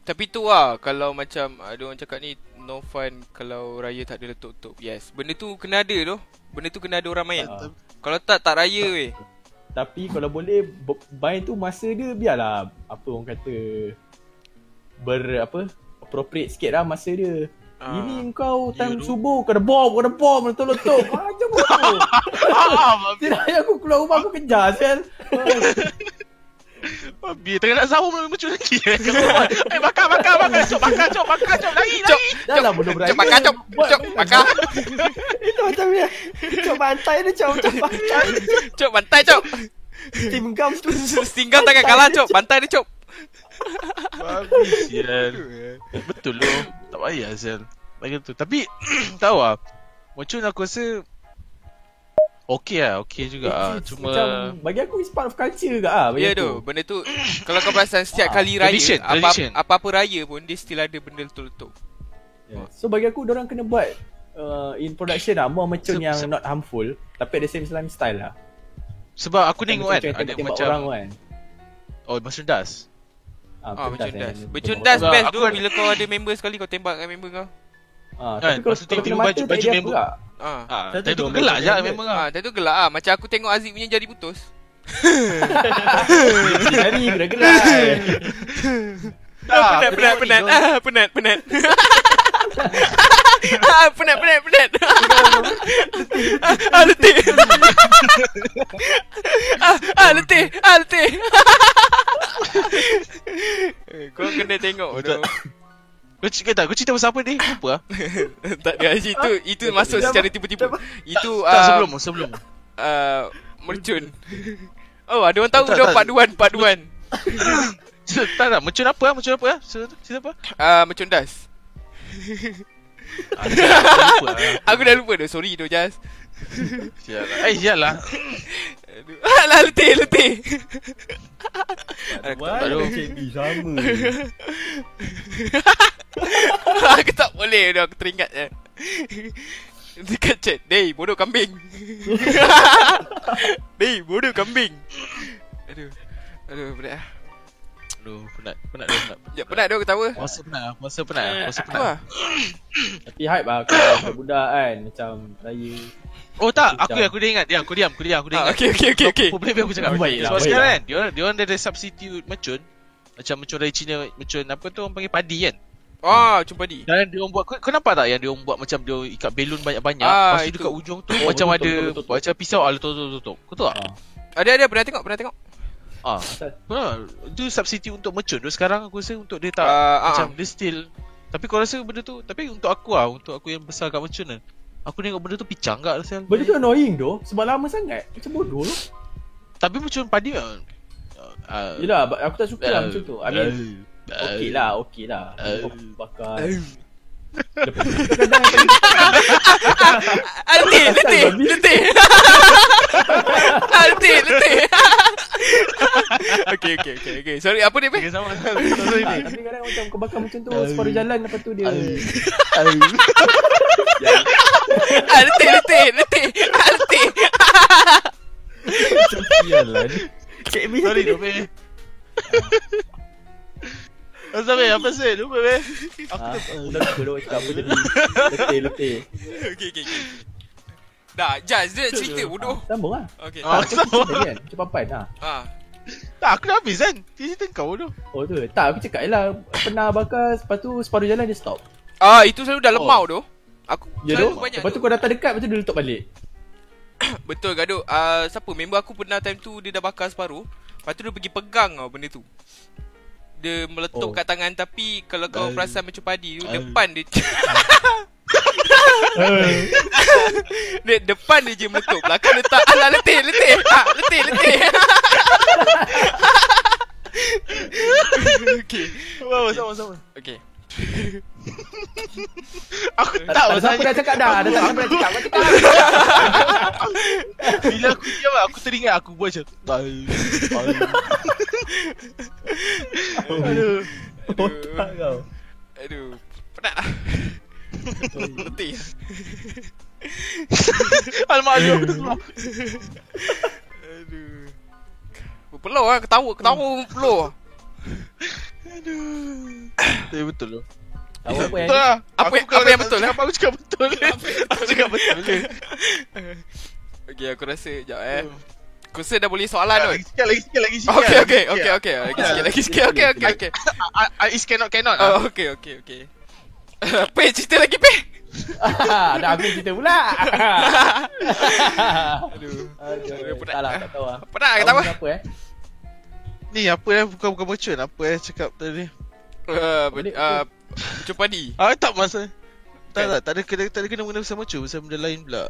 Speaker 2: Tapi tu lah Kalau macam Ada orang cakap ni No fun Kalau raya tak ada letup-letup Yes Benda tu kena ada tu Benda tu kena ada orang main
Speaker 3: Ah.
Speaker 2: Kalau tak tak raya weh
Speaker 3: Tapi kalau boleh b- Bind tu masa dia biarlah Apa orang kata Ber apa Appropriate sikit lah masa dia
Speaker 2: Ah.
Speaker 3: Ini kau
Speaker 1: Ya,
Speaker 3: time
Speaker 1: tu.
Speaker 3: subuh Kau ada bom Kau ada bom Letup-letup Macam mana tu
Speaker 1: Ah,
Speaker 3: Tidak aku keluar rumah aku kejar Sial
Speaker 1: Babi Oh, tengah nak sahur belum muncul lagi. Eh bakar bakar bakar cop bakar cop bakar cop lari
Speaker 2: Cop.
Speaker 1: lari.
Speaker 3: Dah lah benda berani
Speaker 2: Cop bakar cop
Speaker 3: Buat-
Speaker 2: Cop bakar
Speaker 4: Itu macam dia Cok bantai dia cok macam bantai
Speaker 2: Cop bantai cop
Speaker 4: Tim gam tu
Speaker 2: Stinggam tangan kalah cop Bantai dia cop
Speaker 1: Babi sial. Betul lo. Tak payah sial. Bagi tu. Tapi tahu ah. Muncul aku rasa Okey lah, okey juga
Speaker 3: It's-
Speaker 1: lah.
Speaker 3: it's
Speaker 1: Cuma
Speaker 3: macam, Bagi aku it's part of culture ke ah,
Speaker 2: ah,
Speaker 3: bagi
Speaker 2: Ya tu
Speaker 3: aku.
Speaker 2: Ah, Benda tu Kalau kau perasan Setiap kali raya
Speaker 1: Tradition,
Speaker 2: apa,
Speaker 1: tradition.
Speaker 2: Apa-apa raya pun Dia still ada benda letup-letup
Speaker 3: Yeah. So bagi aku orang kena buat uh, in production lah more
Speaker 1: Se-
Speaker 3: macam yang
Speaker 1: se-
Speaker 3: not harmful tapi at the same time style lah.
Speaker 1: sebab aku tengok kan
Speaker 3: Macam
Speaker 1: ada
Speaker 3: tembak-tembak
Speaker 1: macam
Speaker 3: orang kan.
Speaker 1: oh maksud das.
Speaker 2: Ah,
Speaker 3: pentas kan.
Speaker 2: bercundas. Bercundas
Speaker 3: Tembak
Speaker 1: Sebab
Speaker 2: best
Speaker 1: aku
Speaker 2: tu
Speaker 1: ada-
Speaker 2: bila kau ada member sekali kau tembak dengan member kau.
Speaker 3: Ah,
Speaker 1: Kan,
Speaker 3: tapi kalau
Speaker 1: lepas tu
Speaker 3: kalau kena
Speaker 1: tiba-tiba
Speaker 3: mata
Speaker 1: baju-
Speaker 3: tak
Speaker 1: baju
Speaker 3: jadi apa
Speaker 1: member-
Speaker 2: Ha.
Speaker 3: pula.
Speaker 1: Ah,
Speaker 4: Saya
Speaker 1: tadi tu
Speaker 4: tengok
Speaker 1: gelak je
Speaker 4: macam helmet.
Speaker 1: memang
Speaker 2: Ha,
Speaker 1: ah.
Speaker 2: tadi tu gelak ah. Macam aku tengok Aziz punya jari putus.
Speaker 3: Hari eh. gerai-gerai
Speaker 2: Ah, penat, penat, penat. Ah, penat, penat. ah, penat, penat, penat. ah, ah, letih. ah, ah, letih. Ah, letih. Eh, Kau kena tengok
Speaker 1: Oh, tak.
Speaker 2: bro.
Speaker 1: Kau cerita tak? Kau cerita pasal apa ni? Apa? ah?
Speaker 2: tak ada Itu itu masuk secara tiba-tiba Itu
Speaker 1: tak,
Speaker 2: ah,
Speaker 1: sebelum, sebelum.
Speaker 2: ah, Mercun Oh ada orang tahu
Speaker 1: Tak,
Speaker 2: dah
Speaker 1: tak.
Speaker 2: paduan Paduan
Speaker 1: Cerita- tak tak, macam apa? ah, Macam apa? Cerita cerita apa?
Speaker 2: Ah, Mercun das
Speaker 1: Ah, sial, aku lupa lah.
Speaker 2: Aku dah lupa dah Sorry tu Jas
Speaker 1: Sial lah. Eh, sial lah.
Speaker 2: Aduh. Alah Lah, letih letih
Speaker 4: Why
Speaker 1: tahu.
Speaker 4: Cik B sama
Speaker 2: Aku tak boleh dah Aku teringat je Dekat chat Dey bodoh kambing Dey bodoh kambing Aduh Aduh penat lah
Speaker 1: Aduh, penat. Penat dah, penat.
Speaker 2: Ya penat dah ketawa
Speaker 1: Puasa penat lah. Puasa penat lah. Puasa penat.
Speaker 2: Eh, Apa
Speaker 3: Tapi hype lah Kalau budak kan Macam Raya
Speaker 1: Oh tak, aku aku dah ingat. Diam, aku diam, aku diam, aku dah
Speaker 2: ah,
Speaker 1: ingat.
Speaker 2: Okay okay okay, okay.
Speaker 1: Kau boleh biar aku cakap.
Speaker 3: Baik lah,
Speaker 1: Sebab
Speaker 3: baik
Speaker 1: sekarang
Speaker 3: lah.
Speaker 1: kan, dia orang dia orang dah ada substitute mercun. Macam mercun dari Cina, mercun apa tu orang panggil padi kan.
Speaker 2: Ah jumpa di
Speaker 1: Dan dia orang buat kau, kau nampak tak yang dia orang buat macam dia orang ikat belon banyak-banyak,
Speaker 2: Ah,
Speaker 1: lepas tu
Speaker 2: itu.
Speaker 1: dekat ujung tu
Speaker 3: Oh,
Speaker 1: macam ada
Speaker 3: betul, betul, Ah. betul, betul.
Speaker 1: macam pisau ah tutup-tutup. Kau tahu tak?
Speaker 2: Ada ada pernah tengok pernah tengok
Speaker 1: Ah.
Speaker 3: Betul.
Speaker 1: Ha, tu substitute untuk mercun tu sekarang aku rasa untuk dia tak
Speaker 2: Ah, ah.
Speaker 1: macam dia still tapi kau rasa benda tu tapi untuk aku lah untuk aku yang besar kat mercun ni aku tengok benda tu pincang gak rasa
Speaker 3: Benda tu annoying doh Sebab lama sangat Macam bodoh lah
Speaker 1: tapi mercun padi memang uh,
Speaker 3: Yelah but aku tak suka lah macam tu I mean Okay lah Okay lah
Speaker 1: Eh.
Speaker 3: Aku Bakar
Speaker 2: Ah letih letih
Speaker 3: babi.
Speaker 2: letih Ah letih letih Okay okay okay okay Sorry apa dia
Speaker 1: Okay,
Speaker 2: Pe?
Speaker 1: sama sama sama
Speaker 3: Ah,
Speaker 1: ini.
Speaker 3: Tapi kadang macam kau bakar macam tu Separuh jalan lepas tu dia
Speaker 2: Ah letih letih letih Ah letih
Speaker 4: Macam sial lah ni.
Speaker 1: Sorry tu be. Apa be? Oh, Apa sih? Lupa be.
Speaker 3: Aku dah lupa dah cakap apa tadi Letih letih
Speaker 2: Okay okay okay Dah Jas dia nak cerita bodoh
Speaker 3: Sambung lah
Speaker 2: Okay
Speaker 1: Ah.
Speaker 3: Tak, aku cerita kan Macam papan lah
Speaker 2: ah.
Speaker 1: Tak aku dah habis kan. Cerita kau tu.
Speaker 3: Oh tu Tak aku cakap je lah Pernah bakar Lepas tu separuh jalan dia stop
Speaker 2: ah itu selalu dah
Speaker 1: Oh.
Speaker 2: lemau tu Aku
Speaker 3: Ya
Speaker 2: selalu
Speaker 3: doh
Speaker 2: banyak
Speaker 3: Lepas tu kau datang dekat Lepas tu dia letup balik
Speaker 2: Betul gaduh Ah Siapa member aku pernah time tu Dia dah bakar separuh Lepas tu dia pergi pegang tau benda tu Dia meletup
Speaker 3: Oh.
Speaker 2: kat tangan Tapi kalau kau
Speaker 1: Aduh.
Speaker 2: perasan macam padi tu
Speaker 1: Aduh.
Speaker 2: Depan dia dia Depan dia je meletup Belakang dia tak Alah letih letih ha, Letih letih Okay
Speaker 1: Wow, sama sama.
Speaker 2: Okay
Speaker 1: Aku
Speaker 3: Tak
Speaker 1: tak
Speaker 3: tahu siapa
Speaker 1: masalahnya.
Speaker 3: dah cakap dah Dah tak siapa dah cakap Kau cakap
Speaker 1: Bila aku diam aku teringat aku buat macam tai. Aduh.
Speaker 4: Otak kau
Speaker 2: Aduh Penat lah Letih lah
Speaker 1: Alamak aduh aku dah keluar.
Speaker 2: Aduh. Berpeluh lah ketawa ketawa berpeluh.
Speaker 1: Tapi betul lah.
Speaker 3: Tahu
Speaker 1: Betul
Speaker 3: apa yang
Speaker 1: lah.
Speaker 2: Apa
Speaker 1: Aku
Speaker 2: yang-
Speaker 1: kalau
Speaker 2: apa yang
Speaker 1: tak
Speaker 2: betul,
Speaker 1: cakap apa, Aku cakap betul. Aku cakap betul.
Speaker 2: Okey aku rasa jap eh. Aku rasa dah boleh soalan tu.
Speaker 1: Lagi Oh. Ah, sikit lagi sikit lagi sikit. Ah,
Speaker 2: Okey okey okey okey lagi sikit lagi sikit okey okey okey.
Speaker 1: I- I- Is cannot cannot. Ah,
Speaker 2: Oh okey okey okey. Pe cerita lagi pe.
Speaker 3: Ah, Dah aku cerita pula
Speaker 2: Aduh.
Speaker 3: Aduh, Tak lah tak tahu lah
Speaker 2: Penat lah ketawa.
Speaker 3: Kenapa eh
Speaker 1: Ni apa eh bukan bukan bocor apa eh cakap tadi.
Speaker 2: Eh
Speaker 3: Boleh,
Speaker 2: ah, jumpa di.
Speaker 1: Ah tak masa. Tak tak tak ada kena tak ada kena mengena pasal bocor pasal benda lain pula.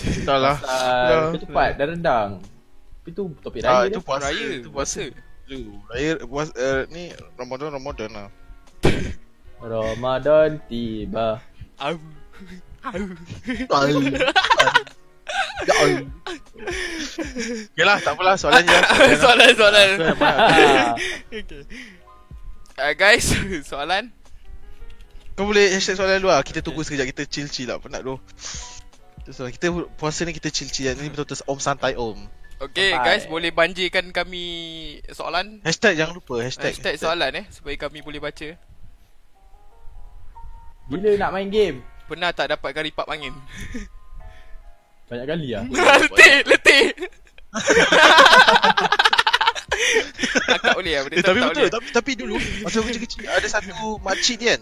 Speaker 1: tak lah.
Speaker 3: Ah, Kau cepat dah rendang Tapi tu topik
Speaker 1: Ah
Speaker 3: raya
Speaker 1: itu
Speaker 3: tu
Speaker 1: puasa.
Speaker 2: Raya
Speaker 1: Itu puasa. Lu, Raya puasa uh, ni Ramadan Ramadan lah.
Speaker 3: Ramadan tiba
Speaker 2: Au. Au.
Speaker 1: Ya Yalah lah, Ya, tak apalah soalan je.
Speaker 2: Soalan soalan.
Speaker 3: Ah,
Speaker 2: Okey. Ah, guys, soalan
Speaker 1: Kau boleh hashtag soalan dulu lah Kita tunggu sekejap Kita chill-chill lah Penat tu So, kita puasa ni kita chill-chill Ni betul-betul om santai om
Speaker 2: Okay
Speaker 3: Sampai.
Speaker 2: guys boleh banjirkan kami soalan
Speaker 1: Hashtag jangan lupa Hashtag,
Speaker 2: Hashtag, hashtag soalan eh Supaya kami boleh baca
Speaker 3: Bila nak main game
Speaker 2: Pernah tak dapatkan ripap angin
Speaker 3: Banyak kali lah
Speaker 2: Letih Letih Ah, tak boleh lah benda
Speaker 1: Eh,
Speaker 2: tu
Speaker 1: tapi
Speaker 2: tak
Speaker 1: betul.
Speaker 2: boleh.
Speaker 1: Tapi, tapi dulu masa aku kecil-kecil ada satu makcik ni kan.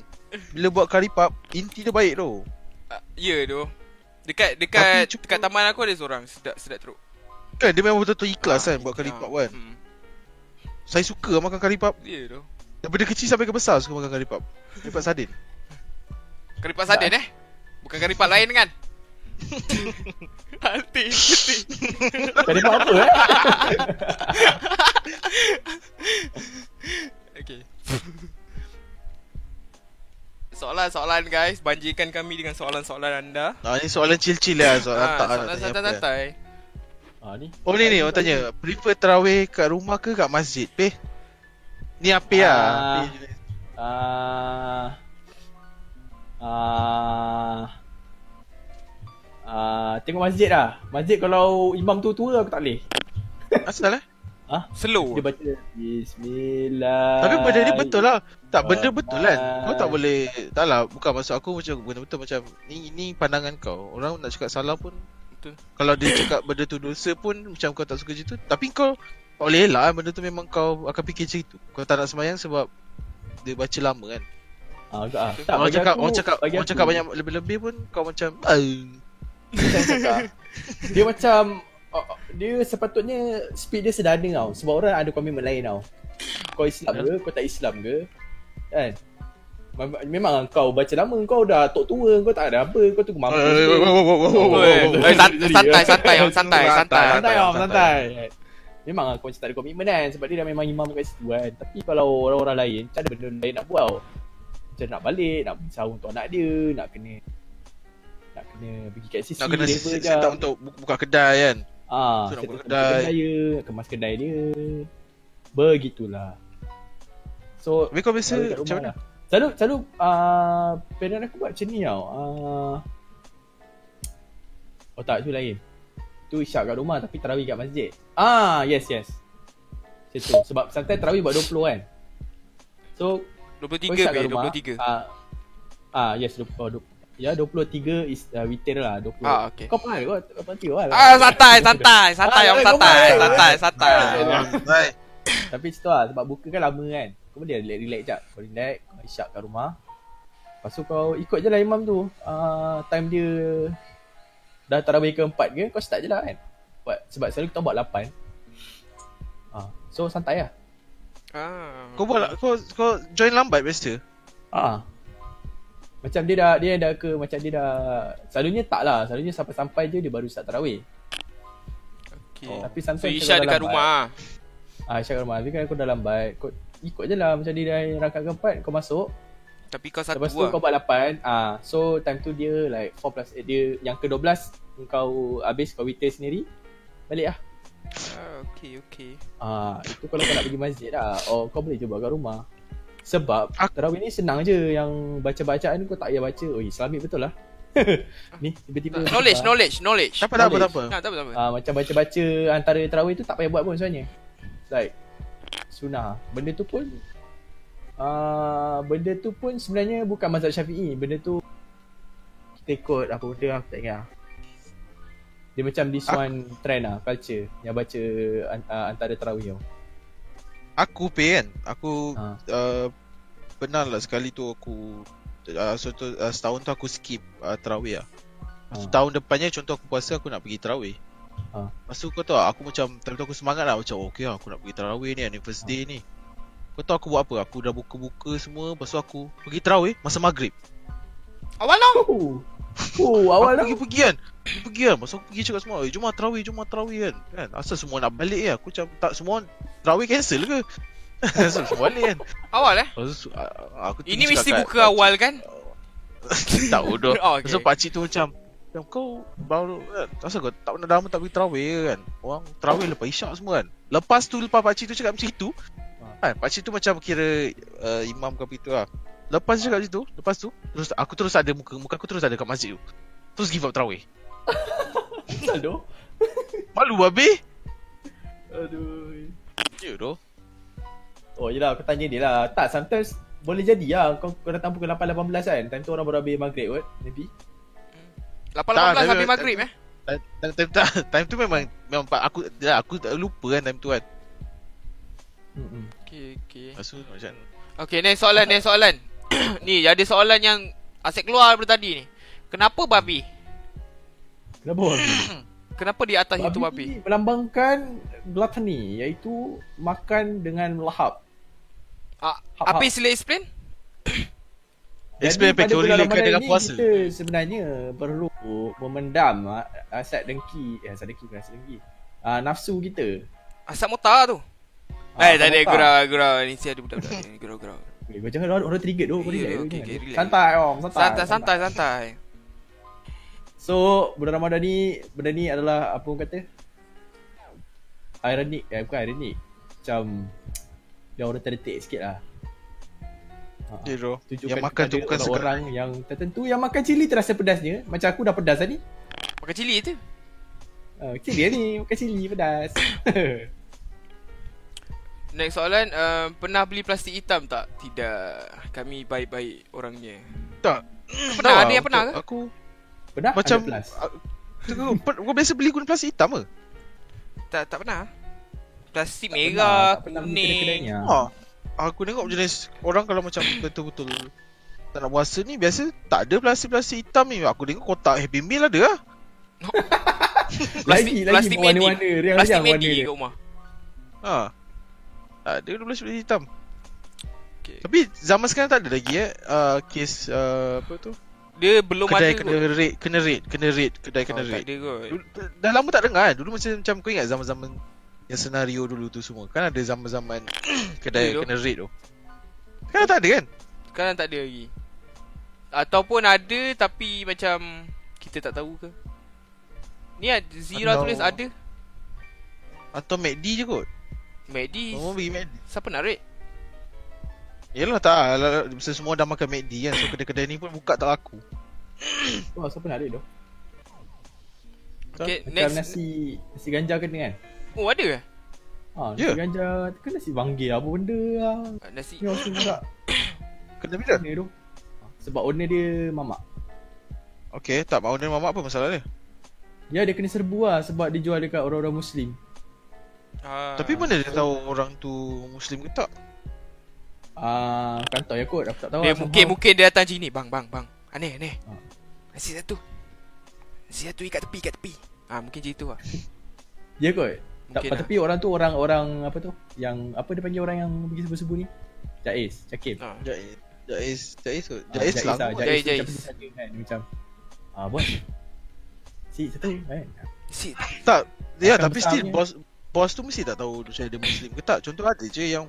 Speaker 1: Bila buat curry puff, inti dia baik tu.
Speaker 2: Ah, Ya tu. Dekat dekat
Speaker 1: Tapi cuma-
Speaker 2: dekat taman aku ada seorang sedap sedap teruk.
Speaker 1: Kan dia memang betul-betul ikhlas
Speaker 2: Ah,
Speaker 1: kan buat curry
Speaker 2: ah,
Speaker 1: puff kan.
Speaker 2: Hmm.
Speaker 1: Saya suka makan curry puff.
Speaker 2: Ya tu.
Speaker 1: Daripada kecil sampai ke besar suka makan curry puff. Curry puff sardin.
Speaker 2: Karipat sardin eh? Bukan karipat lain kan? Hati, hati.
Speaker 3: Tak dapat apa eh
Speaker 2: Okay. Soalan-soalan guys, banjirkan kami dengan soalan-soalan anda.
Speaker 1: Ah ni soalan chill-chill lah, soalan
Speaker 2: Ah,
Speaker 1: tak nak
Speaker 2: soalan
Speaker 1: tanya apa.
Speaker 2: santai-santai.
Speaker 3: ah, ni.
Speaker 1: Oh ni ni orang tanya, prefer tarawih kat rumah ke kat masjid? Peh. Ni apa ya?
Speaker 3: Ah. Ah, ah, ah, Tengok masjid lah Masjid kalau imam tu tua aku tak boleh
Speaker 1: Asal eh?
Speaker 2: Slow. Oh,
Speaker 3: Dia baca Bismillah
Speaker 1: Oh. Tapi benda ni betul lah. Tak benda
Speaker 3: Ah.
Speaker 1: betul kan. Kau tak boleh tak lah bukan maksud aku macam benda betul macam ni ni pandangan kau. Orang nak cakap salah pun
Speaker 2: Betul.
Speaker 1: kalau dia cakap benda tu dosa pun macam kau tak suka macam tu. Tapi kau tak boleh lah benda tu memang kau akan fikir macam itu. Kau tak nak semayang sebab dia baca lama kan.
Speaker 3: ah, agak lah. tak,
Speaker 1: orang
Speaker 3: bagi
Speaker 1: cakap
Speaker 3: aku-
Speaker 1: orang cakap
Speaker 3: bagi
Speaker 1: orang
Speaker 3: aku,
Speaker 1: cakap banyak lebih-lebih pun kau macam "Ah,
Speaker 3: macam cakap. Dia macam oh, oh, Dia sepatutnya Speed dia sederhana tau Sebab orang ada komitmen lain tau Kau Islam ke Kau tak Islam ke Kan Mem- Memang kau baca lama Kau dah tok tua Kau tak ada apa Kau tu
Speaker 1: Eh, eh,
Speaker 3: mampus
Speaker 1: eh,
Speaker 3: je.
Speaker 1: wow, wow, wow, wow, wow, wow,
Speaker 2: Oi,
Speaker 1: wow.
Speaker 2: eh, san- santai, santai, Om, santai, santai.
Speaker 3: Santai om,
Speaker 1: santai.
Speaker 3: santai. Memang lah kau macam tak ada komitmen kan Sebab dia dah memang imam kat situ kan Tapi kalau orang-orang lain Macam ada benda lain nak buat tau Macam nak balik Nak pergi sahur untuk anak dia Nak kena Nak kena pergi kat sisi
Speaker 1: Nak kena
Speaker 3: level
Speaker 1: set set
Speaker 3: jam.
Speaker 1: up untuk bu- buka kedai kan.
Speaker 3: Ah,
Speaker 1: So, nak
Speaker 3: set
Speaker 1: buka
Speaker 3: up
Speaker 1: kedai.
Speaker 3: kedai dia Nak kemas kedai dia Begitulah So
Speaker 1: Tapi kau biasa
Speaker 3: Selalu kat
Speaker 1: macam
Speaker 3: rumah
Speaker 1: mana?
Speaker 3: lah. Selalu selalu uh, parent aku buat macam ni tau. Uh, oh tak tu lain. Tu isyak kat rumah tapi tarawih kat masjid. Ah yes yes. Macam tu. Sebab sometimes tarawih buat 20 kan. So
Speaker 2: 23
Speaker 3: kau isyak
Speaker 2: be,
Speaker 3: Oh, kat rumah.
Speaker 2: 23.
Speaker 3: Ah ah yes 20. Oh, 20 ya 23 is uh, retail lah 20.
Speaker 2: Ah, okay.
Speaker 3: Kau pandai kau kau pandai kau lah.
Speaker 2: Ah, santai, santai, santai, om,
Speaker 3: Ah, jangan
Speaker 2: santai,
Speaker 3: gombal.
Speaker 2: santai, santai.
Speaker 3: Ah.
Speaker 1: Hai.
Speaker 3: Tapi situ lah sebab buka kan lama kan Kau boleh relax-relax jap Kau relax Kau isyak kat rumah Lepas tu kau ikut je lah imam tu uh, Time dia Dah tarawih ke empat ke Kau start je lah kan buat, Sebab selalu kita buat lapan uh, So santai lah
Speaker 2: Ah.
Speaker 1: Kau buat lah- kau kau join lambat biasa.
Speaker 3: uh. Macam dia dah Dia dah ke Macam dia dah Selalunya tak lah Selalunya sampai-sampai je Dia baru start tarawih
Speaker 2: Okay.
Speaker 3: oh. Tapi
Speaker 2: So,
Speaker 3: sometimes
Speaker 2: Isyak dekat rumah. ah.
Speaker 3: Ah, Isyak kat rumah Tapi kan kau dah lambat Kau ikut je lah Macam dia dah rangkap keempat Kau masuk
Speaker 2: Tapi kau satu
Speaker 3: Lepas tu
Speaker 2: lah.
Speaker 3: kau buat 8 ah So time tu dia like 4 plus 8 Dia yang ke 12 Kau habis kau retail sendiri Balik lah
Speaker 2: Ah, okay, okay.
Speaker 3: ah, Itu kalau kau nak pergi masjid lah Or kau boleh je buat kat rumah Sebab
Speaker 1: Ak-
Speaker 3: Tarawih ni senang je Yang baca-bacaan kau tak payah baca Oh Islamik betul lah Ni tiba-tiba
Speaker 2: Knowledge, knowledge, knowledge.
Speaker 1: Tak apa tak apa tak apa.
Speaker 2: Nah, tak apa, tak apa.
Speaker 3: ah, Macam baca-baca antara tarawih tu tak payah buat pun sebenarnya Like Sunnah Benda tu pun ah, Benda tu pun sebenarnya bukan mazhab syafi'i Benda tu Kita ikut apa benda lah, aku tak ingat lah. Dia macam this
Speaker 1: Aku-
Speaker 3: one trend lah Culture Yang baca an- ah, antara tarawih tau
Speaker 1: Aku pay kan. Aku
Speaker 3: Ah.
Speaker 1: uh, pernah lah sekali tu aku uh, suatu uh, setahun tu aku skip uh, tarawih lah.
Speaker 3: Ah.
Speaker 1: Tahun depannya contoh aku puasa aku nak pergi tarawih.
Speaker 3: Ah.
Speaker 1: Lepas tu kau tahu tak, aku macam time tu aku semangat lah macam oh, okay lah aku nak pergi tarawih ni anniversary ni. Kau tahu aku buat apa? Aku dah buka-buka semua lepas tu aku pergi tarawih masa maghrib.
Speaker 2: Awal lah.
Speaker 3: Oh, oh awal
Speaker 1: aku
Speaker 3: lah
Speaker 1: pergi pergi kan Pergi pergi kan Masa aku pergi cakap semua Eh jom lah terawih Jom lah terawih kan kan Asal semua nak balik ya Aku macam tak semua orang Terawih cancel ke Asal semua balik kan
Speaker 2: Awal eh.
Speaker 1: Lepas tu ah, aku pergi
Speaker 2: Ini mesti
Speaker 1: cakap kat
Speaker 2: buka
Speaker 1: pakcik.
Speaker 2: awal kan?
Speaker 1: Tak bodoh
Speaker 2: Oh,
Speaker 1: Lepas
Speaker 2: okay.
Speaker 1: tu pakcik tu macam Macam kau baru kan Asal kau tak pernah dah lama tak pergi terawih ke kan Orang terawih lepas isyak semua kan Lepas tu lepas pakcik tu cakap macam itu Kan pakcik tu macam kira uh, Imam ke apa itu lah Lepas dia cakap macam tu Lepas tu terus Aku terus ada muka Muka aku terus ada kat masjid tu Terus give up terawih
Speaker 3: Asal tu
Speaker 1: Malu babi
Speaker 3: Aduh
Speaker 1: Ya doh
Speaker 3: Oh yelah aku tanya dia lah Tak sometimes boleh jadi lah Kau, kau datang pukul 8.18 kan Time tu orang baru habis maghrib kot Maybe
Speaker 2: 8.18
Speaker 1: tapi-
Speaker 2: habis maghrib eh.
Speaker 1: time, time, time, time, time tu memang memang pa- aku dah aku tak lupa kan time tu kan.
Speaker 4: Mm-mm.
Speaker 2: Okay, okay.
Speaker 1: Lepas tu macam
Speaker 2: Okay, next soalan, next soalan. ni, ada soalan yang asyik keluar daripada tadi ni. Kenapa babi?
Speaker 3: Kenapa babi?
Speaker 2: Kenapa di atas itu babi?
Speaker 3: melambangkan gluttony iaitu makan dengan melahap.
Speaker 2: Ah,
Speaker 3: Hap,
Speaker 2: apa
Speaker 3: hap.
Speaker 2: silap explain?
Speaker 1: explain apa
Speaker 3: pada
Speaker 1: teori
Speaker 3: bulan
Speaker 1: relatekan
Speaker 3: Ramadan
Speaker 1: dengan
Speaker 3: ni,
Speaker 1: puasa.
Speaker 3: Kita sebenarnya perlu memendam ah, hasad dengki, eh hasad dengki bukan hasad dengki. Ah, nafsu kita.
Speaker 2: Asap muta tu.
Speaker 3: Ah,
Speaker 2: eh, tak ada
Speaker 3: asam otak.
Speaker 2: gurau, gurau. Ni si ada budak-budak ni, gurau, gurau.
Speaker 3: Eh, kau jangan orang, orang trigger tu,
Speaker 2: Ya,
Speaker 3: kau
Speaker 2: ya,
Speaker 3: relax. kau
Speaker 2: okey,
Speaker 3: jangan.
Speaker 2: okey, relax.
Speaker 3: Santai om, santai.
Speaker 2: Santai, santai, santai.
Speaker 3: So, bulan Ramadan ni benda ni adalah apa orang kata? Ironic, eh bukan ironic. Macam dia orang terletik sikit lah. Ah,
Speaker 1: Dia tu.
Speaker 3: Tujukan
Speaker 1: Yang makan tu
Speaker 3: kepada
Speaker 1: bukan sekarang.
Speaker 3: orang yang tertentu yang makan cili terasa pedasnya. Macam aku dah pedas tadi.
Speaker 2: Pakai cili tu.
Speaker 3: Uh, cili ni, makan cili pedas.
Speaker 2: Next soalan, uh, pernah beli plastik hitam tak? Tidak. Kami baik-baik orangnya.
Speaker 1: Tak.
Speaker 2: pernah?
Speaker 1: Tak,
Speaker 2: Ada yang pernah
Speaker 1: lah, untuk
Speaker 2: ke?
Speaker 1: Aku
Speaker 3: Pernah
Speaker 1: macam
Speaker 3: ada pedas.
Speaker 1: a- tu, kau- kau biasa beli guna plastik hitam ke?
Speaker 2: Tak tak pernah. Plastik
Speaker 3: Tak
Speaker 2: merah,
Speaker 3: pernah, tak pernah pergi kedai-kedai ni,
Speaker 2: kuning.
Speaker 3: ah.
Speaker 1: Ha. Aku tengok jenis orang kalau macam betul-betul tak nak puasa ni biasa tak ada plastik-plastik hitam ni. Aku tengok kotak Happy Meal ada lah.
Speaker 2: Plastik-
Speaker 3: lagi,
Speaker 2: plastik
Speaker 3: lagi warna-warna, riang-riang
Speaker 2: Plastik
Speaker 3: warna
Speaker 2: medi
Speaker 3: dia.
Speaker 2: kat rumah.
Speaker 1: Ha. Tak ada guna plastik hitam.
Speaker 2: Okay.
Speaker 1: Tapi zaman sekarang tak ada lagi eh uh, kes uh, apa tu?
Speaker 2: Dia belum
Speaker 1: kedai
Speaker 2: ada
Speaker 1: kena
Speaker 2: kot.
Speaker 1: rate, kena rate, kena rate, kedai kena
Speaker 2: Oh, tak
Speaker 1: rate.
Speaker 2: ada kot.
Speaker 1: Dulu, d- dah lama tak dengar kan? Dulu macam macam kau ingat zaman-zaman yang senario dulu tu semua. Kan ada zaman-zaman kedai
Speaker 2: Dulu.
Speaker 1: kena rate tu. Sekarang tak ada kan?
Speaker 2: Sekarang tak ada lagi. Ataupun ada tapi macam kita tak tahu ke? Ni ada Zira
Speaker 1: Atau-
Speaker 2: tulis ada.
Speaker 1: Atau Ah, McD je kot.
Speaker 2: Medi.
Speaker 1: Orang pergi McD.
Speaker 2: Siapa nak rate?
Speaker 1: Yelah tak, lah- semua dah makan McD kan. So kedai-kedai ni pun buka tak aku.
Speaker 3: Wah, Oh, siapa nak ada tu?
Speaker 2: Okay,
Speaker 3: Kan? Macam
Speaker 2: next.
Speaker 3: nasi, nasi ganja kena kan?
Speaker 2: Oh, ada eh?
Speaker 3: Ha, nasi
Speaker 1: Ya.
Speaker 3: ganja, ke nasi banggil apa benda lah.
Speaker 2: Ah, Nasi.
Speaker 3: Ni orang semua tak
Speaker 1: Kena bila?
Speaker 3: kena tu. Ha, Sebab owner dia mamak.
Speaker 1: Okay, tak mau dan mamak apa masalah dia?
Speaker 3: Ya, dia kena serbu lah sebab dia jual dekat orang-orang Muslim.
Speaker 2: Ah.
Speaker 1: Tapi mana dia tahu orang tu Muslim ke tak?
Speaker 3: Ah, bukan tahu ya kot, aku tak tahu.
Speaker 2: Dia Eh,
Speaker 3: lah
Speaker 2: mungkin
Speaker 3: somehow.
Speaker 2: mungkin dia datang sini bang bang bang. Aneh aneh.
Speaker 3: Ha.
Speaker 2: Nasi satu. Nasi satu ikat tepi ikat tepi. Ah mungkin macam itu lah.
Speaker 3: Ya kot. Tak,
Speaker 2: Mungkin lah.
Speaker 3: tapi orang tu orang-orang apa tu? Yang apa dia panggil orang yang pergi sebu-sebu ni? Jais, Cakip.
Speaker 2: Ah.
Speaker 1: Jais, Jais, Jais kot.
Speaker 3: Ah,
Speaker 1: Jais lah.
Speaker 3: lah,
Speaker 1: kot.
Speaker 3: Jais,
Speaker 2: Jais,
Speaker 3: Jais.
Speaker 2: Jais.
Speaker 3: Macam, kan, dia macam ah bos. Si satu kan.
Speaker 2: Nasi
Speaker 1: Tak, ya
Speaker 3: Makan
Speaker 1: tapi still
Speaker 3: besarnya.
Speaker 1: bos bos tu mesti tak tahu macam dia Muslim ke tak. Contoh ada je yang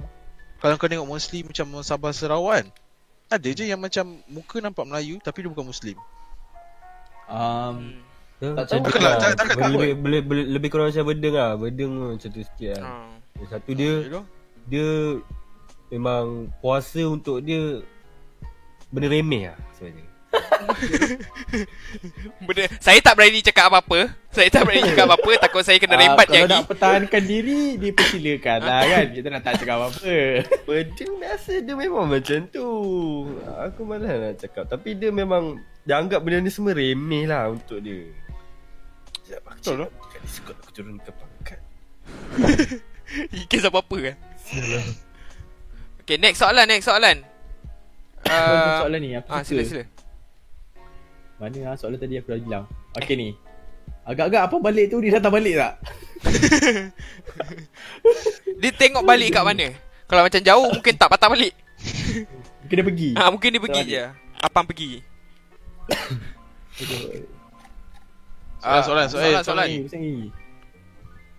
Speaker 1: kalau kau tengok Muslim macam orang Sabah Sarawak kan. Ada je yang macam muka nampak Melayu tapi dia bukan Muslim.
Speaker 3: Um
Speaker 2: Hmm.
Speaker 3: Tak tahu.
Speaker 4: macam tu
Speaker 1: Takkan lah,
Speaker 4: lah.
Speaker 1: tak- takkan
Speaker 4: Lebih-
Speaker 1: takut.
Speaker 4: lebih, lebih, lebih, lebih kurang macam bedeng lah Bedeng pun macam tu sikit lah
Speaker 2: Ah.
Speaker 4: Satu dia
Speaker 1: You know?
Speaker 4: Dia Memang Puasa untuk dia Benda remeh lah Sebenarnya
Speaker 2: Benda, saya tak berani cakap apa-apa. Saya tak berani cakap apa-apa takut saya kena
Speaker 3: ah,
Speaker 2: rembat
Speaker 3: Kalau
Speaker 2: lagi.
Speaker 3: nak pertahankan diri Dipersilakan lah kan Kita nak tak cakap apa-apa
Speaker 4: Bedeng rasa dia memang macam tu Aku malas nak cakap Tapi dia memang Dia anggap benda ni semua remeh lah Untuk dia Sekejap aku
Speaker 1: Betul
Speaker 4: cakap Dekat Discord aku turun ke pangkat
Speaker 2: Kes apa-apa kan. Okay, next soalan, next soalan.
Speaker 3: Soalan-
Speaker 2: Uh,
Speaker 3: Soalan ni aku
Speaker 2: ah, sila
Speaker 3: suka
Speaker 2: sila.
Speaker 3: Mana lah soalan tadi aku dah bilang
Speaker 2: Eh.
Speaker 3: Okay ni Agak-agak apa balik tu Dia datang balik tak?
Speaker 2: Dia tengok balik kat mana? Kalau macam jauh mungkin tak patah balik.
Speaker 3: Mungkin dia pergi
Speaker 2: Ah, mungkin dia pergi je. Abang pergi.
Speaker 1: Soalan, soalan, soalan, soalan,
Speaker 2: soalan.
Speaker 3: ni Pasal ni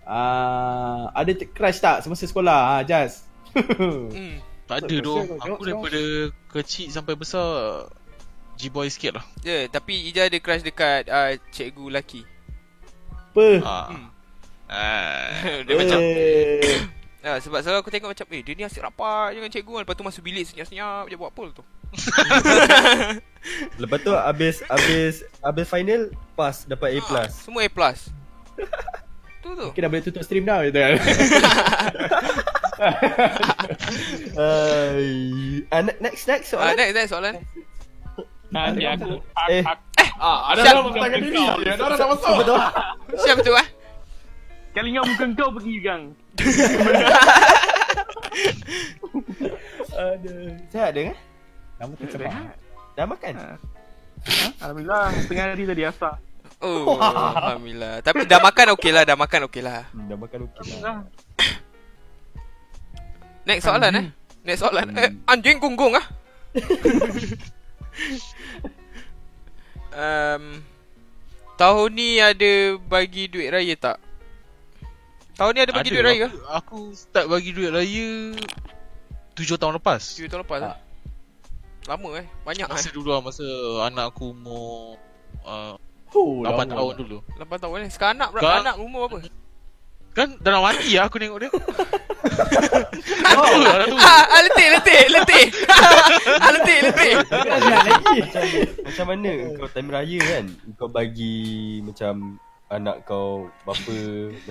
Speaker 3: Ah, Ada t- crush tak Semasa sekolah ha, Jaz
Speaker 2: Hmm.
Speaker 1: Tak ada
Speaker 3: Soalan,
Speaker 1: doh.
Speaker 3: soalan,
Speaker 1: Aku
Speaker 3: soalan.
Speaker 1: daripada kecil sampai besar G-boy sikit lah.
Speaker 2: Ya, yeah, tapi Ija ada crush dekat uh, cikgu lelaki.
Speaker 3: Apa?
Speaker 1: Ah. Ah.
Speaker 2: dia macam
Speaker 3: Eh.
Speaker 2: ah, Eh, sebab selalu aku tengok macam eh dia ni asyik rapat dengan cikgu kan. Lepas tu masuk bilik senyap-senyap je buat pol tu.
Speaker 4: Lepas tu habis Habis Habis final Pass dapat A+.
Speaker 2: Ah, semua A+. tu tu.
Speaker 3: Okay dah boleh tutup stream dah gitu kan.
Speaker 4: Hai. Uh, next next
Speaker 2: Ah,
Speaker 4: soalan. Ah,
Speaker 2: next next soalan.
Speaker 5: Nanti aku,
Speaker 4: Eh.
Speaker 6: Eh.
Speaker 5: aku, aku, Ah, ada
Speaker 2: Siap.
Speaker 5: orang makan diri. Ada orang dah masuk. Betul.
Speaker 2: Siap betul eh?
Speaker 6: Kali ingat muka kau pergi gang.
Speaker 7: Saya ada
Speaker 4: eh?
Speaker 7: kan?
Speaker 3: Nama tercemar.
Speaker 7: Dah makan?
Speaker 2: Ah.
Speaker 6: Alhamdulillah, setengah hari tadi asal.
Speaker 2: Oh, Alhamdulillah. Tapi dah makan okey lah, dah makan okey lah.
Speaker 7: Hmm, dah makan okey lah.
Speaker 6: Alhamdulillah.
Speaker 2: Next soalan eh.
Speaker 1: Hmm.
Speaker 2: Next soalan. Eh, anjing gunggung ah. um, tahun ni ada bagi duit raya tak? Tahun ni ada bagi duit raya ke?
Speaker 1: aku, aku start bagi duit raya 7 tahun lepas.
Speaker 2: Tujuh tahun lepas lah.
Speaker 3: Tak.
Speaker 2: Lama eh. Banyak eh.
Speaker 1: Masa dulu lah, masa anak aku umur uh,
Speaker 3: Oh,
Speaker 1: 8
Speaker 3: lama.
Speaker 1: tahun dulu.
Speaker 2: 8 tahun eh. Sekarang anak pula.
Speaker 1: Kau-
Speaker 2: Anak umur berapa?
Speaker 1: Kan dalam mati lah aku tengok dia. Dah tua lah, dah tua.
Speaker 2: Ah, ah, letih, letih, letih. ah, letih, letih.
Speaker 4: macam, macam mana kau time raya kan Kau bagi macam anak kau berapa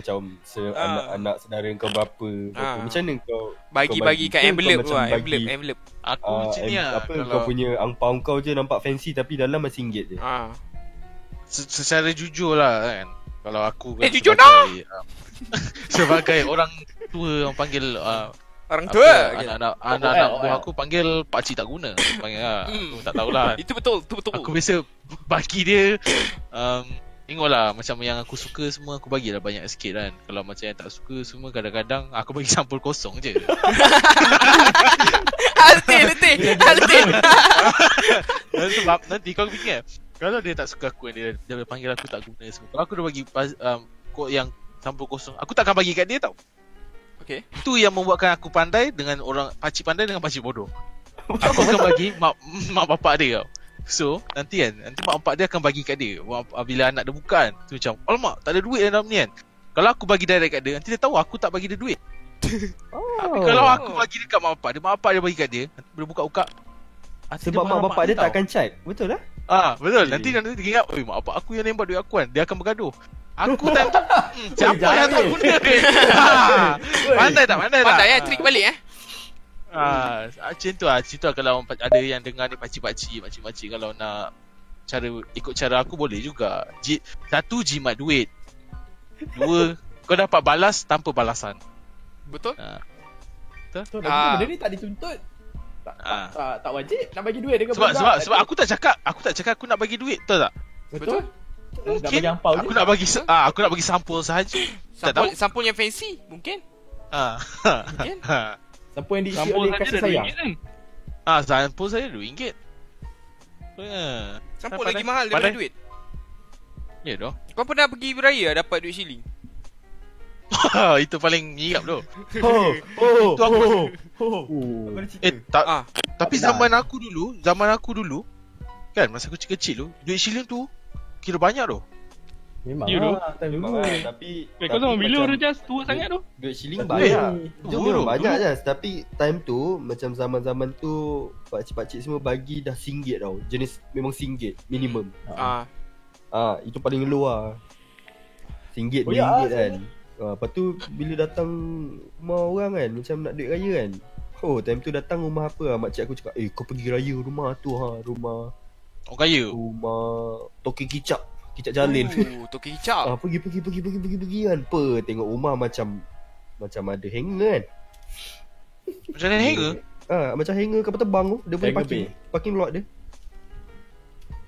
Speaker 4: Macam se-
Speaker 2: Ah.
Speaker 4: anak-anak saudara kau berapa, berapa.
Speaker 2: Ah.
Speaker 4: Macam mana kau
Speaker 2: Bagi-bagi kat
Speaker 4: Ke
Speaker 2: envelope
Speaker 4: kau
Speaker 2: tu
Speaker 4: macam
Speaker 2: lah.
Speaker 4: bagi,
Speaker 2: Envelope, envelope.
Speaker 1: Aku
Speaker 4: ah,
Speaker 1: macam ni
Speaker 4: en-
Speaker 1: lah.
Speaker 4: apa,
Speaker 1: Kalau
Speaker 4: Kau punya angpau kau je nampak fancy Tapi dalam RM1 je
Speaker 2: Ah.
Speaker 1: se- secara jujur lah kan. Kalau aku kan
Speaker 2: Eh, jujur
Speaker 1: sebagai, ah, sebagai orang tua orang panggil ah,
Speaker 2: Orang
Speaker 1: apa,
Speaker 2: tua. Ya. okey.
Speaker 1: anak-anak anak-anak buah aku panggil pak cik tak guna. Panggil lah.
Speaker 2: Hmm.
Speaker 1: Aku tak tahulah.
Speaker 2: Itu betul, itu betul.
Speaker 1: Aku biasa bagi dia um, Tengoklah macam yang aku suka semua aku bagilah banyak sikit kan Kalau macam yang tak suka semua kadang-kadang aku bagi sampul kosong je
Speaker 2: Ah, letih, letih. Ah, letih.
Speaker 1: Dan sebab nanti kau fikir Kalau dia tak suka aku dia, dia boleh panggil aku tak guna semua Kalau aku dah bagi pas- um, ko- yang sampul kosong Aku takkan bagi kat dia tau
Speaker 2: Okey.
Speaker 1: Itu yang membuatkan aku pandai dengan orang Pakcik pandai dengan pakcik bodoh Aku akan bagi mak, mak bapak dia tau So nanti kan Nanti mak bapak dia akan bagi kat dia Mak- Bila anak dia buka kan Tu macam Alamak tak ada duit dalam ni kan Kalau aku bagi direct kat dia Nanti dia tahu aku tak bagi dia duit
Speaker 3: Oh,
Speaker 4: Oh.
Speaker 1: Tapi kalau aku bagi dekat mak bapak dia Mak bapak dia bagi kat dia Nanti bila buka-buka hati dia
Speaker 4: Sebab mak
Speaker 1: marah
Speaker 4: bapak dia
Speaker 1: tau.
Speaker 4: tak akan cat Betul lah
Speaker 1: Ah betul. Nanti nanti dia ingat, "Oi, mak bapak aku yang lempar duit aku kan." Dia akan bergaduh. Aku time tu hmm, siapa
Speaker 3: jangan
Speaker 1: yang tak
Speaker 3: ni.
Speaker 1: guna ni? Ah, Pandai tak? Pandai tak?
Speaker 2: Pandai eh, trick balik eh.
Speaker 1: Ah, macam tu lah. Macam tu lah kalau orang- ada yang dengar ni pakcik-pakcik, makcik-makcik kalau nak cara ikut cara aku boleh juga. Ji, satu jimat duit. Dua, kau dapat balas tanpa balasan.
Speaker 2: Betul?
Speaker 1: Ah.
Speaker 3: Betul, lagi
Speaker 2: Ah.
Speaker 3: tu benda ni tak dituntut. Tak, tak,
Speaker 1: Ah.
Speaker 3: tak, tak wajib nak bagi duit dengan
Speaker 1: Sebab
Speaker 3: budak.
Speaker 1: sebab
Speaker 3: Tapi-
Speaker 1: sebab aku tak cakap, aku tak cakap aku nak bagi duit, betul tak?
Speaker 3: Betul. Eh, Nak
Speaker 1: Mungkin
Speaker 3: bagi angpau
Speaker 1: aku
Speaker 3: je.
Speaker 1: nak bagi se- ah, aku nak bagi sampul sahaja. Tak tahu.
Speaker 2: Sampul, sampul yang fancy mungkin.
Speaker 1: Ah.
Speaker 2: Mungkin.
Speaker 3: Siapa yang diisi
Speaker 6: Sampul
Speaker 3: oleh
Speaker 6: saja
Speaker 3: kasih
Speaker 6: dah
Speaker 3: sayang.
Speaker 6: RM2 kan?
Speaker 1: Ah, sampul saya RM2. Ya.
Speaker 2: Sampul
Speaker 1: Pandai,
Speaker 2: lagi mahal
Speaker 1: pandai.
Speaker 2: daripada duit.
Speaker 1: Ya doh.
Speaker 2: Kau pernah pergi beraya dapat duit shilling?
Speaker 1: Itu paling nyirap doh.
Speaker 4: Oh Oh
Speaker 1: Itu aku
Speaker 3: Oh.
Speaker 4: Kau ada cerita
Speaker 1: eh tak
Speaker 2: Ah.
Speaker 1: tapi zaman aku dulu, zaman aku dulu kan masa aku kecil-kecil tu, duit shilling tu kira banyak doh.
Speaker 3: Memang
Speaker 6: You do?
Speaker 3: lah, time dulu.
Speaker 4: Memang lah, Tapi
Speaker 6: Eh, kau
Speaker 4: tapi
Speaker 6: tahu bila
Speaker 4: macam
Speaker 6: orang just tua sangat tu?
Speaker 4: Duit shilling
Speaker 3: Betul.
Speaker 4: banyak
Speaker 1: Tu
Speaker 4: Dia memang
Speaker 1: dulu.
Speaker 4: banyak je Tapi time tu Macam zaman-zaman tu Pakcik-pakcik semua bagi dah singgit tau Jenis memang singgit Minimum
Speaker 2: Ah.
Speaker 4: Ah, Itu paling low lah
Speaker 3: Oh,
Speaker 4: Singgit,
Speaker 3: ya,
Speaker 4: ringgit
Speaker 3: ah,
Speaker 4: kan ah, Lepas tu bila datang rumah orang kan Macam nak duit raya kan Oh time tu datang rumah apa lah Makcik aku cakap Eh kau pergi raya rumah tu ha Rumah
Speaker 1: Orang kaya.
Speaker 4: Rumah Toki kicap Kicap jalin
Speaker 2: Oh, toki hijau.
Speaker 4: Ah, pergi pergi pergi pergi pergi pergi kan. Apa tengok rumah macam macam ada hanger kan.
Speaker 1: Macam mana hang ke?
Speaker 4: Ah, macam hanger kapal terbang tu, dia boleh
Speaker 3: Hanger
Speaker 4: parking. Parking lot dia.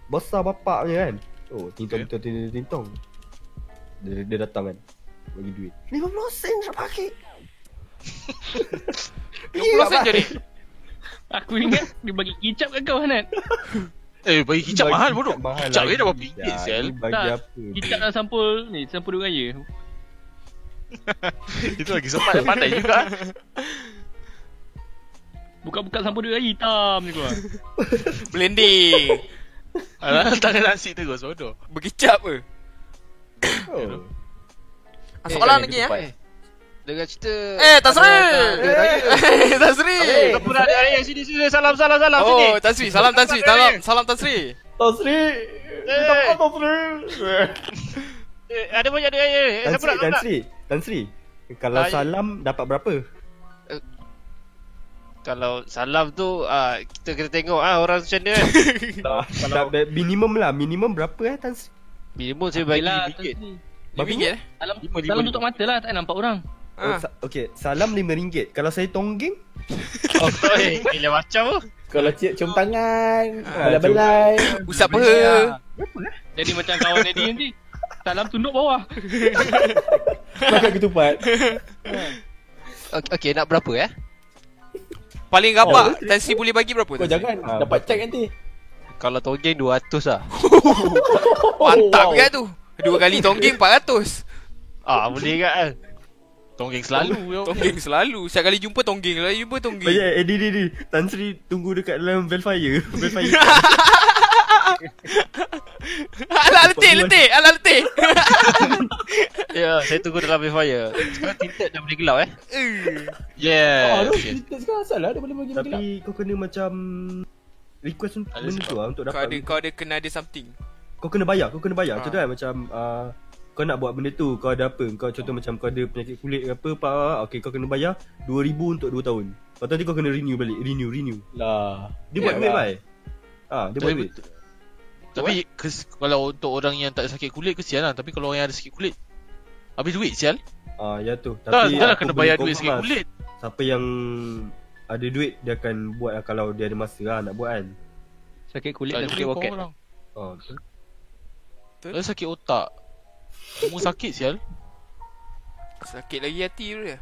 Speaker 4: Besar bapaknya kan. Oh, tintong tintong tintong tintong. Dia, dia datang kan. Bagi duit. 50 sen nak pakai.
Speaker 2: Yang puluh sen jadi.
Speaker 6: Aku ingat dia bagi kicap kat kau Hanat.
Speaker 1: Eh, bagi hijab mahal
Speaker 4: Bagi
Speaker 1: bodoh.
Speaker 4: kicap mahal
Speaker 1: Kicap
Speaker 4: lagi.
Speaker 1: dia dah berapa ringgit,
Speaker 4: Ya,
Speaker 1: sial.
Speaker 4: ni Bagi
Speaker 6: Tak.
Speaker 4: apa?
Speaker 6: Kicap dah sampul ni, sampul duit raya.
Speaker 1: Itu lagi sempat dia pandai juga.
Speaker 6: Buka-buka sampul duit raya hitam je kau.
Speaker 2: Blending.
Speaker 1: Alah, tak ada nasi terus bodoh.
Speaker 2: Berkicap ke?
Speaker 4: Oh.
Speaker 2: Ah, Soalan lagi ya.
Speaker 8: Dengan cerita
Speaker 2: Eh, Tasri! Eh, Tasri!
Speaker 8: Pura ada raya sini sini salam salam salam sini.
Speaker 2: Oh, Tasri. Salam Tasri. Salam salam Tasri.
Speaker 3: Tasri. Minta maaf Tasri.
Speaker 8: Eh, ada banyak ada raya. Eh,
Speaker 4: Tan
Speaker 8: siapa
Speaker 4: Sri,
Speaker 8: nak
Speaker 4: Tan
Speaker 8: nak?
Speaker 4: Sri. Tan Sri. Kalau
Speaker 8: Ah, ya.
Speaker 4: salam dapat berapa?
Speaker 9: Kalau salam tu ah kita kena tengok ah orang macam dia kan.
Speaker 4: Kalau, kalau minimum lah, minimum berapa eh Tan Sri?
Speaker 9: Minimum saya bagi
Speaker 6: Yelah,
Speaker 9: RM1.
Speaker 6: Tan Sri.
Speaker 4: Berapa
Speaker 2: RM5 eh?
Speaker 6: Salam,
Speaker 1: Lima, lima,
Speaker 6: salam
Speaker 1: lima.
Speaker 6: tutup mata lah, tak nampak orang.
Speaker 4: Oh,
Speaker 2: Ha.
Speaker 4: sa- okay, salam RM5. Kalau saya tongging,
Speaker 9: Oh, eh, gila macam tu.
Speaker 3: Kalau cium, cium tangan,
Speaker 4: Ah,
Speaker 3: belai-belai.
Speaker 2: Usap
Speaker 3: ah.
Speaker 10: Boleh
Speaker 2: peha.
Speaker 10: lah. Berapa lah?
Speaker 6: Jadi macam kawan Eddie nanti. Salam tunduk bawah.
Speaker 3: Makan ketupat.
Speaker 11: Okay, okay nak berapa eh?
Speaker 2: Paling rabak Tan Sri boleh bagi berapa?
Speaker 3: Kau
Speaker 2: Tan Sri?
Speaker 3: jangan
Speaker 4: Ah,
Speaker 3: dapat cek nanti.
Speaker 11: Kalau tonggeng 200 lah.
Speaker 3: Oh,
Speaker 2: Mantap kan tu. Dua kali tongging 400.
Speaker 9: Ah, boleh kan. ah.
Speaker 1: Tonggeng selalu yo.
Speaker 2: Tongging selalu. Setiap kali jumpa tongging lah. Jumpa
Speaker 4: oh
Speaker 2: tongging.
Speaker 4: yeah, eh di di di Tan Sri tunggu dekat dalam Velfire Velfire
Speaker 2: Alah letih, letih. Alah letih.
Speaker 9: Ya, saya tunggu dalam fire. Sekarang tinted dah boleh gelap eh.
Speaker 2: Eh.
Speaker 1: Yes.
Speaker 3: Ah, tu
Speaker 1: yes.
Speaker 3: kita sekarang asal lah dia boleh bagi gelap.
Speaker 4: Tapi kau kena macam Request untuk
Speaker 1: Ada
Speaker 4: benda
Speaker 1: sebab.
Speaker 4: tu lah Untuk
Speaker 2: Kau
Speaker 4: dapat
Speaker 2: ada, kau ada kena ada something.
Speaker 4: Kau kena bayar Kau kena
Speaker 2: Ah.
Speaker 4: bayar Macam tu kan Macam ah, Kau nak buat benda tu Kau ada apa Kau contoh macam Kau ada penyakit kulit ke apa apa Okay kau kena bayar RM2,000 untuk 2 tahun Lepas tu nanti kau kena renew balik Renew renew
Speaker 3: Lah.
Speaker 4: Dia buat
Speaker 3: Ya
Speaker 4: duit
Speaker 3: lah.
Speaker 4: bai Ah, dia buat
Speaker 1: Tapi-
Speaker 4: duit
Speaker 1: Tapi kes, kalau untuk orang yang tak sakit kulit kesian lah. Tapi kalau orang yang ada sakit kulit Habis duit sial
Speaker 4: Ah, ya tu
Speaker 1: Tak,
Speaker 4: Tapi
Speaker 1: tak lah
Speaker 4: aku
Speaker 1: kena
Speaker 4: boleh
Speaker 1: bayar duit
Speaker 4: confirm
Speaker 1: sakit
Speaker 4: lah,
Speaker 1: kulit
Speaker 4: Siapa yang Ada duit Dia akan buat lah Kalau dia ada masa lah Nak buat kan
Speaker 11: Sakit kulit
Speaker 1: Tak
Speaker 11: dan
Speaker 1: ada
Speaker 11: sakit
Speaker 1: duit
Speaker 11: poket.
Speaker 1: kau orang.
Speaker 4: Ah, betul.
Speaker 1: Tak ada sakit otak Semua sakit sial
Speaker 2: Sakit lagi hati tu dia.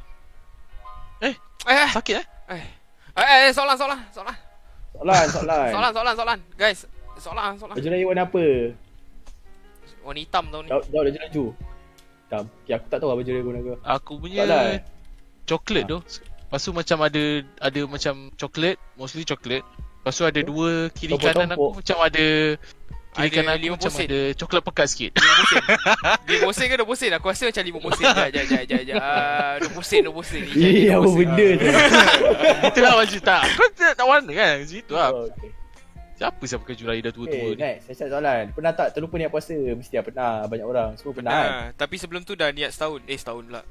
Speaker 1: Eh.
Speaker 2: Eh.
Speaker 1: Sakit eh
Speaker 2: Eh, eh, eh, soalan, soalan, soalan.
Speaker 3: Soalan, soalan.
Speaker 2: Soalan, soalan, soalan. Guys, soalan, soalan.
Speaker 3: Baju raya warna apa?
Speaker 2: Warna hitam tahun ni.
Speaker 3: Daud, Daud dah laju. Tak, okay, aku tak tahu lah baju raya warna apa.
Speaker 1: Aku punya
Speaker 3: Tak lah. eh.
Speaker 4: Ah.
Speaker 1: Coklat tu Lepas tu macam ada Ada macam coklat Mostly coklat Lepas tu ada dua Kiri
Speaker 3: Tompok-tompok.
Speaker 1: kanan aku macam ada Kiri
Speaker 2: Ada
Speaker 1: kanan aku
Speaker 2: lima
Speaker 1: macam
Speaker 2: posen.
Speaker 1: ada Coklat pekat sikit
Speaker 2: Lima posen. Dia posen ke dua posen? Aku rasa macam lima posen. Jap, jap, jap, jap, jap. Ah, Dua posen, dua posen. Ni,
Speaker 3: Eh,
Speaker 2: dua
Speaker 3: apa
Speaker 2: posen.
Speaker 3: benda tu?
Speaker 1: Itulah macam tak Kau tak nak warna kan Situ lah
Speaker 3: Oh, okay.
Speaker 1: Siapa siapa pakai juraya dah tua-tua
Speaker 3: Eh,
Speaker 1: ni
Speaker 4: kan?
Speaker 3: next. Saya cakap soalan. Pernah tak terlupa niat puasa? Mesti lah pernah. Banyak orang. Semua pernah kan?
Speaker 2: Ah, tapi sebelum tu dah niat setahun. Eh, setahun pula.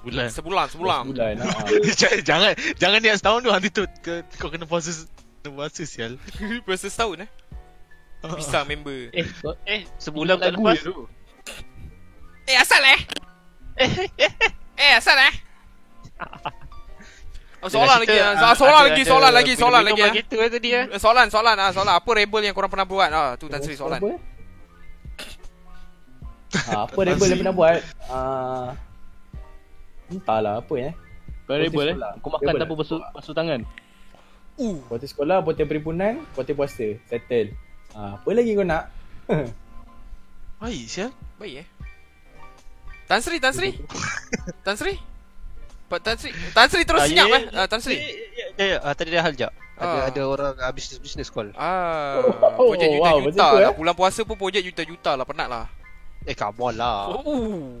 Speaker 1: Sebulan
Speaker 3: Eh.
Speaker 2: Sebulan, sebulan.
Speaker 3: Bulan. ah.
Speaker 1: Jangan- jangan jangan niat setahun tu nanti tu ke, kau kena puasa kena puasa sial.
Speaker 2: Puasa setahun eh. Pisang member.
Speaker 9: Eh, eh sebulan tak lepas.
Speaker 2: Eh, asal eh? eh, asal eh? Ah, Soalan lagi, ah. soalan, soalan lagi, soalan lagi, soalan lagi. ah.
Speaker 9: Gitu eh tadi eh.
Speaker 2: Eh, Soalan, soalan, ah, soalan. Apa rebel yang korang pernah buat? Ah, tu Tan Sri soalan.
Speaker 3: Apa? Ah, apa rebel yang pernah buat? Ah, entahlah apa eh.
Speaker 6: Variable eh.
Speaker 3: sekolah.
Speaker 6: Kau makan
Speaker 3: Variable.
Speaker 6: tanpa basuh, basuh tangan.
Speaker 2: Uh,
Speaker 3: Kuota sekolah, kuota perhimpunan, kuota puasa. Settle. Ah, apa lagi kau nak?
Speaker 1: Baik sial.
Speaker 2: baik eh. Tan Sri, Tan Sri. Tan Sri. Pa- Tan Sri, Tan Sri terus
Speaker 9: Ah,
Speaker 2: senyap
Speaker 9: ye,
Speaker 2: eh. Ah, Tan Sri.
Speaker 11: Ya, ya, ya. Ah, tadi dah hal jap. Ada
Speaker 2: Ah.
Speaker 11: ada orang habis business call.
Speaker 2: Ah,
Speaker 3: Oh,
Speaker 2: projek
Speaker 3: wow, macam
Speaker 2: juta-juta
Speaker 3: tu, eh.
Speaker 2: lah. Bulan puasa pun projek juta-juta lah, penat lah.
Speaker 11: Eh, come on lah.
Speaker 2: Oh,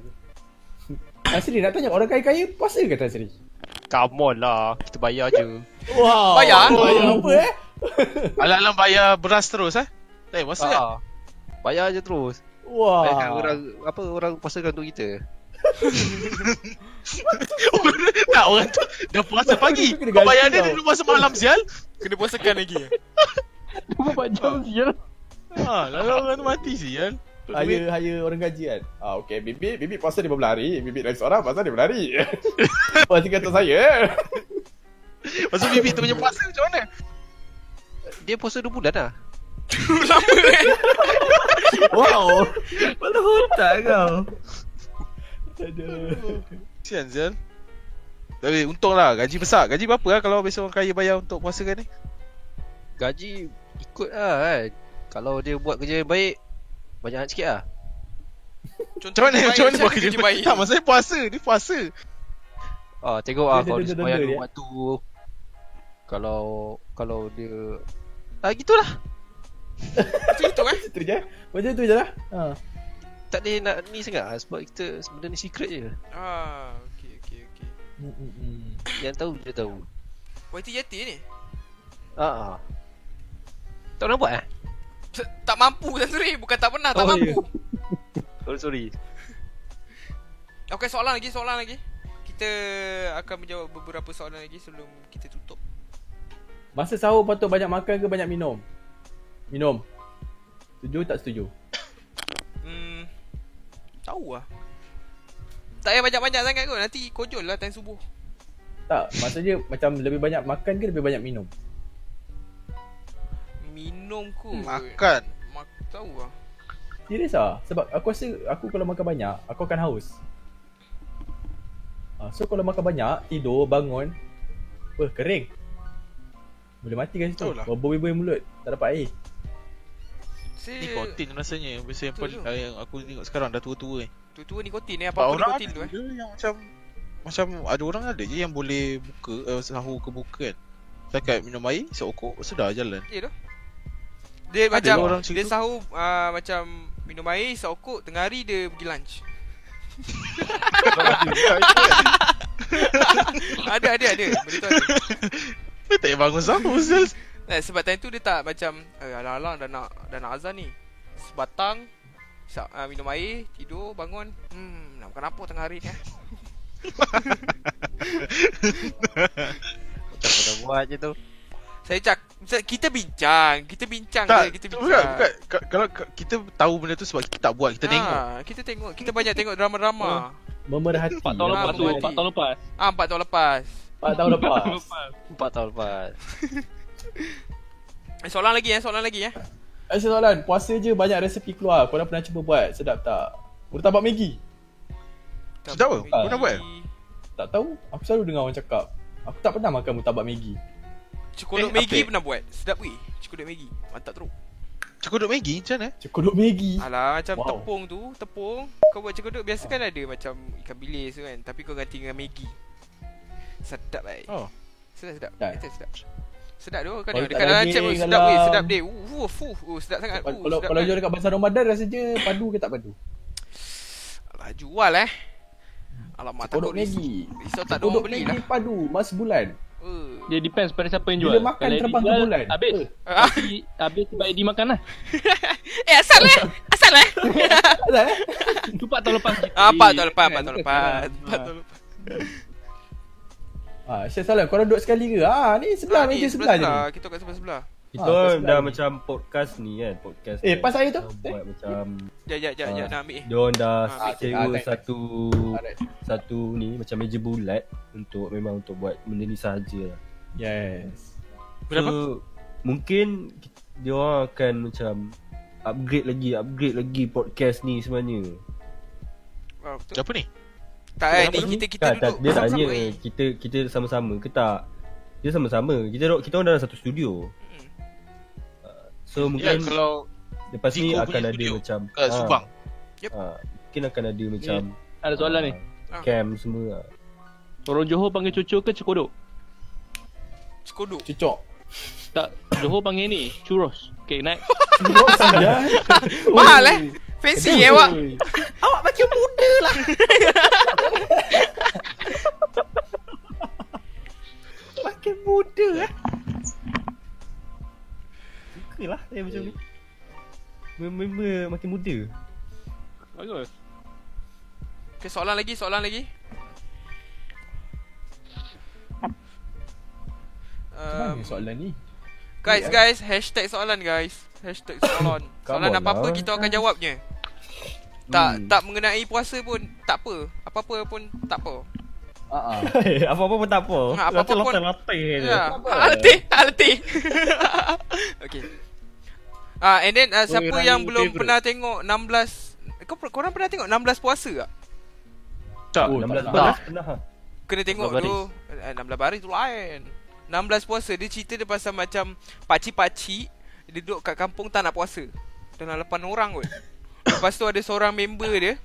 Speaker 3: Nasri nak tanya orang kaya-kaya puasa ke Nasri?
Speaker 11: Come on lah. Kita bayar je.
Speaker 3: Wow.
Speaker 2: Bayar?
Speaker 3: Bayar apa eh?
Speaker 1: Alang-alang bayar beras terus eh. Eh masa kan?
Speaker 11: Ah. Bayar je terus.
Speaker 3: Wow.
Speaker 2: Ah.
Speaker 11: Bayarkan orang apa orang puasakan untuk kita.
Speaker 1: tak eh? orang tu dah puasa pagi.
Speaker 3: Tu kena
Speaker 1: Kau bayar
Speaker 3: ganti
Speaker 1: dia
Speaker 3: tau.
Speaker 1: dia dulu puasa malam sial.
Speaker 2: kena puasakan lagi eh.
Speaker 6: 24 jam sial.
Speaker 1: Ha, lalu orang tu mati sial. Untuk duit.
Speaker 3: Hire, hire orang gaji kan? Ah, okay. Bibit, bibit puasa 15 hari. Bibit lain seorang puasa 15 hari. puasa kata saya.
Speaker 1: Lepas tu bibi tu punya puasa macam mana?
Speaker 11: Dia puasa 2 bulan lah.
Speaker 2: Lama eh.
Speaker 3: Wow. Ah,
Speaker 4: Malah otak kau
Speaker 3: Aduh.
Speaker 1: Sian sial. Tapi untung lah gaji besar. Gaji berapa lah kalau biasa orang kaya bayar untuk puasa kan ni?
Speaker 11: Gaji ikut lah kan. Kalau dia buat kerja yang baik, banyak sikit lah.
Speaker 1: Macam mana? Macam mana buat kerja baik? Tak, maksudnya puasa. Dia puasa.
Speaker 11: Ah, tengok ah
Speaker 3: Dia-
Speaker 11: kalau
Speaker 3: dia-
Speaker 11: dia
Speaker 3: dia-
Speaker 11: sembahyang
Speaker 3: dia-
Speaker 11: lima
Speaker 3: dia.
Speaker 11: waktu. Kalau kalau dia ah gitulah.
Speaker 2: Macam itu eh.
Speaker 3: Macam tu je. Macam tu je lah. Ha.
Speaker 11: Tak boleh nak ni sangat lah, sebab kita sebenarnya ni secret je.
Speaker 2: Ah, okey okey okey.
Speaker 11: Yang tahu dia tahu.
Speaker 2: YT Yeti ni.
Speaker 11: Ah ah. Tak pernah buat eh?
Speaker 2: Se- Tak mampu Tan Sri, bukan tak pernah, tak
Speaker 11: Oh,
Speaker 1: ya.
Speaker 2: mampu.
Speaker 11: Oh sorry.
Speaker 2: Okey, soalan lagi, soalan lagi. Kita kita akan menjawab beberapa soalan lagi sebelum kita tutup.
Speaker 3: Masa sahur patut banyak makan ke banyak minum? Minum. Setuju tak setuju?
Speaker 2: Hmm, tahu lah. Tak payah banyak-banyak sangat kot. Nanti kojol lah time subuh.
Speaker 3: Tak, maksudnya macam lebih banyak makan ke lebih banyak minum?
Speaker 2: Minum kot.
Speaker 1: Hmm, Makan.
Speaker 2: Mak tahu lah.
Speaker 3: Serius ah? Sebab aku rasa aku kalau makan banyak, aku akan haus. Ah, so kalau makan banyak, tidur, bangun, wah kering. Boleh mati kat situ.
Speaker 1: Betul lah.
Speaker 3: Berboi-boi mulut, tak dapat air.
Speaker 1: Nikotin rasanya Biasa yang,
Speaker 2: Betul
Speaker 1: paling,
Speaker 2: tu.
Speaker 1: yang aku tengok sekarang dah tua-tua ni
Speaker 2: Tua-tua nikotin eh. Apa-apa nikotin tu eh.
Speaker 1: je yang macam Macam ada orang ada je yang boleh buka uh, Sahur ke buka kan Setakat minum air, seokok, sedar jalan
Speaker 2: Ya tu. Dia
Speaker 1: Ada
Speaker 2: macam
Speaker 1: lah orang macam
Speaker 2: dia
Speaker 1: tu.
Speaker 2: sahur uh, macam minum air, sokok, tengah hari dia pergi lunch. ada ada ada. Benda tu ada.
Speaker 1: Dia tak payah bangun sahur Zul
Speaker 2: Nah, sebab time tu dia tak macam eh, alang-alang dah nak dah nak azan ni. Sebatang sa- uh, minum air, tidur, bangun. Hmm, nak makan apa tengah hari ni? Eh?
Speaker 11: Macam kau dah buat je tu
Speaker 2: Saya cak saya- kita bincang, kita bincang je,
Speaker 1: Tak,
Speaker 2: kita
Speaker 1: kita
Speaker 2: bincang.
Speaker 1: bukan, bukan. Ka- Kalau ka- kita tahu benda tu sebab kita tak buat,
Speaker 2: Ah.
Speaker 1: kita tengok Oh.
Speaker 2: Kita tengok. Kita banyak tengok drama-drama.
Speaker 3: Memerhati.
Speaker 6: Empat tahun
Speaker 2: Ah,
Speaker 6: lepas tu,
Speaker 2: boleh.
Speaker 6: empat tahun lepas.
Speaker 2: Ah, empat tahun lepas.
Speaker 3: Empat tahun lepas.
Speaker 11: 4 tahun lepas
Speaker 2: Eh, soalan lagi eh, soalan lagi eh.
Speaker 3: Ada soalan, puasa je banyak resepi keluar. Korang pernah cuba buat? Sedap tak? Murtabak Maggi?
Speaker 1: Sedap apa? eh?
Speaker 2: Megi.
Speaker 1: Kau nak buat?
Speaker 3: Tak tahu. Aku selalu dengar orang cakap. Aku tak pernah makan murtabak Maggi.
Speaker 2: Cekodok
Speaker 1: Eh,
Speaker 2: Maggi
Speaker 1: apa?
Speaker 2: pernah buat. Sedap weh. Cekodok Maggi. Mantap teruk.
Speaker 1: Cekodok Maggi macam mana?
Speaker 3: Cekodok Maggi.
Speaker 2: Alah macam
Speaker 3: Wow.
Speaker 2: tepung tu, tepung kau buat cekodok biasa kan ada macam ikan bilis tu kan, tapi kau ganti dengan Maggi. Sedap baik.
Speaker 1: Oh.
Speaker 2: Sedap sedap.
Speaker 3: Sedap.
Speaker 2: Kita sedap. Sedap tu kan
Speaker 3: Ya. Kalau
Speaker 2: dekat
Speaker 3: tak
Speaker 2: dalam
Speaker 3: daging,
Speaker 2: chat pun sedap
Speaker 3: dalam-
Speaker 2: weh, sedap deh. Uh, fuh, uh, sedap sangat. Uh,
Speaker 3: Kalau kalau,
Speaker 2: sedap
Speaker 3: kalau
Speaker 2: kan.
Speaker 3: jual dekat pasar Ramadan rasanya padu ke tak padu?
Speaker 2: Alah jual eh. Alamak
Speaker 3: Cekodok
Speaker 2: takut risau,
Speaker 3: Maggi.
Speaker 2: risau tak ada orang
Speaker 3: Cekodok
Speaker 2: beli
Speaker 3: Maggi
Speaker 2: lah.
Speaker 3: padu mas bulan.
Speaker 2: Eh.
Speaker 6: Dia depends pada siapa yang jual.
Speaker 3: Bila makan
Speaker 6: Kalau
Speaker 3: terbang ke
Speaker 6: dijual,
Speaker 3: bulan.
Speaker 6: Habis.
Speaker 3: Eh,
Speaker 2: Ah.
Speaker 6: Tapi habis baik dimakan lah.
Speaker 2: Eh asal eh? Asal eh?
Speaker 3: Azal eh?
Speaker 6: Tu 4 tahun lepas.
Speaker 2: Ah, empat tahun
Speaker 6: Eh,
Speaker 2: lepas,
Speaker 6: kan,
Speaker 2: empat tahun lepas.
Speaker 6: bukan sekarang.
Speaker 2: Empat tahun lepas.
Speaker 3: Ah, Syed Salam, korang duduk sekali ke? Ah,
Speaker 2: Ah,
Speaker 3: ni sebelah
Speaker 2: ni
Speaker 3: meja sebelah je.
Speaker 2: sebelah. Kita kat sebelah-sebelah.
Speaker 3: Ah,
Speaker 4: Kita ha,
Speaker 3: pasal
Speaker 4: dah
Speaker 3: ni.
Speaker 4: macam podcast ni kan Podcast
Speaker 3: Eh,
Speaker 4: kan.
Speaker 3: pas saya tu.
Speaker 4: Kita Buat macam
Speaker 2: Jap jap jap jap
Speaker 4: Ah.
Speaker 2: nak ambil. eh.
Speaker 4: Dia orang dah
Speaker 2: Ah,
Speaker 4: sewa
Speaker 3: alright.
Speaker 4: satu
Speaker 3: Alright.
Speaker 4: Satu ni Macam meja bulat Untuk memang untuk buat Benda ni sahaja lah
Speaker 3: Yes.
Speaker 1: Berapa?
Speaker 4: So, mungkin ki- Dia orang akan macam Upgrade lagi Upgrade lagi podcast ni sebenarnya
Speaker 2: Ah, betul.
Speaker 1: Apa ni?
Speaker 2: Tak eh, ni
Speaker 4: Apa tu?
Speaker 2: kita kita
Speaker 4: tak, tak,
Speaker 2: duduk
Speaker 4: Dia tanya
Speaker 2: sama-sama, eh.
Speaker 4: Kita kita sama-sama ke tak Dia sama-sama Kita dok- kita orang dalam satu studio
Speaker 2: Mm.
Speaker 4: Uh, So
Speaker 1: Ya,
Speaker 4: mungkin
Speaker 1: kalau
Speaker 4: Lepas ni
Speaker 1: Zeko
Speaker 4: akan
Speaker 1: punya
Speaker 4: ada
Speaker 1: studio
Speaker 4: macam
Speaker 1: kat
Speaker 4: ah,
Speaker 1: Subang
Speaker 4: ah, Mungkin akan ada macam
Speaker 6: Ada soalan ni.
Speaker 4: ah, Camp semua lah.
Speaker 6: Orang Johor panggil cucu ke cekodok?
Speaker 2: Cekodok.
Speaker 3: Cucok.
Speaker 6: Tak, Johor panggil ni churros. Okay, naik.
Speaker 3: Cucok saja.
Speaker 2: Mahal eh. Fancy eh awak. Awak macam muda lah.
Speaker 3: Makin muda eh. Suka lah saya
Speaker 4: macam ni. Member makin muda
Speaker 6: Bagus.
Speaker 2: Okay, soalan lagi, soalan lagi. Um,
Speaker 3: soalan ni?
Speaker 2: guys, guys, hashtag soalan guys. Hashtag soalan.
Speaker 4: Come
Speaker 2: soalan
Speaker 4: on
Speaker 2: apa-apa
Speaker 4: lah. Hmm.
Speaker 2: kita akan jawabnya. Tak tak mengenai puasa pun tak apa. Apa-apa pun tak apa.
Speaker 3: Ah ah.
Speaker 4: Apa-apa pun tak apa
Speaker 2: Ha, apa-apa pun-
Speaker 4: Latte je
Speaker 2: Ya, alti, alti. okay. Ah, and then ah, siapa
Speaker 8: Orang
Speaker 2: yang
Speaker 8: ni
Speaker 2: belum
Speaker 8: favourite.
Speaker 2: pernah tengok 16 kau korang pernah tengok 16 puasa tak?
Speaker 1: Tak,
Speaker 3: Oh,
Speaker 4: 16
Speaker 3: tak.
Speaker 4: balas pernah ha?
Speaker 2: Kena tengok
Speaker 8: 16
Speaker 2: tu Eh, 16 hari tu lain 16 puasa Dia cerita dia pasal macam Pakcik-pakcik Dia duduk kat kampung Tak nak puasa Dalam 8 orang kot Lepas tu ada seorang member dia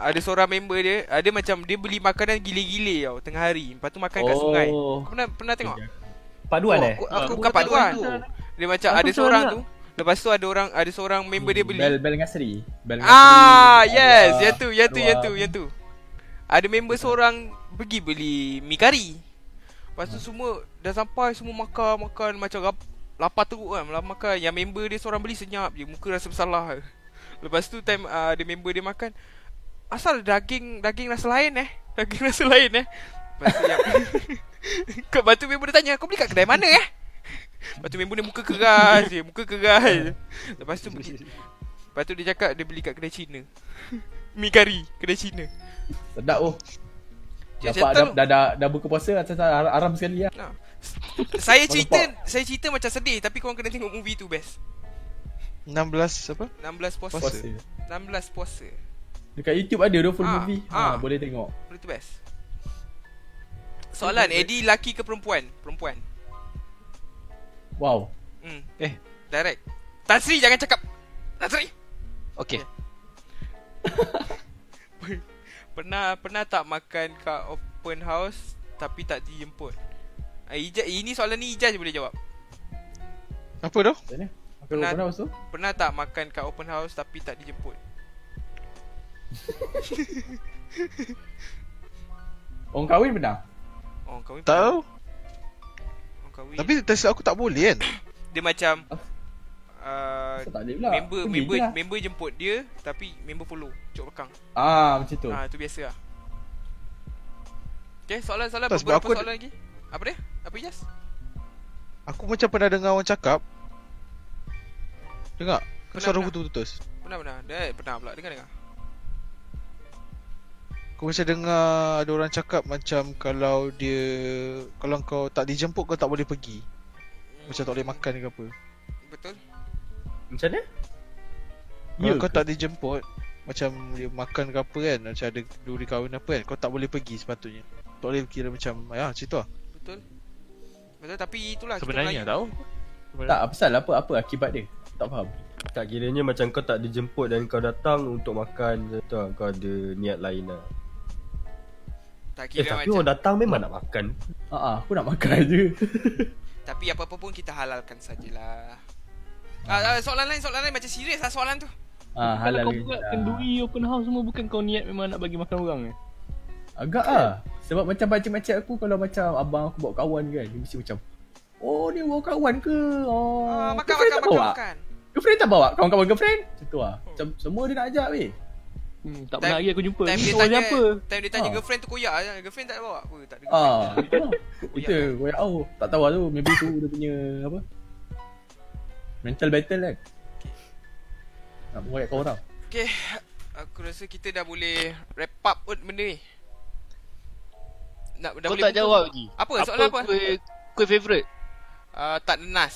Speaker 2: Ada seorang member dia Ada macam Dia beli makanan gila-gila tau Tengah hari Lepas tu makan kat sungai
Speaker 3: Oh.
Speaker 2: Kau pernah, pernah tengok?
Speaker 4: Paduan
Speaker 2: Oh,
Speaker 4: eh
Speaker 2: aku, aku bukan
Speaker 8: Bukan
Speaker 2: paduan
Speaker 8: tu.
Speaker 2: Dia macam
Speaker 6: Aku
Speaker 2: ada
Speaker 6: macam
Speaker 2: seorang
Speaker 6: mana?
Speaker 2: tu Lepas tu ada orang Ada seorang member dia beli
Speaker 3: Bel Bel Ngasri. Bel
Speaker 2: Ah,
Speaker 3: Ngasri.
Speaker 2: yes,
Speaker 3: Ah,
Speaker 2: yang tu, yang tu, yang tu,
Speaker 3: Arwah.
Speaker 2: yang tu. Ada member seorang pergi beli mi kari. Lepas tu semua dah sampai semua makan makan macam rap, lapar teruk kan malam makan. Yang ah, member dia seorang beli senyap je, muka rasa bersalah. Lepas tu time uh, ada member dia makan asal daging daging rasa lain eh. Daging rasa lain eh. Lepas tu yang Kau batu member dia tanya Kau beli kat kedai mana eh Lepas tu member dia muka keras je Muka keras Lepas tu dia- Lepas tu dia cakap Dia beli kat kedai Cina Mi kari Kedai Cina
Speaker 3: Sedap oh.
Speaker 2: Cik,
Speaker 3: Dapat
Speaker 2: saya
Speaker 3: dah,
Speaker 2: tahu.
Speaker 3: dah, dah, dah buka puasa atas ar- aram sekali lah.
Speaker 2: Ah. Saya cerita Saya cerita macam sedih Tapi korang kena tengok movie tu best
Speaker 1: 16 apa?
Speaker 2: 16 puasa,
Speaker 3: Puasa.
Speaker 2: 16 puasa
Speaker 3: Dekat YouTube ada tu full
Speaker 2: Ah,
Speaker 3: movie.
Speaker 2: ah.
Speaker 3: Ha, boleh tengok.
Speaker 2: Benda tu best Soalan Eddie laki ke perempuan? Perempuan
Speaker 3: Wow.
Speaker 2: hmm.
Speaker 11: Eh.
Speaker 2: Direct Tan Sri jangan cakap Tan Sri
Speaker 11: Okay.
Speaker 2: Pernah pernah tak makan kat open house tapi tak dijemput? Ah, Ija, ini soalan ni Ija je boleh jawab.
Speaker 1: Apa tu?
Speaker 3: Macam mana? Aku
Speaker 2: Pernah-
Speaker 3: pernah, pernah tu?
Speaker 2: Pernah tak makan kat open house tapi tak dijemput?
Speaker 3: Orang kahwin pernah?
Speaker 2: Oh, kau ni
Speaker 1: Tak tahu.
Speaker 2: Oh, kau ni.
Speaker 1: Tapi Ah. test aku tak boleh kan.
Speaker 2: dia macam uh,
Speaker 3: Asal tak boleh pula?
Speaker 2: member
Speaker 3: Pergi
Speaker 2: member
Speaker 3: je lah.
Speaker 2: member jemput dia tapi member follow cok belakang.
Speaker 3: Ah, macam tu.
Speaker 2: Ah, tu biasa lah. Okay, soalan-soalan
Speaker 1: Tak, sebab
Speaker 2: beberapa
Speaker 1: aku-
Speaker 2: soalan lagi. Apa dia? Apa Ijas?
Speaker 1: Aku macam pernah dengar orang cakap Dengar Kau
Speaker 2: Pernah,
Speaker 1: suara
Speaker 2: pernah.
Speaker 1: aku putus
Speaker 2: Pernah pernah. Dia pernah pula dengar dengar.
Speaker 1: Aku macam dengar ada orang cakap macam kalau dia Kalau kau tak dijemput kau tak boleh pergi Macam tak boleh makan ke apa
Speaker 2: Hmm. Betul.
Speaker 4: Macam mana?
Speaker 1: Kalau kau tak dijemput Macam dia makan ke apa kan Macam ada duri kahwin apa kan Kau tak boleh pergi sepatutnya Tak boleh kira macam Ya macam tu lah
Speaker 2: Betul. Betul tapi itulah kita
Speaker 5: Sebenarnya
Speaker 2: Melayu.
Speaker 5: tahu.
Speaker 3: Tak, apa pasal apa apa akibat dia? Tak faham.
Speaker 4: Tak kiranya macam kau tak dijemput dan kau datang untuk makan macam tu lah. Kau ada niat lain lah.
Speaker 2: Tak
Speaker 4: Eh
Speaker 2: kira
Speaker 4: tapi
Speaker 2: macam
Speaker 4: orang datang memang nak makan.
Speaker 3: Ha ah, aku nak makan je.
Speaker 2: Tapi apa-apa pun kita halalkan sajalah. Ah, ah, soalan lain, soalan lain macam serius lah soalan tu.
Speaker 3: ah, halal
Speaker 6: Kalau kau
Speaker 3: je
Speaker 6: buka
Speaker 3: lah.
Speaker 6: kenduri open house semua bukan kau niat memang nak bagi makan orang eh.
Speaker 3: Agak ah. Sebab macam pakcik-makcik aku kalau macam abang aku bawa kawan kan, dia mesti macam Oh, dia bawa kawan ke? Oh,
Speaker 2: Ah, makan,
Speaker 3: girlfriend
Speaker 2: makan,
Speaker 3: tak
Speaker 2: makan,
Speaker 3: bawa?
Speaker 2: makan. Oh.
Speaker 3: Girlfriend tak bawa? Kawan-kawan girlfriend? Macam tu lah. Macam semua dia nak ajak weh.
Speaker 6: Hmm, tak
Speaker 2: Time-
Speaker 6: pernah lagi aku jumpa.
Speaker 2: Time dia
Speaker 6: Kau
Speaker 2: tanya,
Speaker 6: siapa?
Speaker 2: time dia tanya
Speaker 3: Ah.
Speaker 2: girlfriend tu koyak je. Girlfriend tak ada bawa apa, tak ada. girlfriend.
Speaker 3: Ah, tu lah. Kita koyak oh, tak tahu lah tu. Maybe tu dia punya apa? Mental battle kan. Nak koyak kau orang.
Speaker 2: Okay, aku rasa kita dah boleh wrap up pun benda ni. Nak, dah
Speaker 11: Kau
Speaker 2: boleh
Speaker 11: tak
Speaker 2: buka?
Speaker 11: jawab lagi.
Speaker 2: Apa? Soalan apa?
Speaker 11: Kuih, kuih favourite?
Speaker 2: Ah, tak ada nas.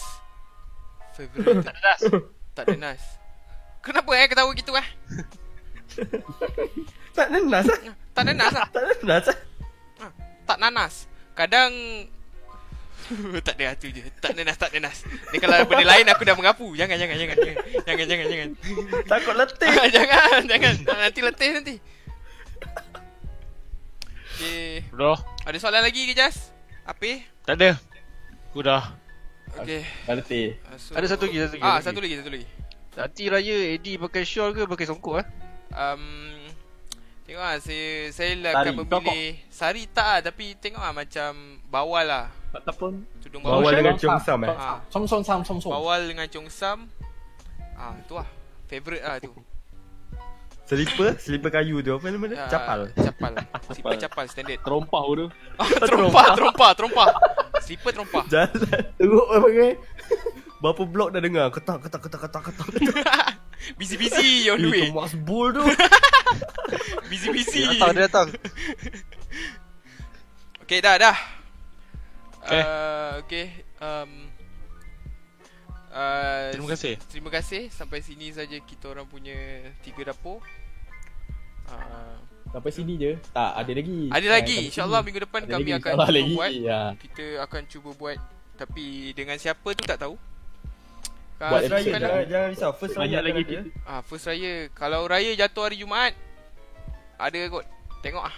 Speaker 2: Favorite. tak ada nas. tak ada nas. Kenapa eh ketawa gitu eh?
Speaker 4: Tak nenas lah.
Speaker 2: Tak ada nas lah.
Speaker 4: Tak nenas lah.
Speaker 2: tak nanas. Kadang tak ada hatu je. Tak nanas, tak nanas. Ni kalau ada benda lain aku dah mengapu. Jangan, jangan, jangan. Jangan, jangan, jangan. jangan.
Speaker 4: Takut letih.
Speaker 2: jangan, jangan. Nanti letih nanti. Okay.
Speaker 5: Bro,
Speaker 2: Ada soalan lagi ke Jas? Apa?
Speaker 5: tak ada. Aku dah.
Speaker 2: Okay.
Speaker 3: Kalau teh.
Speaker 2: So,
Speaker 11: Ada satu lagi, satu lagi,
Speaker 2: Ah,
Speaker 11: satu
Speaker 2: satu lagi, satu lagi.
Speaker 11: Nanti raya Eddie pakai shawl ke pakai songkok eh?
Speaker 2: Um, tengok lah, saya, saya lah
Speaker 4: Sari,
Speaker 2: akan memilih. Sari tak lah, tapi tengok lah macam bawal lah.
Speaker 5: Ataupun
Speaker 2: Tudung bawal.
Speaker 4: Bawal dengan cium sam eh.
Speaker 2: Ah.
Speaker 3: Song song sam song song.
Speaker 2: Bawal dengan Chong Sam Ah tu lah Favorite lah tu
Speaker 4: Selipar, selipar kayu tu apa nama dia?
Speaker 2: Ah,
Speaker 4: Capal.
Speaker 2: Capal Slipper capal standard
Speaker 5: terompah tu.
Speaker 2: ah, Terompah Terompah Terompah Slipper terompah
Speaker 4: Jalan Teruk lah pakai Berapa blok dah dengar Ketak ketak ketak ketak ketak
Speaker 2: Busy busy on the way
Speaker 4: Itu Max Bull tu
Speaker 2: Busy busy
Speaker 11: Dia datang, dia datang.
Speaker 2: Okay dah dah
Speaker 5: Okay.
Speaker 2: uh, Okay um, uh,
Speaker 1: Terima kasih
Speaker 2: Terima kasih Sampai sini saja kita orang punya Tiga dapur uh,
Speaker 3: Sampai sini je. Tak, ada lagi.
Speaker 2: Ada
Speaker 3: Ah,
Speaker 2: lagi
Speaker 3: sampai
Speaker 2: InsyaAllah
Speaker 3: sini.
Speaker 2: minggu depan
Speaker 3: Ada
Speaker 2: Kan kami
Speaker 3: lagi,
Speaker 2: akan
Speaker 3: insyaAllah
Speaker 2: cuba
Speaker 3: lagi.
Speaker 2: buat
Speaker 3: Ya.
Speaker 2: Kita akan cuba buat Tapi dengan siapa tu tak tahu
Speaker 3: Buat
Speaker 2: Kalau
Speaker 3: episode
Speaker 2: kan,
Speaker 3: lah. dah.
Speaker 4: Jangan jangan risau First
Speaker 6: Banyak
Speaker 4: round
Speaker 6: lagi
Speaker 4: akan ada.
Speaker 2: ah, First raya Kalau raya jatuh hari Jumaat Ada kot Tengok ah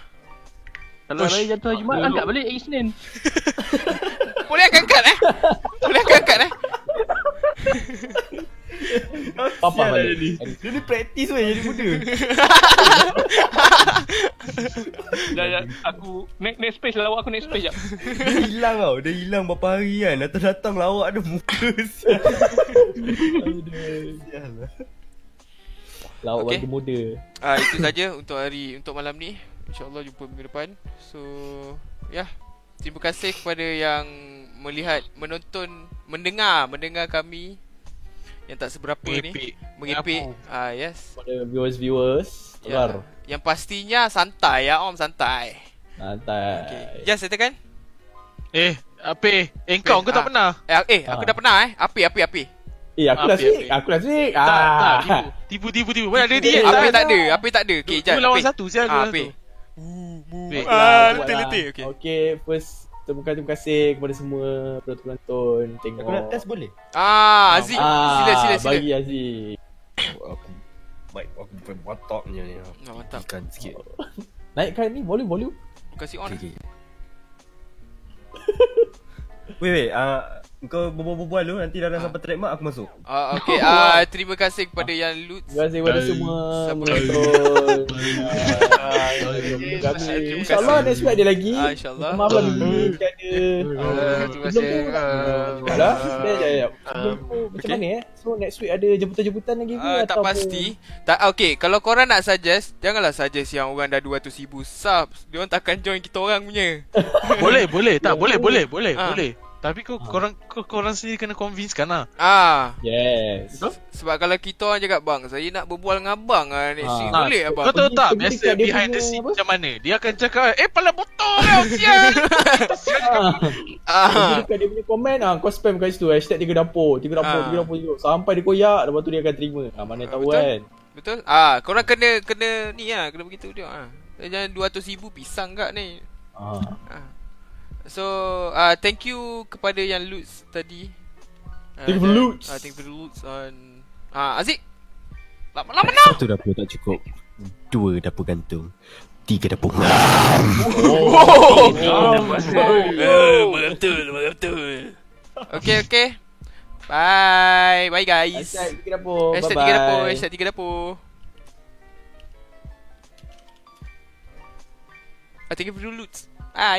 Speaker 6: Kalau
Speaker 1: Ush.
Speaker 6: raya jatuh hari Jumaat angkat balik hari Isnin.
Speaker 2: Boleh akan angkat eh Boleh akan angkat eh
Speaker 3: Papa
Speaker 4: Sial lah
Speaker 3: balik.
Speaker 4: dia ni Dia ni praktis weh Jadi muda
Speaker 6: Dah, dah aku next next space lawak aku next space jap.
Speaker 4: Dia hilang tau Dia hilang berapa hari kan Datang-datang lawak dia muka Sial Sial lah
Speaker 3: Lauk
Speaker 2: Okey.
Speaker 3: okay. warga muda.
Speaker 2: Ah itu saja untuk hari untuk malam ni. InsyaAllah jumpa minggu depan. So ya, yeah. terima kasih kepada yang melihat, menonton, mendengar, mendengar kami yang tak seberapa ni
Speaker 1: Mengepek.
Speaker 2: mengepek. Ah yes.
Speaker 3: Pada viewers-viewers.
Speaker 2: Ya.
Speaker 3: Tegar.
Speaker 2: Yang pastinya santai ya Om santai.
Speaker 3: Lantai.
Speaker 2: Okay. Jas katakan?
Speaker 1: Eh, apa? Eh, eh, kau kau
Speaker 2: Ah.
Speaker 1: tak pernah.
Speaker 2: Eh, eh aku
Speaker 3: Ah.
Speaker 2: dah pernah eh. Api api api.
Speaker 3: Eh,
Speaker 1: Api,
Speaker 2: ya,
Speaker 3: aku dah sick.
Speaker 1: api.
Speaker 3: Aku dah sick.
Speaker 1: Tak, tak,
Speaker 3: Ah.
Speaker 1: tipu. Tipu, tipu, tipu. Mana ada dia?
Speaker 2: api tak ada, api tak ada. Okey,
Speaker 1: Dua-
Speaker 2: Jas.
Speaker 1: Dua lawan
Speaker 2: Api.
Speaker 1: satu sial.
Speaker 2: Ah,
Speaker 1: dua
Speaker 2: api.
Speaker 1: satu.
Speaker 3: Buat
Speaker 1: Baik.
Speaker 3: lah,
Speaker 2: Ah,
Speaker 3: buat
Speaker 2: letih,
Speaker 3: lah.
Speaker 2: letih, okey.
Speaker 3: Okay, first terima kasih, terima kasih kepada semua penonton-penonton tengok.
Speaker 4: Aku nak test boleh?
Speaker 2: Ah, Aziz,
Speaker 3: Ah,
Speaker 2: sila sila sila.
Speaker 3: Bagi Aziz.
Speaker 4: Aku Baik, aku bukan watoknya ni
Speaker 2: Oh, mantap.
Speaker 4: Ikan sikit
Speaker 3: Naikkan ni volume volume.
Speaker 2: Kasih on.
Speaker 4: Okay, okay. Wait, wait uh, Kau berbual-bual dulu Nanti dah dah sampai trademark aku masuk
Speaker 2: Ah, okay. Ah, terima kasih kepada yang Lutz.
Speaker 3: Terima kasih kepada semua
Speaker 2: Siapa?
Speaker 3: penonton. Ah,
Speaker 8: Terima
Speaker 3: terima
Speaker 8: kasih.
Speaker 3: kasih. InsyaAllah next week ada lagi.
Speaker 2: Ah, insyaAllah.
Speaker 3: Maaf lah minggu ni kita ada.
Speaker 2: Ah,
Speaker 8: Terima kasih.
Speaker 2: uh,
Speaker 3: Alah, sekejap, sekejap, sekejap. Sebelum tu, macam mana eh? So next week ada jemputan-jemputan lagi ke?
Speaker 2: Ah, tak
Speaker 3: ataupun-
Speaker 2: pasti. Tak okey, kalau korang nak suggest, janganlah suggest yang orang dah 200,000 subs. Dia orang takkan join kita orang punya.
Speaker 1: Boleh, boleh. Tak, boleh, boleh, boleh,
Speaker 2: Ah.
Speaker 1: boleh. Tapi kau korang kau korang sendiri kena convince kan lah.
Speaker 2: Ah,
Speaker 3: Yes.
Speaker 2: sebab kalau kita orang cakap bang, saya nak berbual dengan abang ah next
Speaker 3: Ah.
Speaker 2: week
Speaker 1: Ah,
Speaker 2: boleh abang.
Speaker 1: Kau tahu
Speaker 3: Dia-
Speaker 1: tak
Speaker 3: dia-
Speaker 1: biasa
Speaker 3: dia- dia
Speaker 1: behind the
Speaker 3: punya
Speaker 1: scene
Speaker 3: apa?
Speaker 1: macam mana? Dia akan cakap, "Eh, pala botol kau sial."
Speaker 2: Ah.
Speaker 3: Dia bukan dia punya komen ah kau spam kat situ hashtag tiga dapur, tiga dapur,
Speaker 2: Ah.
Speaker 3: tiga dapur, tiga dapur. sampai dia koyak lepas tu dia akan terima. Ah mana
Speaker 2: Ah,
Speaker 3: tahu
Speaker 2: betul.
Speaker 3: kan.
Speaker 2: Betul? Ah, korang kena kena ni ah, kena begitu dia ah. Jangan 200,000 pisang kat ni.
Speaker 3: Ah.
Speaker 2: Ah. So, uh, thank you kepada yang Lutz tadi. Uh,
Speaker 3: Thank you for
Speaker 2: dan-
Speaker 3: Lutz.
Speaker 2: Ah, thank you for Lutz on Ah, Aziz. Lama lama nak.
Speaker 4: Satu dapur tak cukup Dua dapur gantung Tiga dapur
Speaker 2: Oh, Okay, okay. Bye. Bye guys.
Speaker 3: Hashtag tiga dapur.
Speaker 2: Hashtag
Speaker 3: bye-bye.
Speaker 2: tiga dapur, hashtag tiga dapur. Ah, thank you for Lutz. Bye.